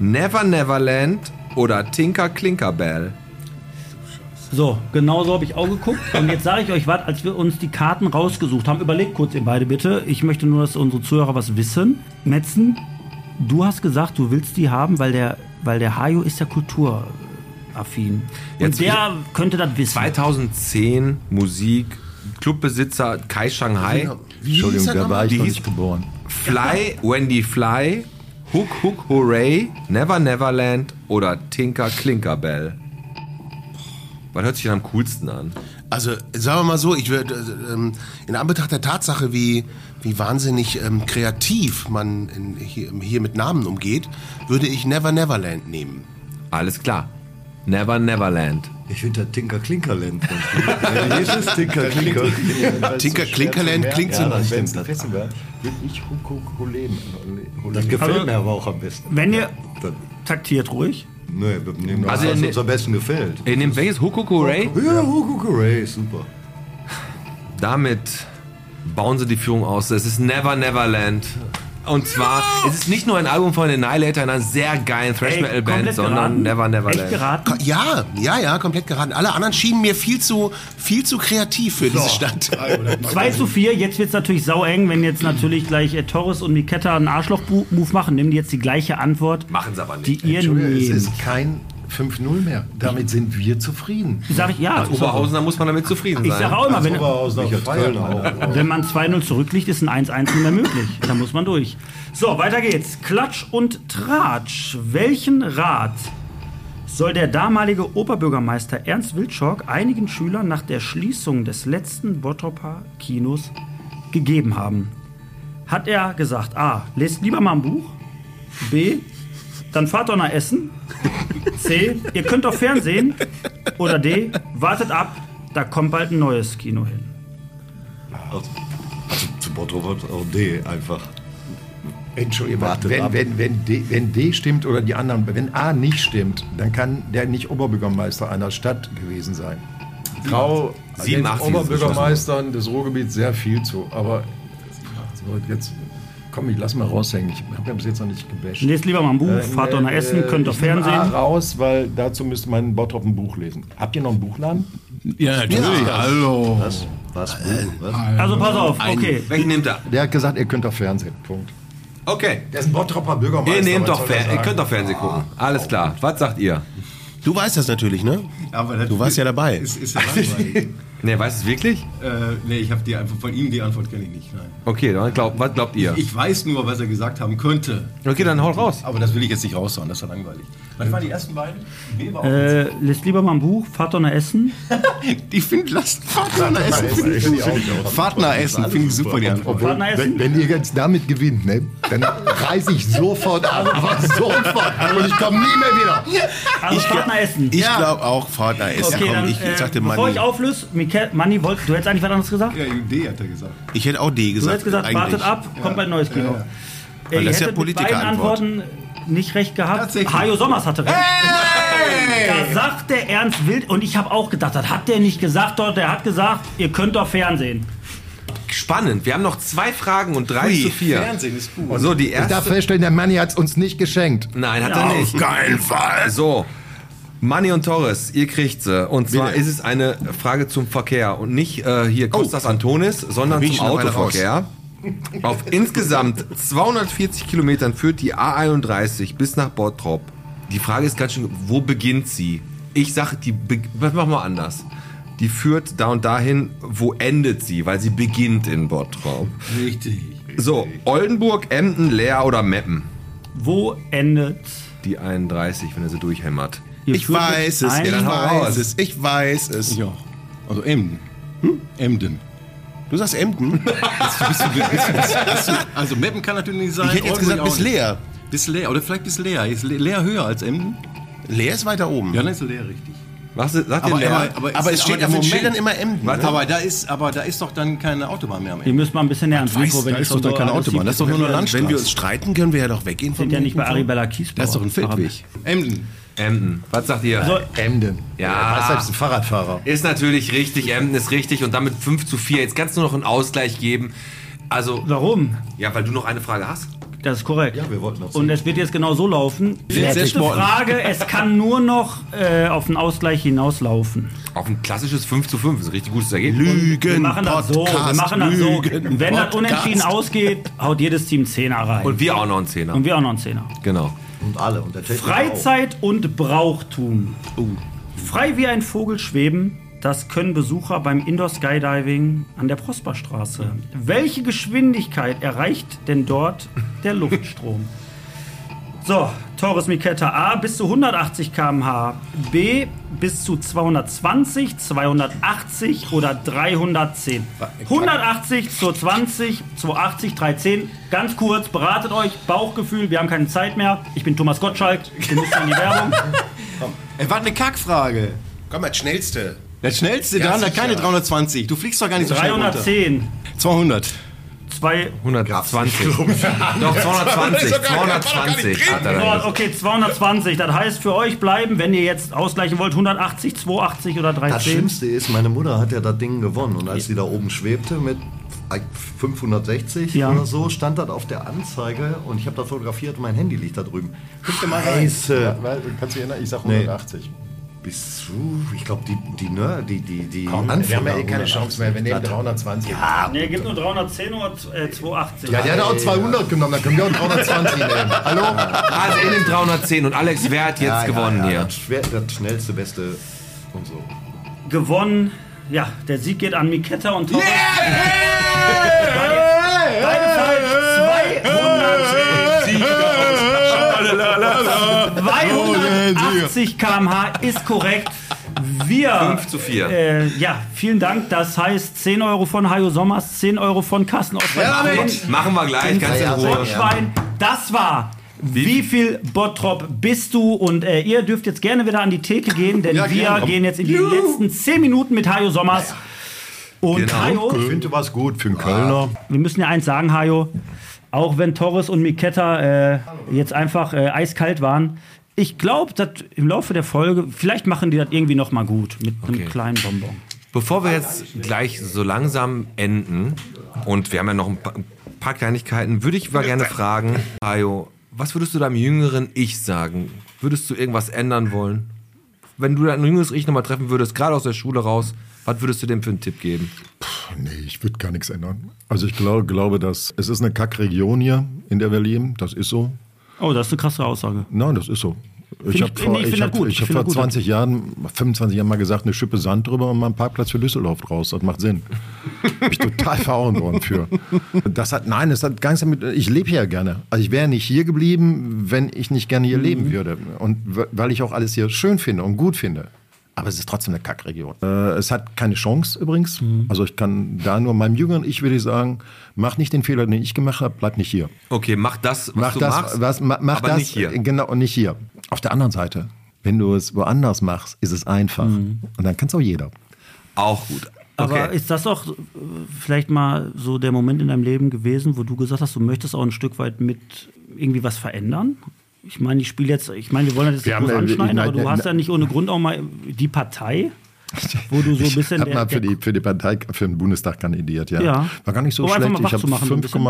Never Neverland oder Tinker Klinker Bell?
So, genau so habe ich auch geguckt. Und jetzt sage ich euch was, als wir uns die Karten rausgesucht haben, überlegt kurz ihr beide bitte. Ich möchte nur, dass unsere Zuhörer was wissen. Metzen, du hast gesagt, du willst die haben, weil der, weil der Hajo ist ja kulturaffin. Und
Jetzt-
der könnte das wissen.
2010 Musik, Clubbesitzer Kai Shanghai.
Wie hieß Entschuldigung, er da war ich
Die
noch
hieß
nicht geboren.
Fly, Wendy Fly, Hook Hook Hooray, Never Neverland oder Tinker Klinker Bell. Was hört sich denn am coolsten an?
Also sagen wir mal so, ich würde äh, ähm, in Anbetracht der Tatsache, wie, wie wahnsinnig ähm, kreativ man in, hier, hier mit Namen umgeht, würde ich Never Neverland nehmen.
Alles klar. Never Neverland.
Ich finde das Tinker Klinkerland. Jesus Tinker Klinker.
Tinker Klinkerland klingt so.
ja, das
Ja,
stimmt. Das besser wäre, würde ich Hukokolem. Das
gefällt
gefällt
Also- mir
mir aber auch am besten.
Wenn ihr taktiert ruhig.
Nee, wir nehmen
Also
das, was
in-
uns am besten gefällt.
Ihr nehmt welches? Hook Hook Hooray?
Ja, Hukokolem ist super.
Damit bauen sie die Führung aus. Es ist Never Neverland. Und zwar, es ist nicht nur ein Album von Annihilator, einer sehr geilen Thrash
Ey,
Metal Band,
komplett
sondern
geraten.
Never Neverland.
Ko- Ja, ja, ja, komplett geraten. Alle anderen schienen mir viel zu, viel zu kreativ für diese Stadt.
2
Also
zu 4, jetzt wird es natürlich saueng, wenn jetzt natürlich gleich äh, Torres und Miketta einen Arschloch-Move machen, nehmen die jetzt die gleiche Antwort.
Machen sie aber
Die ihr
Entschuldigung, es
nehmt.
ist kein 5-0 mehr. Damit sind wir zufrieden.
Sag ich, ja.
Als Oberhausener muss man damit zufrieden sein.
Ich sag auch immer, wenn,
Michael Kölner auch.
wenn man 2-0 zurückliegt, ist ein 1-1 nicht mehr möglich. Da muss man durch. So, weiter geht's. Klatsch und Tratsch. Welchen Rat soll der damalige Oberbürgermeister Ernst Wilczok einigen Schülern nach der Schließung des letzten Bottroper Kinos gegeben haben? Hat er gesagt, A, lest lieber mal ein Buch, B, dann fahrt doch nach Essen, C, ihr könnt doch Fernsehen oder D, wartet ab, da kommt bald ein neues Kino hin.
Also, also zu Bottrop hat auch D einfach.
Entschuldigung,
Wartet
wenn,
ab.
wenn, wenn, D, wenn D stimmt oder die anderen, wenn A nicht stimmt, dann kann der nicht Oberbürgermeister einer Stadt gewesen sein. Grau den
87 ist
Also Oberbürgermeistern des Ruhrgebiets sehr viel zu, aber so, jetzt komm, ich lass mal raushängen. Ich habe bis jetzt noch nicht gebasht.
Lest lieber mal ein
Äh,
Buch, fahrt doch nach Essen, könnt doch
ich nehme
Fernsehen.
A raus, weil dazu müsste man in Bottrop ein Buch lesen. Habt ihr noch einen Buchladen?
Ja, natürlich. Hallo.
Was? Was?
Äh,
Was?
Also pass auf, okay.
Welchen nehmt ihr?
Der hat gesagt, ihr könnt doch Fernsehen. Punkt.
Okay.
Der ist ein Bottropper Bürgermeister.
Ihr nehmt
was
doch
soll er
Fer ihr
sagen?
könnt doch Fernsehen gucken.
Oh.
Alles klar. Was sagt ihr?
Du weißt das natürlich, ne?
Aber das
Du warst ja dabei.
Ist, ist ja langweilig.
Ne, weißt du es wirklich?
äh, nee, ich habe die Antwort von ihm, die Antwort kenne ich nicht. Nein.
Okay, dann glaubt, was glaubt ihr?
Ich weiß nur, was er gesagt haben könnte.
Okay, dann haut raus.
Aber das will ich jetzt nicht raushauen, das ist ja langweilig. Was waren die ersten beiden? B war auch
Äh, lest lieber mal ein Buch, fahrt doch nach Essen.
Ich finde, lasst Fahrt nach Essen.
Essen
Finde ich,
finde ich
find
auch-
ich, Fahrt nach Essen finde ich super, die Antwort.
Obwohl,
Partner
wenn,
essen?
wenn ihr jetzt damit gewinnt, ne, dann reiß ich sofort ab. Aber sofort. Und ich komme nie mehr wieder.
Also fahrt nach Essen.
Ich glaube auch, Fahrt nach Essen.
Okay,
Komm,
dann,
ich, ich
äh,
sag dir
bevor
Manni.
ich auflöse, Michael, Manni, wollt, du hättest eigentlich was anderes gesagt?
Ja, D hat er gesagt.
Ich hätte auch D
du
gesagt.
hättest gesagt, wartet
eigentlich.
ab, kommt bald ein neues Kino. Äh,
Weil
ihr
das ist
hättet mit
ja
beiden
Politikerantwort.
Antworten nicht recht gehabt. Hajo Sommers hatte recht. Da sagt der Ernst Wild, und ich habe auch gedacht, das hat der nicht gesagt dort, der hat gesagt, ihr könnt doch Fernsehen.
Spannend. Wir haben noch zwei Fragen und drei
Hui,
zu vier.
Fernsehen ist gut.
So, die
Ich darf
erste.
feststellen, der Manni hat es uns nicht geschenkt.
Nein, hat
Ja,
er
auf
nicht.
keinen Fall.
So. Manni und Torres, ihr kriegt sie. Und zwar
Bitte.
ist es eine Frage zum Verkehr und nicht äh, hier Kostas Antonis, sondern
bin ich
zum
schon eine Weile
Autoverkehr. Auf insgesamt 240 Kilometern führt die A31 bis nach Bottrop. Die Frage ist ganz schön, wo beginnt sie? Ich sage, die be- was machen wir anders? Die führt da und dahin, wo endet sie? Weil sie beginnt in Bottrop.
Richtig.
So, Oldenburg, Emden, Leer oder Meppen?
Wo endet
Die 31, wenn er sie durchhämmert.
Ich weiß es,
Ja,
ich
dann hau raus.
weiß es, ich weiß es.
Ich auch. Also Emden. Emden.
Du sagst Emden?
Bist du, bist du, bist du, bist du, also Meppen kann natürlich nicht sein.
Ich hätte jetzt
Oldenburg
gesagt,
auch
bis
nicht.
leer.
Bis leer. Oder vielleicht bis leer. Ist Le- leer höher als Emden?
Leer ist weiter oben.
Ja, ne. dann ist leer richtig.
Was sagt ihr Leer?
Aber es steht
im
auf den
Moment-
Schildern immer Emden.
Warte,
ne?
aber da ist, aber da ist doch dann keine Autobahn mehr am
Ihr
Ende.
müsst mal ein bisschen näher ans Mikro,
da
wenn ich
ist doch dann keine Autobahn. Das ist doch nur eine Landstraße.
Wenn wir uns streiten, können wir ja doch weggehen
Sind
vom
ja nicht bei
Mikrofon.
Arabella Kiesbauer.
Das ist doch ein Feldweg. Emden.
Emden. Was sagt ihr?
Also,
Emden.
Ja.
Was selbst ein Fahrradfahrer.
Ist natürlich richtig, Emden ist richtig und damit 5 zu 4. Jetzt kannst du noch einen Ausgleich geben. Also,
warum?
ja, weil du noch eine Frage hast.
Das ist korrekt.
Ja, wir wollten noch
Und es wird jetzt genau so laufen.
Jetzt
Letzte
Sporten.
Frage, es kann nur noch äh, auf den Ausgleich hinauslaufen.
Auf ein klassisches 5 zu 5. Das ist ein richtig gutes Ergebnis.
Lügen. Wir machen das so. Wir machen das so.
Lügen,
Wenn das
Podcast.
unentschieden ausgeht, haut jedes Team 10 rein.
Und wir auch noch einen Zehner.
Und wir auch noch einen Zehner.
Genau.
Und alle. Und der
Freizeit und Brauchtum. Frei wie ein Vogel schweben, das können Besucher beim Indoor Skydiving an der Prosperstraße. Welche Geschwindigkeit erreicht denn dort der Luftstrom? So, Torres Miketta A bis zu 180 km/h, B bis zu 220, 280 oder 310. 180 zu 20, 280, 310. Ganz kurz, beratet euch, Bauchgefühl, wir haben keine Zeit mehr. Ich bin Thomas Gottschalk, wir müssen in die Werbung.
Ey, war eine Kackfrage.
Komm, das Schnellste.
Das schnellste,
Ja,
da haben wir
sicher.
keine 320. Du fliegst doch gar nicht so schnell
310.
runter. 200.
120. Doch, 220. 220 hat er dann gesagt.
Okay, 220. Das heißt für euch bleiben, wenn ihr jetzt ausgleichen wollt, 180, 280 oder
Das
310.
Schlimmste ist, meine Mutter hat ja das Ding gewonnen. Und als sie da oben schwebte mit 560
Ja.
oder so, stand das auf der Anzeige und ich habe das fotografiert und mein Handy liegt da drüben.
Guck dir mal rein.
Scheiße.
Weil, kannst du dich erinnern? Ich sag
Nee.
180.
Bist du? Ich glaube, die, die, ne, die, die, die
Komm, wir haben ja eh keine Chance mehr. Wir nehmen
320. Ja,
Ne, gibt nur 310 oder äh, 280.
Ja, der hat auch 200 genommen, dann können wir auch 320 nehmen. Hallo?
Also in den 310. Und Alex, wer hat jetzt
Ja, ja,
gewonnen
ja,
hier?
Das, schwer, das schnellste, beste und so.
Gewonnen. Ja, der Sieg geht an Miketta und Torres. Beide falsch. 280 km/h ist korrekt. Wir.
5 zu 4.
Äh, ja, vielen Dank. Das heißt 10 Euro von Hajo Sommers, 10 Euro von Carsten Ostwald.
Ja,
Und
Mensch. Machen wir gleich, ganz in Ruhe.
Rottschwein. Das war. Wie viel Bottrop bist du? Und äh, ihr dürft jetzt gerne wieder an die Theke gehen, denn
Ja,
wir
gerne.
gehen jetzt in die letzten 10 Minuten mit Hajo Sommers. Und
Genau.
Hajo,
Ich finde was gut für einen Kölner.
wir müssen ja eins sagen, Hajo. Auch wenn Torres und Miketta äh, jetzt einfach äh, eiskalt waren, ich glaube, dass im Laufe der Folge, vielleicht machen die das irgendwie nochmal gut mit einem kleinen Bonbon.
Bevor wir jetzt gleich so langsam enden, und wir haben ja noch ein paar, ein paar Kleinigkeiten, würde ich mal gerne fragen, Ayo, was würdest du deinem jüngeren Ich sagen? Würdest du irgendwas ändern wollen? Wenn du dein jüngeres Ich nochmal treffen würdest, gerade aus der Schule raus, was würdest du dem für einen Tipp geben?
Nee, ich würde gar nichts ändern. Also ich glaube, glaube dass es ist eine Kackregion hier, in der wir leben. Das ist so.
Oh, das ist eine krasse Aussage.
Nein, das ist so. Ich
Find
habe
ich-
vor,
nee, ich
ich
find
hab,
das gut.
ich
Ich
hab
find
vor
das gut.
20 Jahren, 25 Jahren mal gesagt, eine Schippe Sand drüber und mal einen Parkplatz für Düsseldorf draus. Das macht Sinn. Bin ich total verhauen worden für. Das hat, nein, das hat gar nichts damit. Ich lebe hier gerne. Also ich wäre nicht hier geblieben, wenn ich nicht gerne
Mhm.
hier leben würde. Und w- weil ich auch alles hier schön finde und gut finde. Aber es ist trotzdem eine Kackregion. Äh, es hat keine Chance übrigens.
Mhm.
Also ich kann da nur meinem Jüngeren, ich würde sagen, mach nicht den Fehler, den ich gemacht habe, bleib nicht hier
Okay, mach das, was
mach
du
das,
machst,
was, ma, mach
aber
das,
nicht hier.
Genau, und nicht hier. Auf der anderen Seite, wenn du es woanders machst, ist es einfach.
Mhm.
Und dann kann es auch jeder.
Auch gut.
Aber
Okay.
ist das auch äh, vielleicht mal so der Moment in deinem Leben gewesen, wo du gesagt hast, du möchtest auch ein Stück weit mit irgendwie was verändern? Ich meine, ich spiele jetzt, ich meine, wir wollen das jetzt
Wir
nicht groß
haben, äh,
anschneiden,
nein,
aber du
nein,
hast ja
nein.
nicht ohne Grund auch mal die Partei, wo du so ein bisschen der,
Ich habe mal für
der
die, für die Partei, für den Bundestag kandidiert, ja.
Ja.
War gar nicht so
Um einfach
schlecht.
mal
Ich habe
wachzumachen, ein bisschen.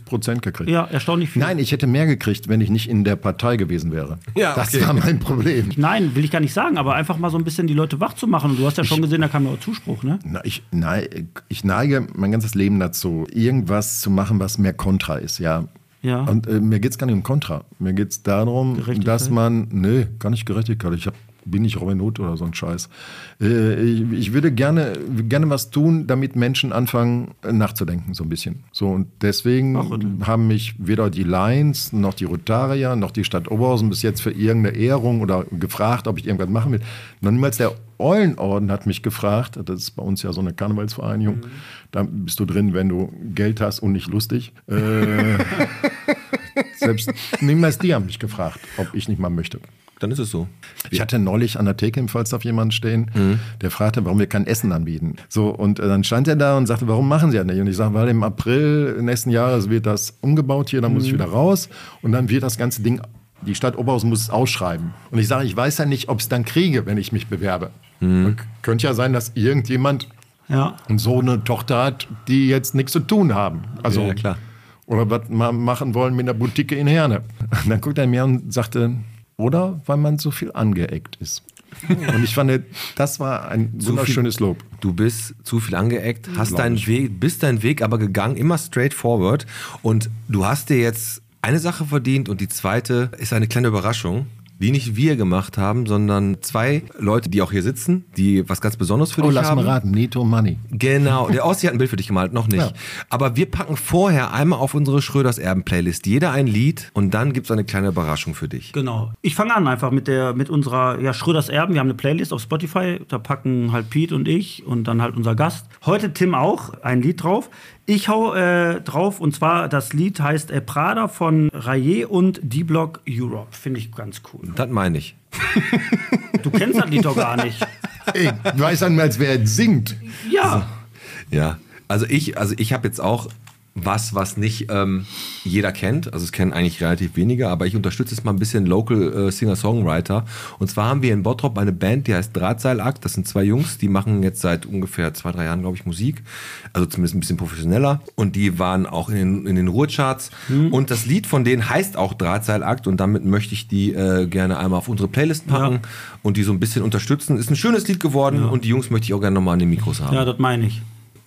5,5 Prozent gekriegt.
Ja, erstaunlich viel.
Nein, ich hätte mehr gekriegt, wenn ich nicht in der Partei gewesen wäre.
Ja,
das
okay.
war mein Problem.
Nein, will ich gar nicht sagen, aber einfach mal so ein bisschen die Leute wach zu machen. Und du hast ja schon gesehen, da kam ja auch Zuspruch, ne?
Na, ich, neige, ich neige mein ganzes Leben dazu, irgendwas zu machen, was mehr Kontra ist, ja.
Ja.
Und äh, mir geht es gar nicht um Kontra. Mir geht es darum, dass man. Nö, gar nicht Gerechtigkeit. Ich hab, bin nicht Robin Hood oder so ein Scheiß. Äh, ich, ich würde gerne, gerne was tun, damit Menschen anfangen äh, nachzudenken, so ein bisschen. So, und deswegen haben mich weder die Lions noch die Rotarier noch die Stadt Oberhausen bis jetzt für irgendeine Ehrung oder gefragt, ob ich irgendwas machen will. Noch niemals der Eulenorden hat mich gefragt, das ist bei uns ja so eine Karnevalsvereinigung, da bist du drin, wenn du Geld hast und nicht lustig. Äh, selbst niemals die haben mich gefragt, ob ich nicht mal möchte.
Dann ist es so.
Ich hatte neulich an der Theke im Falstaff jemanden stehen,
Mhm.
der fragte, warum wir kein Essen anbieten. So, und äh, dann stand er da und sagte, warum machen Sie das nicht? Und ich sage, weil im April nächsten Jahres wird das umgebaut hier, dann muss ich
Mhm.
wieder raus und dann wird das ganze Ding, die Stadt Oberhausen muss es ausschreiben. Und ich sage, ich weiß ja nicht, ob ich es dann kriege, wenn ich mich bewerbe.
Mhm.
Und Könnte ja sein, dass irgendjemand
Ja.
so eine Tochter hat, die jetzt nichts zu tun haben. Also,
Ja, klar.
oder was ma- machen wollen mit der Boutique in Herne. Und dann guckte er mir an und sagte, oder weil man so viel angeeckt ist. Und ich fand, das war ein
Zu
wunderschönes
viel-
Lob.
Du bist zu viel angeeckt, hast
Glaub
deinen
ich.
Weg, bist deinen Weg aber gegangen, immer straightforward. Und du hast dir jetzt eine Sache verdient und die zweite ist eine kleine Überraschung, die nicht wir gemacht haben, sondern zwei Leute, die auch hier sitzen, die was ganz Besonderes für
Oh,
dich
lass
haben.
mal raten, Neto Money.
Genau, der Ossi hat ein Bild für dich gemalt, noch nicht.
Ja.
Aber wir packen vorher einmal auf unsere Schröders Erben-Playlist jeder ein Lied und dann gibt es eine kleine Überraschung für dich.
Genau. Ich fange an einfach mit der mit unserer ja Schröders Erben. Wir haben eine Playlist auf Spotify. Da packen halt Pete und ich und dann halt unser Gast. Heute Tim auch ein Lied drauf. Ich hau äh, drauf und zwar das Lied heißt äh, Prada von Raye und D-Block Europe. Finde ich ganz cool.
Das meine ich.
Du kennst das Lied doch gar nicht.
Ey, weiß dann, als wer singt.
Ja.
Ja, also ich, also ich habe jetzt auch was, was nicht ähm, jeder kennt. Also es kennen eigentlich relativ wenige, aber ich unterstütze jetzt mal ein bisschen Local äh, Singer-Songwriter. Und zwar haben wir in Bottrop eine Band, die heißt Drahtseilakt. Das sind zwei Jungs, die machen jetzt seit ungefähr zwei, drei Jahren, glaube ich, Musik. Also zumindest ein bisschen professioneller. Und die waren auch in den, in den Ruhrcharts. Und das Lied von denen heißt auch Drahtseilakt. Und damit möchte ich die äh, gerne einmal auf unsere Playlist packen und die so ein bisschen unterstützen. Ist ein schönes Lied geworden und die Jungs möchte ich auch gerne nochmal an den Mikros haben.
Ja, das meine ich.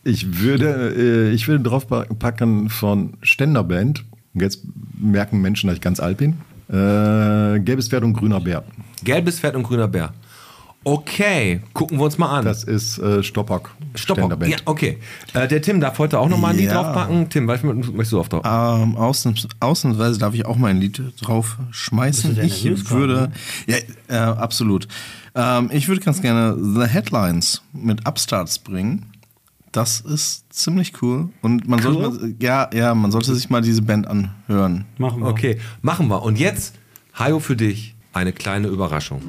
Ich würde, äh, ich würde drauf pa- packen von Ständerband. Jetzt merken Menschen, dass ich ganz alt bin. Äh, Gelbes Pferd und grüner Bär.
Gelbes Pferd und grüner Bär. Okay, gucken wir uns mal an.
Das ist äh, Stoppock.
Stopp. Ja, okay. Äh, der Tim darf heute auch nochmal ein Lied
Ja.
draufpacken. Tim, was möchtest du drauf drauf?
Ähm, ausnahms, ausnahmsweise darf ich auch mal ein Lied draufschmeißen.
Bist du
Ich
sehr nervös ne?
würde. Ja, äh, absolut. Ähm, ich würde ganz gerne The Headlines mit Upstarts bringen. Das ist ziemlich cool. Und man sollte mal, ja, ja, man sollte sich mal diese Band anhören.
Machen wir.
Okay, machen wir. Und jetzt, Hajo, für dich eine kleine Überraschung.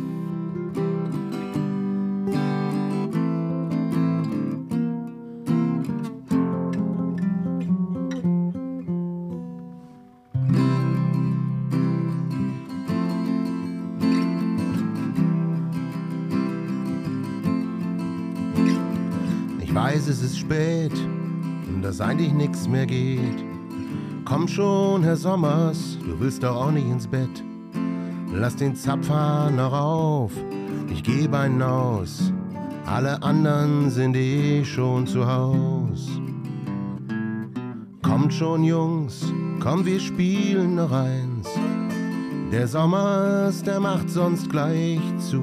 Ich weiß, es ist spät und dass eigentlich nichts mehr geht. Komm schon, Herr Sommers, du willst doch auch nicht ins Bett. Lass den Zapfhahn noch auf, ich gebe einen aus. Alle anderen sind eh schon zu Haus. Kommt schon, Jungs, komm, wir spielen noch eins. Der Sommers, der macht sonst gleich zu.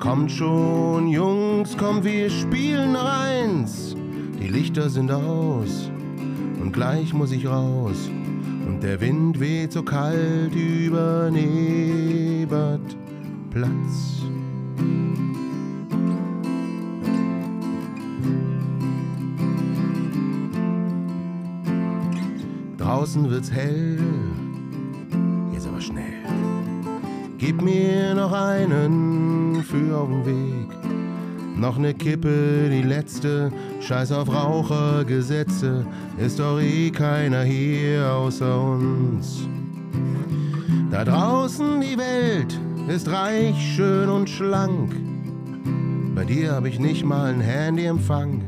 Kommt schon, Jungs, komm, wir spielen noch eins. Die Lichter sind aus und gleich muss ich raus. Und der Wind weht so kalt über Nebert Platz. Draußen wird's hell, jetzt aber schnell. Gib mir noch einen für auf den Weg. Noch ne Kippe, die letzte. Scheiß auf Rauchergesetze. Ist doch eh keiner hier außer uns. Da draußen die Welt ist reich, schön und schlank. Bei dir hab ich nicht mal einen Handyempfang.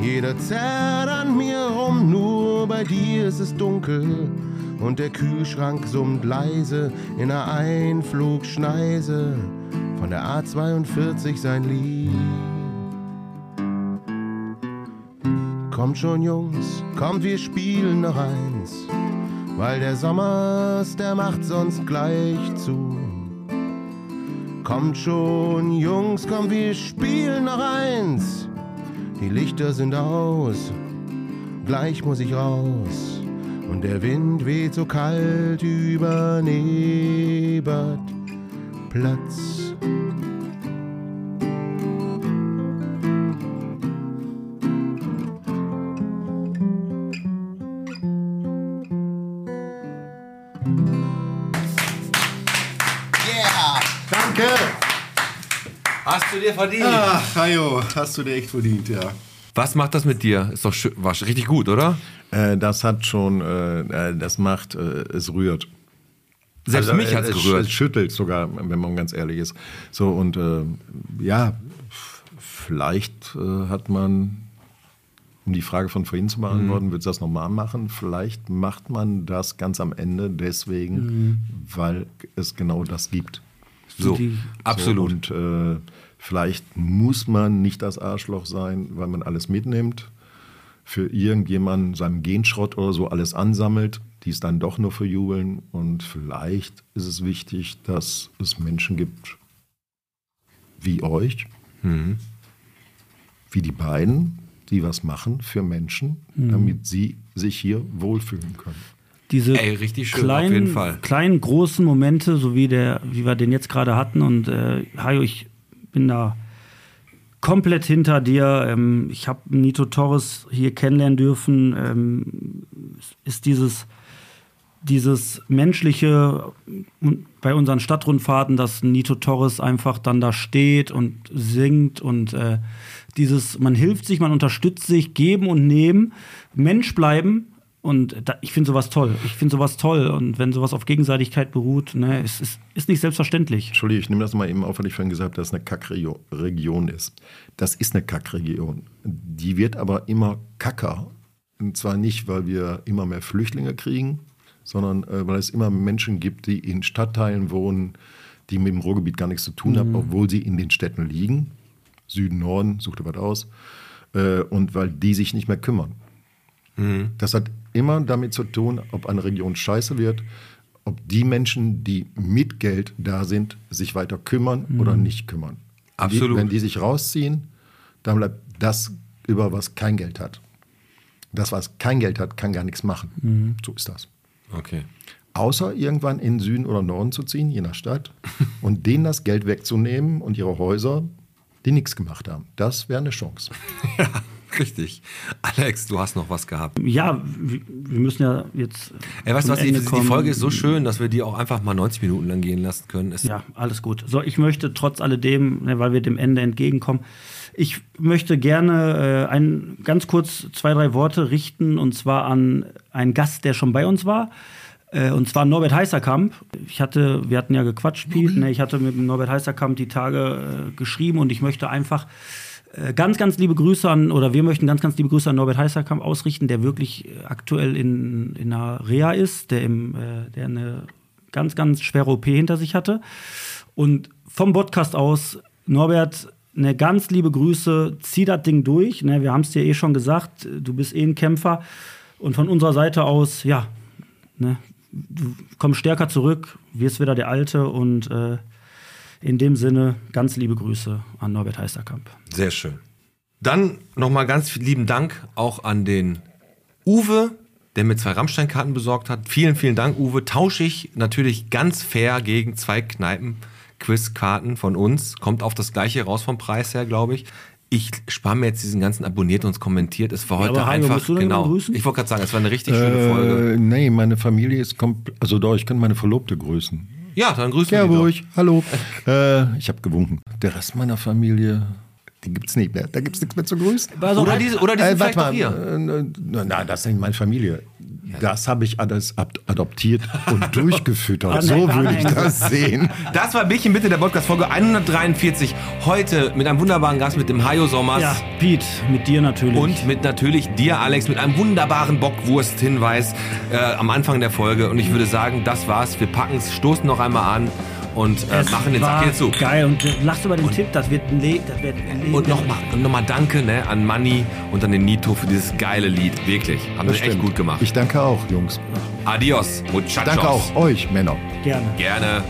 Jeder zerrt an mir rum, nur bei dir ist es dunkel. Und der Kühlschrank summt leise in der Einflugschneise von der A42 sein Lied. Kommt schon, Jungs, kommt, wir spielen noch eins. Weil der Sommers, der macht sonst gleich zu. Kommt schon, Jungs, kommt, wir spielen noch eins. Die Lichter sind aus, gleich muss ich raus. Und der Wind weht so kalt über Nebert Platz.
Danke!
Hast du dir verdient?
Ach, Hajo, hast du dir echt verdient, ja.
Ah. Was macht das mit dir? Ist doch schön, war sch- richtig gut, oder?
Äh, das hat schon, äh, äh, das macht, äh, es rührt.
Selbst mich hat's
Also, es sch-
gerührt.
Es schüttelt sogar, wenn man ganz ehrlich ist. So und äh, ja, f- vielleicht äh, hat man um die Frage von vorhin zu beantworten, mhm. würdest du das nochmal machen? Vielleicht macht man das ganz am Ende deswegen, mhm. weil es genau das gibt.
So, so absolut.
So, und äh, vielleicht muss man nicht das Arschloch sein, weil man alles mitnimmt, für irgendjemanden seinem Genschrott oder so alles ansammelt, die es dann doch nur verjubeln. Und vielleicht ist es wichtig, dass es Menschen gibt wie euch, mhm. wie die beiden, die was machen für Menschen, mhm. damit sie sich hier wohlfühlen können.
Diese Ey, schön, kleinen, kleinen, großen Momente, so wie, der, wie wir den jetzt gerade hatten. Und äh, Hajo, ich bin da komplett hinter dir. Ähm, ich habe Nito Torres hier kennenlernen dürfen. Ähm, ist dieses, dieses menschliche bei unseren Stadtrundfahrten, dass Nito Torres einfach dann da steht und singt und äh, dieses, man hilft sich, man unterstützt sich, geben und nehmen, Mensch bleiben. Und da, ich finde sowas toll. Ich finde sowas toll. Und wenn sowas auf Gegenseitigkeit beruht, ne, es ist, ist nicht selbstverständlich.
Entschuldige, ich nehme das mal eben auf, weil ich vorhin gesagt habe, dass es eine Kackregion ist. Das ist eine Kackregion. Die wird aber immer kacker. Und zwar nicht, weil wir immer mehr Flüchtlinge kriegen, sondern äh, weil es immer Menschen gibt, die in Stadtteilen wohnen, die mit dem Ruhrgebiet gar nichts zu tun mhm. haben, obwohl sie in den Städten liegen. Süden, Norden, sucht ihr was aus. Äh, und weil die sich nicht mehr kümmern. Mhm. Das hat immer damit zu tun, ob eine Region scheiße wird, ob die Menschen, die mit Geld da sind, sich weiter kümmern mhm. oder nicht kümmern.
Absolut.
Die, wenn die sich rausziehen, dann bleibt das über, was kein Geld hat. Das, was kein Geld hat, kann gar nichts machen. So ist das.
Okay.
Außer irgendwann in Süden oder Norden zu ziehen, je nach Stadt, und denen das Geld wegzunehmen und ihre Häuser, die nichts gemacht haben. Das wäre eine Chance.
ja, richtig. Alex, du hast noch was gehabt.
Ja, wir müssen ja jetzt.
Ey, weißt du was? Die, die, Folge ist so schön, dass wir die auch einfach mal 90 Minuten lang gehen lassen können.
Es ja, alles gut. So, ich möchte trotz alledem, ne, weil wir dem Ende entgegenkommen, ich möchte gerne äh, ein, ganz kurz zwei, drei Worte richten und zwar an einen Gast, der schon bei uns war. Äh, und zwar Norbert Heißerkamp. Ich hatte, wir hatten ja gequatscht, Piet. Ne, ich hatte mit Norbert Heißerkamp die Tage äh, geschrieben und ich möchte einfach äh, ganz, ganz liebe Grüße an, oder wir möchten ganz, ganz liebe Grüße an Norbert Heißerkamp ausrichten, der wirklich äh, aktuell in, in einer Reha ist, der, im, äh, der eine ganz, ganz schwere OP hinter sich hatte. Und vom Podcast aus, Norbert, eine ganz liebe Grüße, zieh das Ding durch. Ne, wir haben es dir eh schon gesagt, du bist eh ein Kämpfer. Und von unserer Seite aus, ja, ne, du kommst stärker zurück, wirst wieder der Alte. Und äh, in dem Sinne, ganz liebe Grüße an Norbert Heisterkamp.
Sehr schön. Dann nochmal ganz lieben Dank auch an den Uwe, der mir zwei Rammstein-Karten besorgt hat. Vielen, vielen Dank, Uwe. Tausche ich natürlich ganz fair gegen zwei Kneipen. Quizkarten von uns. Kommt auf das gleiche raus vom Preis her, glaube ich. Ich spare mir jetzt diesen ganzen Abonniert und kommentiert. Es war heute ja, Heino, einfach. genau. Ich wollte gerade sagen, es war eine richtig äh, schöne Folge.
Nee, meine Familie ist komplett. Also doch, ich kann meine Verlobte grüßen.
Ja, dann grüßen
ja, wir ruhig. Hallo. äh, ich habe gewunken. Der Rest meiner Familie. Die gibt's nicht mehr. Da gibt's nichts mehr zu grüßen.
Also, oder, diese, oder die sind äh, vielleicht mal, hier.
Nein, das ist meine Familie. Das habe ich alles adoptiert und
Ah,
durchgefüttert. so würde ich das sehen.
Das war Bierchen bitte der Podcast Folge 143. Heute mit einem wunderbaren Gast, mit dem Hajo Sommers. Ja,
Pete, mit dir natürlich.
Und mit natürlich dir, Alex, mit einem wunderbaren Bockwurst-Hinweis äh, am Anfang der Folge. Und ich würde sagen, das war's. Wir packen es, stoßen noch einmal an und äh, machen den Sack hier zu.
Geil und äh, lachst über den und, Tipp, das wird ein Le das wird ein
Le Und nochmal noch mal danke ne, an Manni und an den Nito für dieses geile Lied. Wirklich, haben sie Also echt gut gemacht.
Ich danke auch, Jungs.
Adios, muchachos.
Danke auch euch, Männer.
Gerne.
Gerne.